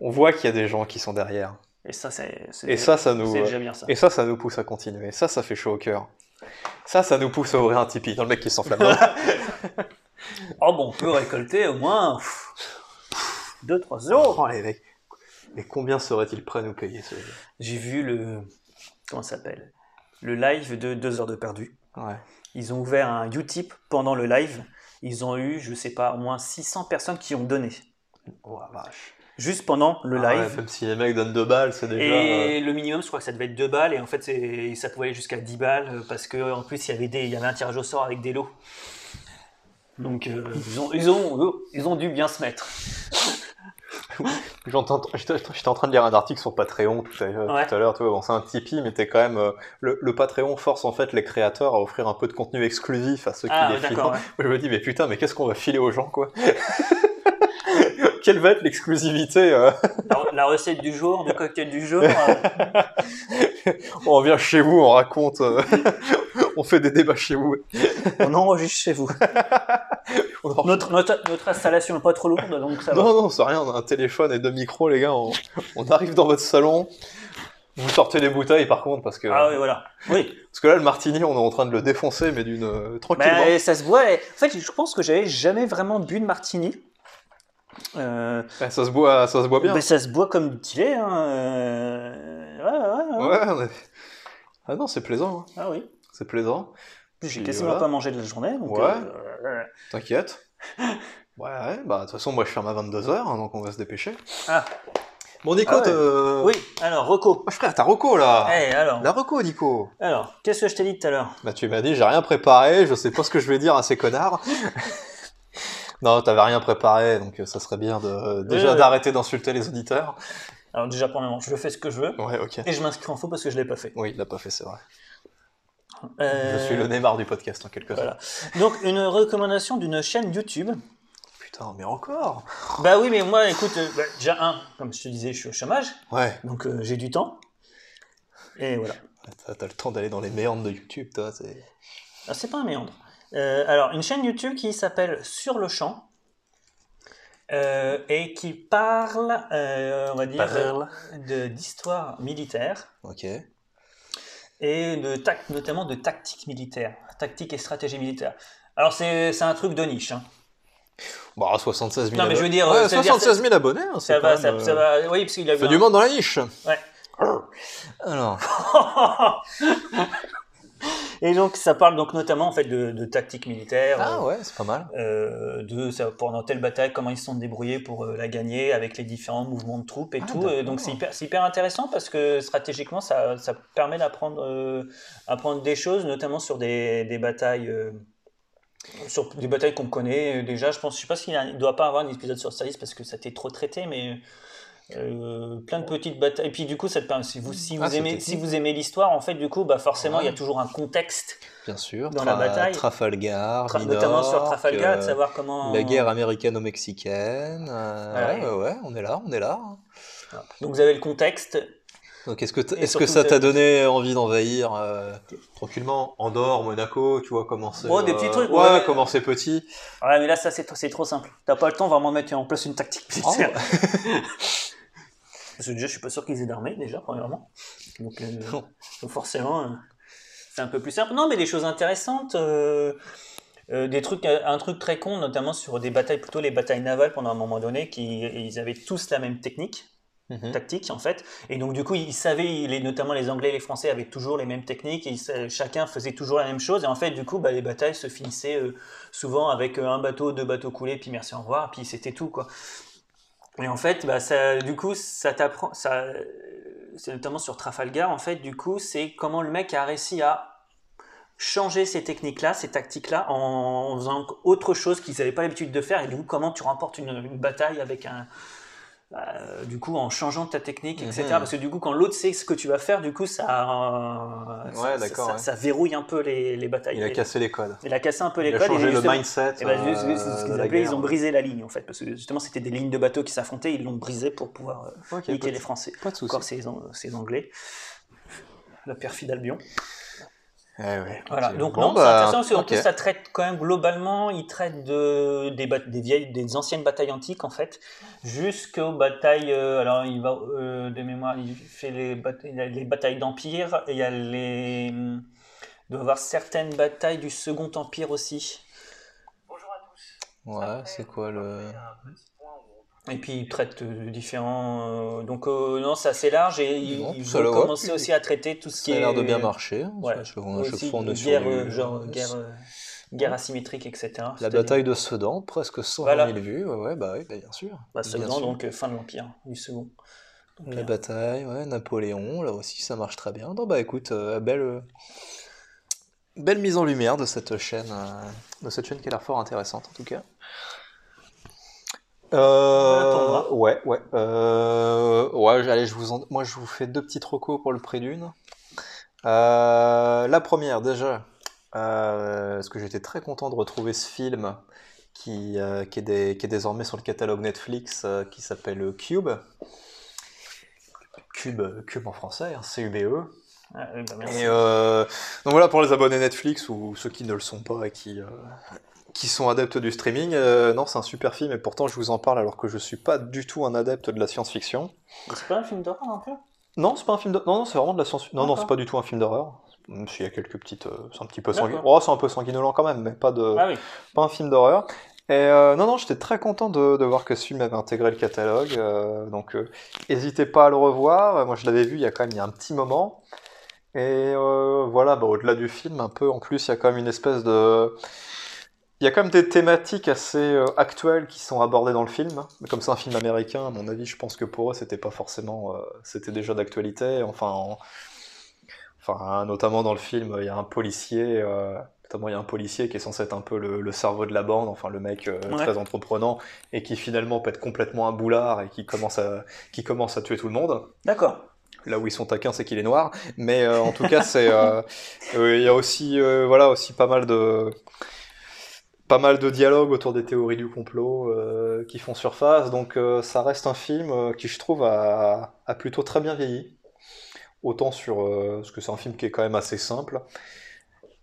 Speaker 1: on voit qu'il y a des gens qui sont derrière.
Speaker 2: Et ça, c'est c'est
Speaker 1: Et
Speaker 2: déjà-
Speaker 1: ça, ça nous, euh,
Speaker 2: c'est déjà bien ça.
Speaker 1: et ça, ça nous pousse à continuer. Ça, ça fait chaud au cœur. Ça, ça nous pousse à ouvrir un Tipeee. Dans le mec qui s'enflamme. <laughs>
Speaker 2: Oh bon, on peut récolter au moins 2-3 euros.
Speaker 1: oh, les mecs. Mais combien serait-il prêt à nous payer ce
Speaker 2: J'ai vu le. Comment ça s'appelle Le live de 2 heures de perdu.
Speaker 1: Ouais.
Speaker 2: Ils ont ouvert un Utip pendant le live. Ils ont eu, je sais pas, au moins 600 personnes qui ont donné.
Speaker 1: Oh, la vache.
Speaker 2: Juste pendant le
Speaker 1: Ah ouais,
Speaker 2: live.
Speaker 1: même si les mecs donnent deux balles, c'est déjà. euh,
Speaker 2: Et le minimum, je crois que ça devait être 2 balles, et en fait, c'est- ça pouvait aller jusqu'à 10 balles, euh, parce que en plus, il y avait, des, il y avait un tirage au sort avec des lots. Donc, euh, ils, ont, ils, ont, euh, ils ont dû bien se mettre.
Speaker 1: J'entends, j'étais j'étais en train de lire un article sur Patreon tout à, l'heure-
Speaker 2: Ouais.
Speaker 1: tout à l'heure. tu vois, Bon, c'est un Tipeee, mais t'es quand même euh, le, le Patreon force en fait les créateurs à offrir un peu de contenu exclusif à ceux qui
Speaker 2: Ah,
Speaker 1: les
Speaker 2: ouais,
Speaker 1: filent.
Speaker 2: d'accord. ouais.
Speaker 1: Je me dis mais putain, mais qu'est-ce qu'on va filer aux gens quoi <laughs> Quelle va être l'exclusivité euh
Speaker 2: La, la recette du jour, le cocktail du jour.
Speaker 1: <laughs>
Speaker 2: euh,
Speaker 1: On vient chez vous, on raconte, euh, <laughs> on fait des débats chez vous.
Speaker 2: on enregistre chez vous.
Speaker 1: On en-
Speaker 2: Notre, notre, notre installation n'est pas trop lourde, donc ça va.
Speaker 1: Non, non, c'est rien, on a un téléphone et deux micros, les gars. On, on arrive dans votre salon. Vous sortez des bouteilles par contre, parce que,
Speaker 2: Ah oui, voilà. Oui,
Speaker 1: parce que là, le martini, on est en train de le défoncer, mais d'une euh, tranquillement.
Speaker 2: mais Bah, ça se voit. et- En fait, je pense que j'avais jamais vraiment bu de martini. Euh,
Speaker 1: Ouais, Eh, ça se boit, ça se boit bien.
Speaker 2: mais ça se boit comme du lait. Hein. euh, ouais, ouais, ouais.
Speaker 1: Ouais, on est- Ah non, c'est plaisant, hein.
Speaker 2: Ah oui.
Speaker 1: c'est plaisant.
Speaker 2: J'ai
Speaker 1: Puis
Speaker 2: quasiment
Speaker 1: voilà.
Speaker 2: pas mangé de la journée. Donc
Speaker 1: Ouais.
Speaker 2: euh, <laughs>
Speaker 1: T'inquiète. Ouais, ouais, bah de toute façon, moi je ferme à 22h, donc on va se dépêcher.
Speaker 2: Ah.
Speaker 1: Bon, Nico,
Speaker 2: Ah ouais.
Speaker 1: t'as-
Speaker 2: Oui, alors, Rocco.
Speaker 1: Oh, frère, t'as Rocco là
Speaker 2: Eh, alors,
Speaker 1: La Rocco, Nico
Speaker 2: alors qu'est-ce que je t'ai dit tout à l'heure
Speaker 1: Bah, tu m'as dit, j'ai rien préparé, je sais pas ce que je vais dire à ces
Speaker 2: <laughs>
Speaker 1: connards. non, t'avais rien préparé, donc euh, ça serait bien de, euh, déjà
Speaker 2: ouais.
Speaker 1: d'arrêter d'insulter les auditeurs.
Speaker 2: Alors, déjà, premièrement, je fais ce que je veux.
Speaker 1: Ouais, ok.
Speaker 2: Et je m'inscris en faux parce que je l'ai pas fait.
Speaker 1: Oui, il l'a pas fait, c'est vrai.
Speaker 2: Euh,
Speaker 1: Je suis le Neymar du podcast en quelque sorte.
Speaker 2: voilà. Donc, une recommandation d'une chaîne YouTube.
Speaker 1: Putain, mais encore
Speaker 2: Bah oui, mais moi, écoute, euh, bah, déjà, un, comme je te disais, je suis au chômage,
Speaker 1: Ouais.
Speaker 2: donc euh, j'ai du temps. Et voilà.
Speaker 1: T'as, t'as le temps d'aller dans les méandres de YouTube, toi. C'est...
Speaker 2: Ah, c'est pas un méandre. Euh, alors, une chaîne YouTube qui s'appelle Sur le champ euh, et qui parle, euh, on va dire,
Speaker 1: Parle.
Speaker 2: de- d'histoire militaire
Speaker 1: Ok.
Speaker 2: et de tac- notamment de tactique militaire, tactique et stratégie militaire. Alors, c'est c'est un truc de niche. hein.
Speaker 1: Bah, 76 000
Speaker 2: Non, mais je veux dire, euh,
Speaker 1: abonnés. Ouais,
Speaker 2: ça veut dire
Speaker 1: 76 000 abonnés, hein, c'est
Speaker 2: Ça
Speaker 1: quand
Speaker 2: va,
Speaker 1: même,
Speaker 2: ça,
Speaker 1: euh,
Speaker 2: ça va. Oui, parce qu'il a
Speaker 1: ça fait
Speaker 2: eu
Speaker 1: du monde dans la niche.
Speaker 2: Ouais.
Speaker 1: Alors,
Speaker 2: Et donc, ça parle donc notamment en fait de, de tactique militaire,
Speaker 1: ah ouais, c'est pas mal.
Speaker 2: euh, de ça, pendant telle bataille, comment ils se sont débrouillés pour euh, la gagner, avec les différents mouvements de troupes et
Speaker 1: Ah,
Speaker 2: tout. Euh,
Speaker 1: d'accord.
Speaker 2: donc, c'est hyper, c'est hyper intéressant parce que stratégiquement, ça, ça permet d'apprendre euh, apprendre des choses, notamment sur des, des batailles. euh, sur des batailles qu'on connaît euh, déjà, je pense, je sais pas s'il y a- il doit pas avoir un épisode sur ça parce que ça t'est trop traité, mais euh, plein de petites batailles. Et puis du coup, ça te permet, si vous, si vous
Speaker 1: Ah, c'est
Speaker 2: aimez,
Speaker 1: technique.
Speaker 2: si vous aimez l'histoire, en fait, du coup, bah forcément, il y a
Speaker 1: Ouais.
Speaker 2: toujours un contexte
Speaker 1: Bien sûr.
Speaker 2: Dans la bataille.
Speaker 1: Trafalgar,
Speaker 2: Tra-
Speaker 1: Minorque,
Speaker 2: notamment sur Trafalgar, de
Speaker 1: euh,
Speaker 2: savoir comment.
Speaker 1: La guerre américano-mexicaine. euh,
Speaker 2: Voilà.
Speaker 1: ouais, ouais, ouais, on est là, on est là.
Speaker 2: Donc vous avez le contexte.
Speaker 1: Donc est-ce que, t-
Speaker 2: Et
Speaker 1: est-ce que
Speaker 2: surtout,
Speaker 1: ça t'a
Speaker 2: vous
Speaker 1: donné envie d'envahir euh, tranquillement Andorre, Monaco, tu vois, commencer.
Speaker 2: Ouais, des petits trucs,
Speaker 1: Ouais,
Speaker 2: ouais.
Speaker 1: commencer petit.
Speaker 2: Ouais, mais là, ça, c'est trop, c'est trop simple. T'as pas le temps vraiment de mettre en place une tactique militaire. Oh. <laughs> Parce que déjà, je suis pas sûr qu'ils aient d'armée, déjà, premièrement. Donc, euh,
Speaker 1: Non.
Speaker 2: donc forcément, euh, c'est un peu plus simple. Non, mais des choses intéressantes. euh, euh, des trucs, un truc très con, notamment sur des batailles, plutôt les batailles navales pendant un moment donné, qui, ils avaient tous la même technique.
Speaker 1: Mhm.
Speaker 2: tactique en fait. Et donc du coup, ils savaient, les, notamment les Anglais et les Français avaient toujours les mêmes techniques, et ils sa- chacun faisait toujours la même chose. Et en fait, du coup, bah, les batailles se finissaient euh, souvent avec euh, un bateau, deux bateaux coulés, puis merci, au revoir, puis c'était tout quoi. Et en fait, bah, ça, du coup, ça t'apprend, ça, c'est notamment sur Trafalgar en fait. Du coup, c'est comment le mec a réussi à changer ces techniques-là, ces tactiques-là, en faisant autre chose qu'ils n'avaient pas l'habitude de faire, et du coup, comment tu remportes une, une bataille avec un, euh, du coup, en changeant ta technique, etc.
Speaker 1: Mhm.
Speaker 2: Parce que du coup, quand l'autre sait ce que tu vas faire, du coup, ça, euh, ça-
Speaker 1: Ouais,
Speaker 2: ça,
Speaker 1: d'accord,
Speaker 2: ça-
Speaker 1: ouais.
Speaker 2: ça verrouille un peu les, les batailles.
Speaker 1: Il a
Speaker 2: Et-
Speaker 1: cassé les codes.
Speaker 2: il a cassé un peu les
Speaker 1: Il a
Speaker 2: codes.
Speaker 1: changé
Speaker 2: et
Speaker 1: le
Speaker 2: justement-
Speaker 1: mindset.
Speaker 2: et ben,
Speaker 1: euh,
Speaker 2: c'est- c'est- c'est ce
Speaker 1: de
Speaker 2: qu'ils
Speaker 1: la
Speaker 2: appelaient, ils
Speaker 1: guerre.
Speaker 2: ont brisé la ligne en fait, parce que justement c'était des lignes de bateaux qui s'affrontaient, ils l'ont brisé pour pouvoir euh,
Speaker 1: Ok,
Speaker 2: niquer
Speaker 1: pas-
Speaker 2: les Français.
Speaker 1: Pas de soucis.
Speaker 2: Encore ces, An- ces Anglais. La perfide Albion.
Speaker 1: Eh ouais,
Speaker 2: Voilà,
Speaker 1: ok.
Speaker 2: donc
Speaker 1: Bon,
Speaker 2: non,
Speaker 1: bah,
Speaker 2: c'est intéressant parce qu'en
Speaker 1: ok.
Speaker 2: plus ça traite quand même globalement, il traite de, des, bat- des vieilles, des anciennes batailles antiques en fait, jusqu'aux batailles. euh, alors il va euh, de mémoire, il fait les, bat- il y a les batailles d'empire, et il y a les, hum, il doit y avoir certaines batailles du Second Empire aussi.
Speaker 3: Bonjour à tous.
Speaker 1: Ouais, c'est quoi le.
Speaker 2: Euh, Et puis il traite euh, différents. euh, donc euh, non, c'est assez large et il,
Speaker 1: Bon,
Speaker 2: il
Speaker 1: ça
Speaker 2: veut
Speaker 1: le voit.
Speaker 2: commencer aussi à traiter tout ce qui
Speaker 1: Ça a
Speaker 2: est
Speaker 1: l'air de bien marcher. hein,
Speaker 2: Ouais.
Speaker 1: Je- je- on- à chaque
Speaker 2: Aussi,
Speaker 1: fois, on est sur
Speaker 2: guerre,
Speaker 1: du-
Speaker 2: euh, genre, guerre, euh, guerre asymétrique, etc.
Speaker 1: La
Speaker 2: C'est-à-dire-
Speaker 1: bataille de Sedan, presque 120
Speaker 2: Voilà.
Speaker 1: 000 vues. Ouais, ouais, bah oui, bah, bien sûr. Bien
Speaker 2: Bah, Sedan,
Speaker 1: sûr.
Speaker 2: donc euh, fin de l'Empire, du second. Donc,
Speaker 1: La
Speaker 2: euh,
Speaker 1: bataille, ouais, Napoléon, là aussi ça marche très bien. Non, bah écoute, euh, belle, euh, belle mise en lumière de cette chaîne, euh, de cette chaîne qui a l'air fort intéressante en tout cas.
Speaker 2: Voilà pour
Speaker 1: Euh,
Speaker 2: moi.
Speaker 1: ouais, ouais, euh, ouais. j- Allez, je vous en- moi je vous fais deux petits recos pour le prix d'une. Euh, la première déjà, euh, parce que j'étais très content de retrouver ce film qui, euh, qui, est, des- qui est désormais sur le catalogue Netflix, euh, qui s'appelle Cube. Cube, euh, Cube en français, hein, C-U-B-E.
Speaker 2: ah, euh, bah, merci.
Speaker 1: Et euh, donc voilà pour les abonnés Netflix ou ceux qui ne le sont pas et qui, euh, qui sont adeptes du streaming. euh, non, c'est un super film et pourtant je vous en parle alors que je suis pas du tout un adepte de la science-fiction.
Speaker 2: C'est pas un film d'horreur un peu
Speaker 1: Non, c'est pas un film de... Non, non, c'est vraiment de la science. Non, non,
Speaker 2: D'accord.
Speaker 1: c'est pas du tout un film d'horreur. Même s'il y a quelques petites. euh, c'est un petit peu sanguinolent.
Speaker 2: D'accord.
Speaker 1: Oh, c'est un peu sanguinolent quand même, mais pas de
Speaker 2: Ah oui,
Speaker 1: pas un film d'horreur. Et euh, non, non, j'étais très content de, de voir que ce film avait intégré le catalogue. euh, donc, n'hésitez pas à le revoir. Euh, Moi, je l'avais vu il y a quand même il y a un petit moment. Et euh, voilà, bah, au-delà du film, un peu en plus, il y a quand même une espèce de. Il y a quand même des thématiques assez euh, actuelles qui sont abordées dans le film. hein. Mais comme c'est un film américain, à mon avis, je pense que pour eux, c'était pas forcément. euh, c'était déjà d'actualité. Enfin, en- enfin, notamment dans le film, il y a un policier. euh, Notamment, il y a un policier qui est censé être un peu le, le cerveau de la bande, enfin le mec euh,
Speaker 2: Ouais.
Speaker 1: très entreprenant, et qui finalement pète complètement un boulard et qui commence à, qui commence à tuer tout le monde.
Speaker 2: d'accord.
Speaker 1: Là où ils sont taquins, c'est qu'il est noir. Mais euh, en tout cas, c'est euh, euh, il y a aussi euh, voilà aussi pas mal de pas mal de dialogues autour des théories du complot euh, qui font surface. Donc euh, ça reste un film euh, qui je trouve a, a plutôt très bien vieilli. Autant sur euh, parce que c'est un film qui est quand même assez simple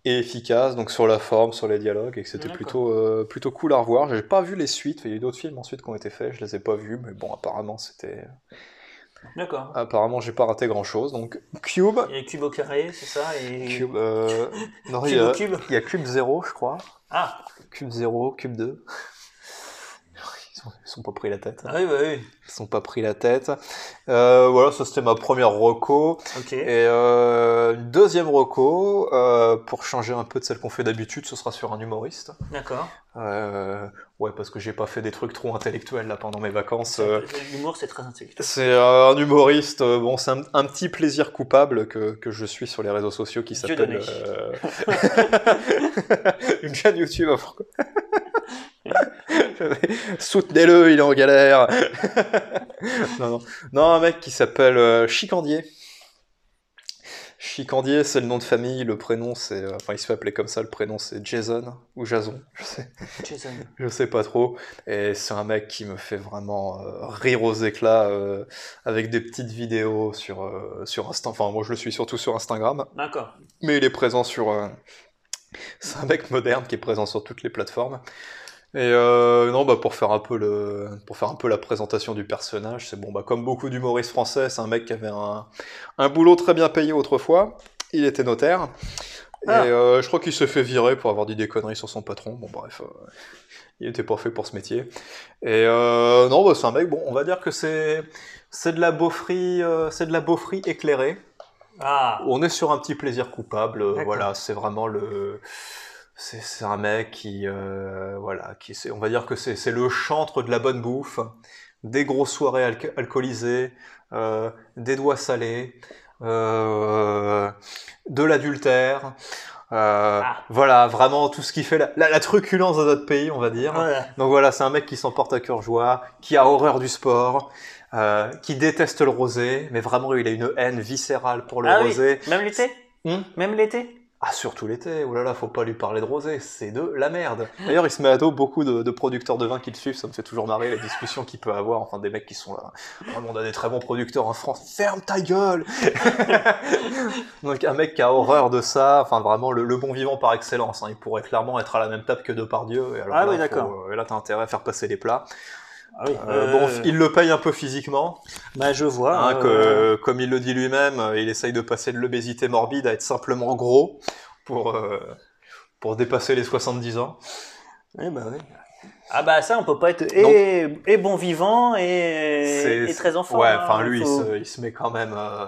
Speaker 1: et efficace. Donc sur la forme, sur les dialogues, et que c'était
Speaker 2: D'accord.
Speaker 1: plutôt euh, plutôt cool à revoir. J'ai pas vu les suites. Il y a eu d'autres films ensuite qui ont été faits. Je les ai pas vus, mais bon apparemment c'était
Speaker 2: D'accord.
Speaker 1: Apparemment, j'ai pas raté grand chose. Donc, Cube.
Speaker 2: Et Cube au carré, c'est ça et...
Speaker 1: Cube.
Speaker 2: <laughs>
Speaker 1: euh, non, il
Speaker 2: Cube
Speaker 1: y,
Speaker 2: au
Speaker 1: a,
Speaker 2: cube.
Speaker 1: il y a Cube 0, je crois.
Speaker 2: Ah,
Speaker 1: Cube 0, Cube 2. Ils sont, ils sont pas pris la tête.
Speaker 2: ah oui, bah oui.
Speaker 1: Ils sont pas pris la tête. Euh, voilà, ça c'était ma première reco.
Speaker 2: Ok.
Speaker 1: Et euh, une deuxième reco, euh, pour changer un peu de celle qu'on fait d'habitude, ce sera sur un humoriste.
Speaker 2: D'accord.
Speaker 1: Euh, ouais, parce que j'ai pas fait des trucs trop intellectuels là pendant mes vacances. euh,
Speaker 2: C'est- L'humour, c'est très intelligent.
Speaker 1: C'est euh, un humoriste, euh, bon, c'est un, un petit plaisir coupable que, que je suis sur les réseaux sociaux qui
Speaker 2: Dieu
Speaker 1: s'appelle.
Speaker 2: donné.
Speaker 1: euh, <laughs> Une chaîne YouTube, ah, pourquoi <laughs> Soutenez-le, il est en galère <laughs> non, non. Non, un mec qui s'appelle euh, Chicandier. Chicandier, c'est le nom de famille, le prénom, c'est. euh, Enfin, il se fait appeler comme ça, le prénom, c'est Jason ou Jason, je sais.
Speaker 2: Jason.
Speaker 1: Je sais pas trop. Et c'est un mec qui me fait vraiment euh, rire aux éclats euh, avec des petites vidéos sur, euh, sur Instagram. Enfin, moi, je le suis surtout sur Instagram.
Speaker 2: D'accord.
Speaker 1: Mais il est présent sur. euh, C'est un mec moderne qui est présent sur toutes les plateformes. Et euh, non, bah pour faire un peu le, pour faire un peu la présentation du personnage, c'est bon, bah comme beaucoup d'humoristes français, c'est un mec qui avait un, un boulot très bien payé autrefois. Il était notaire.
Speaker 2: Ah.
Speaker 1: Et euh, je crois qu'il s'est fait virer pour avoir dit des conneries sur son patron. Bon, bref, euh, il était pas fait pour ce métier. Et euh, non, bah, c'est un mec. Bon, on va dire que c'est, c'est de la beaufrie, euh, c'est de la beaufrie éclairée.
Speaker 2: Ah,
Speaker 1: On est sur un petit plaisir coupable, euh,
Speaker 2: D'accord.
Speaker 1: voilà, c'est vraiment le... C'est c'est un mec qui, euh, voilà, qui c'est- on va dire que c'est c'est le chantre de la bonne bouffe, des grosses soirées alc- alcoolisées, euh, des doigts salés, euh, de l'adultère, euh,
Speaker 2: Ah.
Speaker 1: voilà, vraiment tout ce qui fait la, la- la truculence de notre pays, on va dire.
Speaker 2: voilà.
Speaker 1: Donc voilà, c'est un mec qui s'emporte à cœur joie, qui a horreur du sport, euh, qui déteste le rosé, mais vraiment il a une haine viscérale pour le
Speaker 2: Ah oui.
Speaker 1: rosé.
Speaker 2: Même l'été
Speaker 1: Hum.
Speaker 2: Même l'été
Speaker 1: Ah, surtout l'été, oh là là, faut pas lui parler de rosé, c'est de la merde. <laughs> D'ailleurs, il se met à dos beaucoup de, de producteurs de vin qui le suivent, ça me fait toujours marrer les discussions qu'il peut avoir, enfin des mecs qui sont là. Vraiment, on a des très bons producteurs en France, ferme ta gueule <laughs> Donc un mec qui a horreur de ça, enfin vraiment le, le bon vivant par excellence, hein, il pourrait clairement être à la même table que Depardieu, et alors
Speaker 2: Ah
Speaker 1: là,
Speaker 2: oui, d'accord.
Speaker 1: faut- euh, là t'as intérêt à faire passer les plats.
Speaker 2: ah oui.
Speaker 1: Euh, Bon, il le paye un peu physiquement,
Speaker 2: Bah, je vois.
Speaker 1: Hein,
Speaker 2: euh,
Speaker 1: que- Comme il le dit lui-même, euh, il essaye de passer de l'obésité morbide à être simplement gros pour, euh, pour dépasser les 70 ans.
Speaker 2: eh bah, oui. Ah bah ça, on peut pas être et, et bon vivant et,
Speaker 1: C'est-
Speaker 2: et très enfant. hein,
Speaker 1: ouais, enfin lui, il, se, il se met quand même. euh,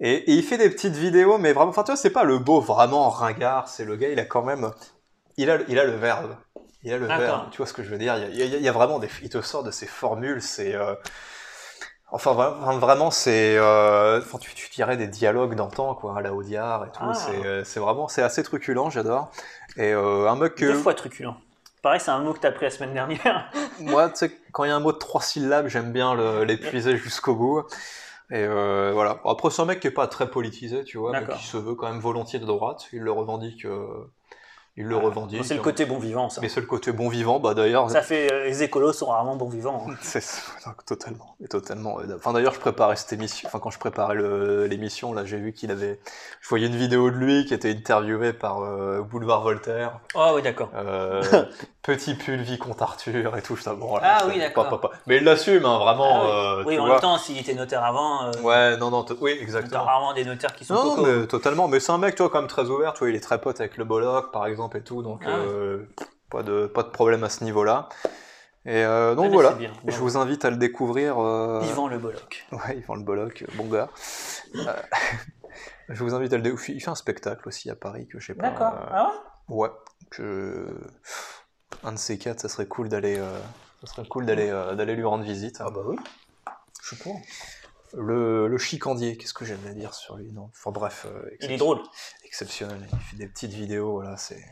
Speaker 1: Et, et il fait des petites vidéos, mais vraiment, enfin tu vois, c'est pas le beau vraiment ringard, c'est le gars, il a quand même. Il a, il a le verbe. Il a le
Speaker 2: D'accord.
Speaker 1: verbe, tu vois ce que je veux dire il y, a, il y a- il y a vraiment des. Il te sort de ses formules, c'est. euh, Enfin, vra- enfin, vraiment, c'est. euh, Enfin, tu, tu dirais des dialogues d'antan, quoi, à la Audiard et tout.
Speaker 2: Ah.
Speaker 1: C'est, euh, c'est vraiment. C'est assez truculent, j'adore. Et euh, un mec que.
Speaker 2: Deux fois truculent. Pareil, c'est un mot que t'as pris la semaine dernière.
Speaker 1: Moi, tu sais, quand il y a un mot de trois syllabes, j'aime bien le- l'épuiser jusqu'au bout. Et euh, voilà. Après, c'est un mec qui est pas très politisé, tu vois, mais
Speaker 2: D'accord.
Speaker 1: qui se veut quand même volontiers de droite. Il le revendique. euh, il le revendique.
Speaker 2: Ah,
Speaker 1: hein.
Speaker 2: c'est le côté bon vivant, ça.
Speaker 1: Mais c'est le côté bon vivant, bah d'ailleurs.
Speaker 2: Ça fait euh, les écolos sont rarement bons vivants. hein.
Speaker 1: <laughs> C'est donc, totalement, et totalement. Et d'a- Enfin d'ailleurs, je préparais cette émission. Enfin quand je préparais le- l'émission, là, j'ai vu qu'il avait. Je voyais une vidéo de lui qui était interviewé par euh, Boulevard Voltaire.
Speaker 2: Ah oui, d'accord.
Speaker 1: <laughs> Euh, petit pull Vicomte Arthur et tout ça. Bon,
Speaker 2: Ah oui,
Speaker 1: c'est-
Speaker 2: d'accord.
Speaker 1: pas- pas- pas. Mais il l'assume, hein, vraiment.
Speaker 2: Ah
Speaker 1: euh,
Speaker 2: oui,
Speaker 1: tu
Speaker 2: en
Speaker 1: vois.
Speaker 2: même temps, s'il était notaire avant, euh,
Speaker 1: Ouais, non, non, t- oui,
Speaker 2: t'as
Speaker 1: exactement.
Speaker 2: rarement des notaires qui sont
Speaker 1: Non, non,
Speaker 2: cocos.
Speaker 1: mais totalement. Mais c'est un mec, toi, quand même très ouvert. Tu vois, il est très pote avec le Bollock, par exemple, et tout. Donc,
Speaker 2: Ah ouais.
Speaker 1: euh, pas, de, pas de problème à ce niveau-là. Et euh, donc
Speaker 2: Ah, mais
Speaker 1: voilà.
Speaker 2: c'est bien,
Speaker 1: Je
Speaker 2: voilà.
Speaker 1: vous invite à le découvrir. euh,
Speaker 2: Yvan Le Bolloc.
Speaker 1: <laughs> Ouais, Yvan le Bollock, euh, bon gars. Euh, <laughs> Je vous invite à le découvrir. Il fait un spectacle aussi à Paris que je sais pas.
Speaker 2: D'accord.
Speaker 1: euh,
Speaker 2: Ah ouais
Speaker 1: Ouais, que un de ces quatre, ça serait cool d'aller, euh, ça serait cool d'aller, euh, d'aller lui rendre visite. Ah bah oui, je suis pour. Le, le chicandier, qu'est-ce que j'aime à dire sur lui Non, enfin bref, euh,
Speaker 2: Il est
Speaker 1: excep-
Speaker 2: drôle.
Speaker 1: exceptionnel. Il fait des petites vidéos, voilà, c'est.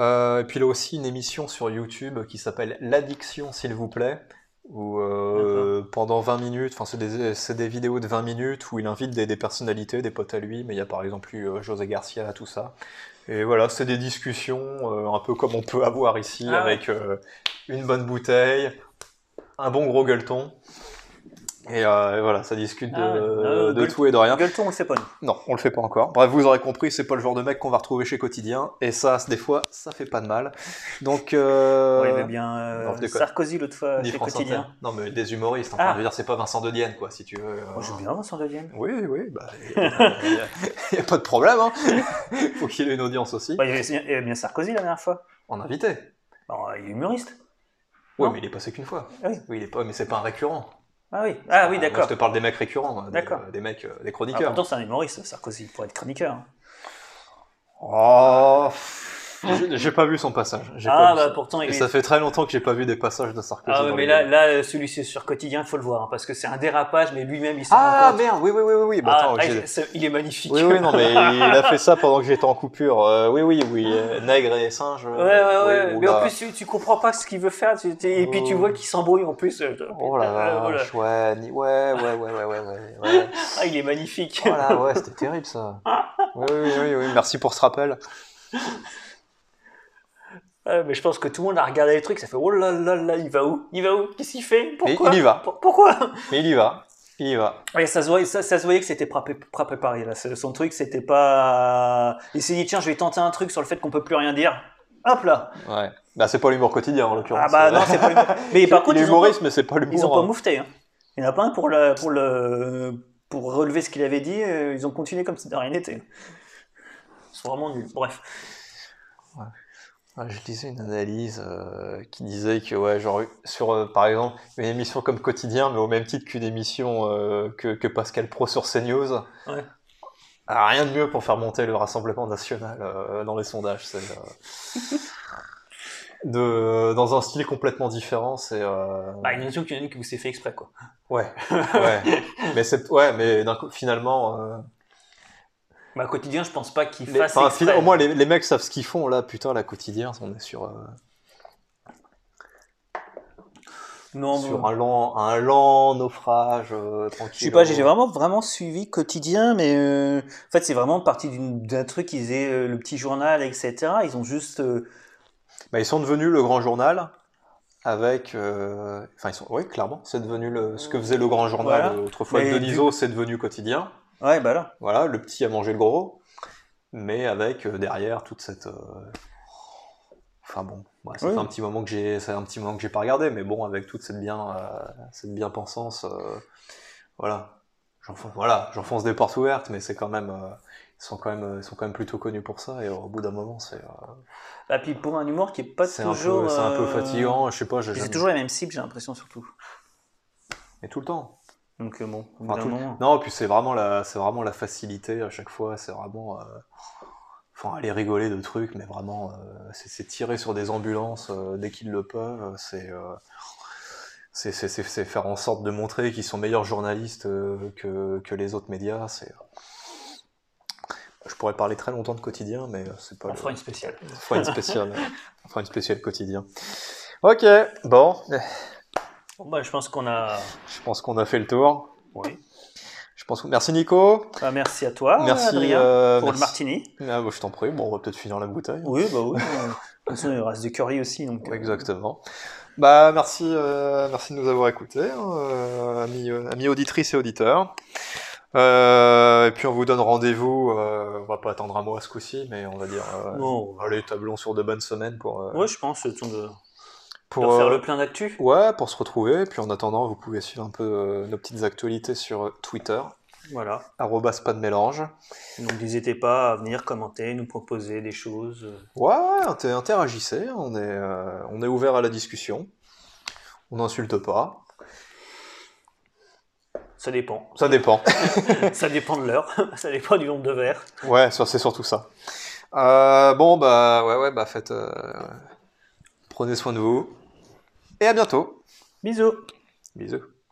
Speaker 1: Euh, et puis il a aussi une émission sur YouTube qui s'appelle L'addiction, s'il vous plaît, où euh, pendant 20 minutes, enfin c'est des, c'est des vidéos de 20 minutes où il invite des, des personnalités, des potes à lui, mais il y a par exemple eu euh, José Garcia, tout ça. Et voilà, c'est des discussions euh, un peu comme on peut avoir ici,
Speaker 2: Ah ouais.
Speaker 1: avec euh, une bonne bouteille, un bon gros gueuleton. Et, euh, et voilà, ça discute de,
Speaker 2: Ah ouais. Euh,
Speaker 1: de
Speaker 2: gueuleton.
Speaker 1: tout et de rien.
Speaker 2: Gueuleton, on le fait pas nous.
Speaker 1: Non, on le fait pas encore. Bref, vous aurez compris, c'est pas le genre de mec qu'on va retrouver chez Quotidien. Et ça, c'est- des fois, ça fait pas de mal. Donc. euh,
Speaker 2: On l'avait bien euh,
Speaker 1: non, je déconne.
Speaker 2: Sarkozy l'autre fois
Speaker 1: ni
Speaker 2: chez
Speaker 1: France
Speaker 2: Quotidien.
Speaker 1: Inter. Non, mais des humoristes. Enfin,
Speaker 2: Ah.
Speaker 1: je veux dire, c'est pas Vincent Dedienne, quoi, si tu veux. euh,
Speaker 2: Moi, j'aime bien Vincent Deuxième.
Speaker 1: Oui, oui, bah. Y a, y a- y a pas de problème,
Speaker 2: <laughs>
Speaker 1: hein. Faut qu'il ait une audience aussi.
Speaker 2: Bah, il, y avait, il y avait bien Sarkozy la dernière fois.
Speaker 1: En invité.
Speaker 2: Bon, il est humoriste.
Speaker 1: Oui,
Speaker 2: Non.
Speaker 1: mais il est passé qu'une fois.
Speaker 2: Ah oui.
Speaker 1: il est pas, mais c'est pas un récurrent. Euh,
Speaker 2: Ah oui, ah, oui
Speaker 1: Moi,
Speaker 2: d'accord.
Speaker 1: je te parle des mecs récurrents, moi, des,
Speaker 2: D'accord.
Speaker 1: euh, des mecs, euh, des
Speaker 2: Ah,
Speaker 1: chroniqueurs.
Speaker 2: pourtant, c'est un humoriste, Sarkozy, pour être chroniqueur.
Speaker 1: Oh, pff, j'ai- J'ai pas vu son passage. J'ai pas
Speaker 2: Ah,
Speaker 1: vu
Speaker 2: bah
Speaker 1: son-
Speaker 2: pourtant, il
Speaker 1: Et
Speaker 2: est.
Speaker 1: ça fait très longtemps que j'ai pas vu des passages de Sarkozy.
Speaker 2: Ah, ouais,
Speaker 1: dans
Speaker 2: mais
Speaker 1: les
Speaker 2: là,
Speaker 1: vidéos.
Speaker 2: là euh, celui-ci sur Quotidien, faut le voir, hein, parce que c'est un dérapage, mais lui-même, il s'en
Speaker 1: Ah
Speaker 2: rend compte.
Speaker 1: merde, oui, oui, oui, oui, oui. Bah,
Speaker 2: Ah,
Speaker 1: attends,
Speaker 2: ah,
Speaker 1: j'ai-
Speaker 2: c'est- il est magnifique.
Speaker 1: oui, oui, non,
Speaker 2: <laughs>
Speaker 1: mais euh, il a fait ça pendant que j'étais en coupure. Euh, oui, oui, oui, euh, nègre et singe. euh,
Speaker 2: Ouais, ouais, ouais.
Speaker 1: oui,
Speaker 2: mais
Speaker 1: oula.
Speaker 2: en plus, tu, tu comprends pas ce qu'il veut faire. tu- tu- et puis, tu
Speaker 1: Oh.
Speaker 2: vois qu'il s'embrouille en plus. euh,
Speaker 1: Oh là
Speaker 2: euh,
Speaker 1: là,
Speaker 2: voilà.
Speaker 1: vache, ouais, ni- ouais, ouais, ouais, ouais, ouais, ouais, ouais.
Speaker 2: Ah, il est magnifique.
Speaker 1: Oh là, ouais, c'était terrible ça. Oui, oui, oui, oui, oui, merci pour ce rappel.
Speaker 2: Ah, mais je pense que tout le monde a regardé les trucs. Ça fait oh là là là, il va où Il va où Qu'est-ce qu'il fait Pourquoi
Speaker 1: il y va.
Speaker 2: Pour- Pourquoi
Speaker 1: Mais il y va, il y va.
Speaker 2: Ouais, ça, se voyait, ça, ça se voyait que c'était pas, pré- pas préparé. Là. C'est- Son truc, c'était pas. Il s'est dit, tiens, je vais tenter un truc sur le fait qu'on peut plus rien dire. Hop là
Speaker 1: Ouais. Bah, c'est pas l'humour quotidien en l'occurrence.
Speaker 2: Ah bah non,
Speaker 1: <laughs>
Speaker 2: c'est pas l'humour. Mais par contre,
Speaker 1: il est
Speaker 2: ils ont, pas,
Speaker 1: humoriste, mais c'est pas l'humour.
Speaker 2: ils ont pas
Speaker 1: hein.
Speaker 2: moufté. hein. Il y en a pas un pour, le, pour, le, pour relever ce qu'il avait dit. euh, Ils ont continué comme si de rien n'était. Ils sont vraiment nuls. Bref.
Speaker 1: Ouais, Je lisais une analyse euh, qui disait que, ouais, genre, sur, euh, par exemple, une émission comme Quotidien, mais au même titre qu'une émission euh, que, que Pascal Pro sur CNews,
Speaker 2: Ouais.
Speaker 1: ah, rien de mieux pour faire monter le Rassemblement National euh, dans les sondages. c'est, euh, de, dans un style complètement différent, c'est... euh,
Speaker 2: Bah, il y en a qui ont dit que vous s'est fait exprès, quoi.
Speaker 1: ouais, ouais. mais, c'est- ouais, mais d'un coup, finalement... euh,
Speaker 2: Bah, quotidien, je pense pas qu'il
Speaker 1: les-
Speaker 2: fasse.
Speaker 1: enfin,
Speaker 2: exprès.
Speaker 1: fina- au moins, les, les mecs savent ce qu'ils font, là, putain, la Quotidien, on est sur... euh,
Speaker 2: Non,
Speaker 1: sur
Speaker 2: bon.
Speaker 1: un lent, un lent naufrage euh,
Speaker 2: Je
Speaker 1: tranquille.
Speaker 2: sais pas, j'ai j'ai vraiment, vraiment suivi quotidien, mais euh, en fait, c'est vraiment parti d'une- d'un truc, ils faisaient euh, le petit journal, etc. Ils ont juste. euh,
Speaker 1: Bah, ils sont devenus le grand journal avec. euh, Enfin, ils sont. Oui, clairement, c'est devenu le... ce que faisait le grand journal
Speaker 2: Voilà.
Speaker 1: euh, autrefois.
Speaker 2: Mais
Speaker 1: Deniso, c'est devenu quotidien.
Speaker 2: Ouais, bah là.
Speaker 1: Voilà, le petit a mangé le gros, mais avec euh, derrière toute cette. euh, Enfin bon, ouais, ça
Speaker 2: Oui.
Speaker 1: fait un petit moment que j'ai, c'est un petit moment que j'ai pas regardé, mais bon, avec toute cette bien, euh, cette bien pensance, voilà, j'enfonce, voilà, j'enfonce des portes ouvertes, mais c'est quand même, euh, ils sont quand même, ils sont quand même plutôt connus pour ça, et au bout d'un moment, c'est, euh,
Speaker 2: Ah, puis pour un humour qui est pas
Speaker 1: c'est un
Speaker 2: toujours.
Speaker 1: peu, c'est un peu
Speaker 2: euh,
Speaker 1: fatigant, je sais pas, j'ai
Speaker 2: C'est
Speaker 1: jamais-
Speaker 2: toujours les mêmes cibles, j'ai l'impression, surtout.
Speaker 1: mais tout le temps.
Speaker 2: Donc, euh, bon, au bout
Speaker 1: Enfin,
Speaker 2: d'un
Speaker 1: tout-
Speaker 2: moment.
Speaker 1: Non, puis c'est vraiment la, c'est vraiment la facilité à chaque fois. C'est vraiment, euh, enfin, aller rigoler de trucs, mais vraiment, euh, c'est, c'est tirer sur des ambulances euh, dès qu'ils le peuvent. C'est, euh, c'est, c'est, c'est- c'est faire en sorte de montrer qu'ils sont meilleurs journalistes euh, que, que les autres médias. C'est, euh, je pourrais parler très longtemps de quotidien, mais euh, c'est pas.
Speaker 2: On
Speaker 1: le-
Speaker 2: fera une spéciale.
Speaker 1: on fera une
Speaker 2: <laughs>
Speaker 1: spéciale. on fera une spéciale quotidien. Ok, bon,
Speaker 2: Bon, bah, je pense qu'on a.
Speaker 1: je pense qu'on a fait le tour.
Speaker 2: Oui.
Speaker 1: Je pense que... Merci Nico.
Speaker 2: Bah, merci à toi,
Speaker 1: Merci
Speaker 2: Adrien,
Speaker 1: euh,
Speaker 2: pour le
Speaker 1: merci.
Speaker 2: martini.
Speaker 1: Ah, bah, je t'en prie, bon, on va peut-être finir la bouteille.
Speaker 2: Oui, bah oui. euh, De toute façon, il reste du curry aussi. Donc, euh,
Speaker 1: Exactement. Bah, merci, euh, merci de nous avoir écoutés, hein, euh, amis, euh, amis auditrices et auditeurs. Euh, et puis on vous donne rendez-vous, euh, on va pas attendre un mois ce coup-ci, mais on va dire, euh,
Speaker 2: Bon,
Speaker 1: allez, tablons sur de bonnes semaines pour, euh,
Speaker 2: ouais, je pense, le temps de,
Speaker 1: pour,
Speaker 2: de faire
Speaker 1: euh,
Speaker 2: le plein d'actu.
Speaker 1: ouais, pour se retrouver. Et puis en attendant, vous pouvez suivre un peu euh, nos petites actualités sur euh, Twitter,
Speaker 2: Voilà.
Speaker 1: arrobas pas de mélange.
Speaker 2: Donc n'hésitez pas à venir commenter, nous proposer des choses. euh,
Speaker 1: Ouais, ouais, inter- interagissez, on est, euh, on est ouvert à la discussion. On n'insulte pas.
Speaker 2: Ça dépend.
Speaker 1: Ça dépend.
Speaker 2: ça dépend de l'heure. <laughs> ça dépend du nombre de verres.
Speaker 1: <laughs> Ouais, ça, c'est surtout ça. Euh, bon, bah, ouais, ouais, bah, faites. euh, Prenez soin de vous. Et à bientôt.
Speaker 2: Bisous.
Speaker 1: Bisous.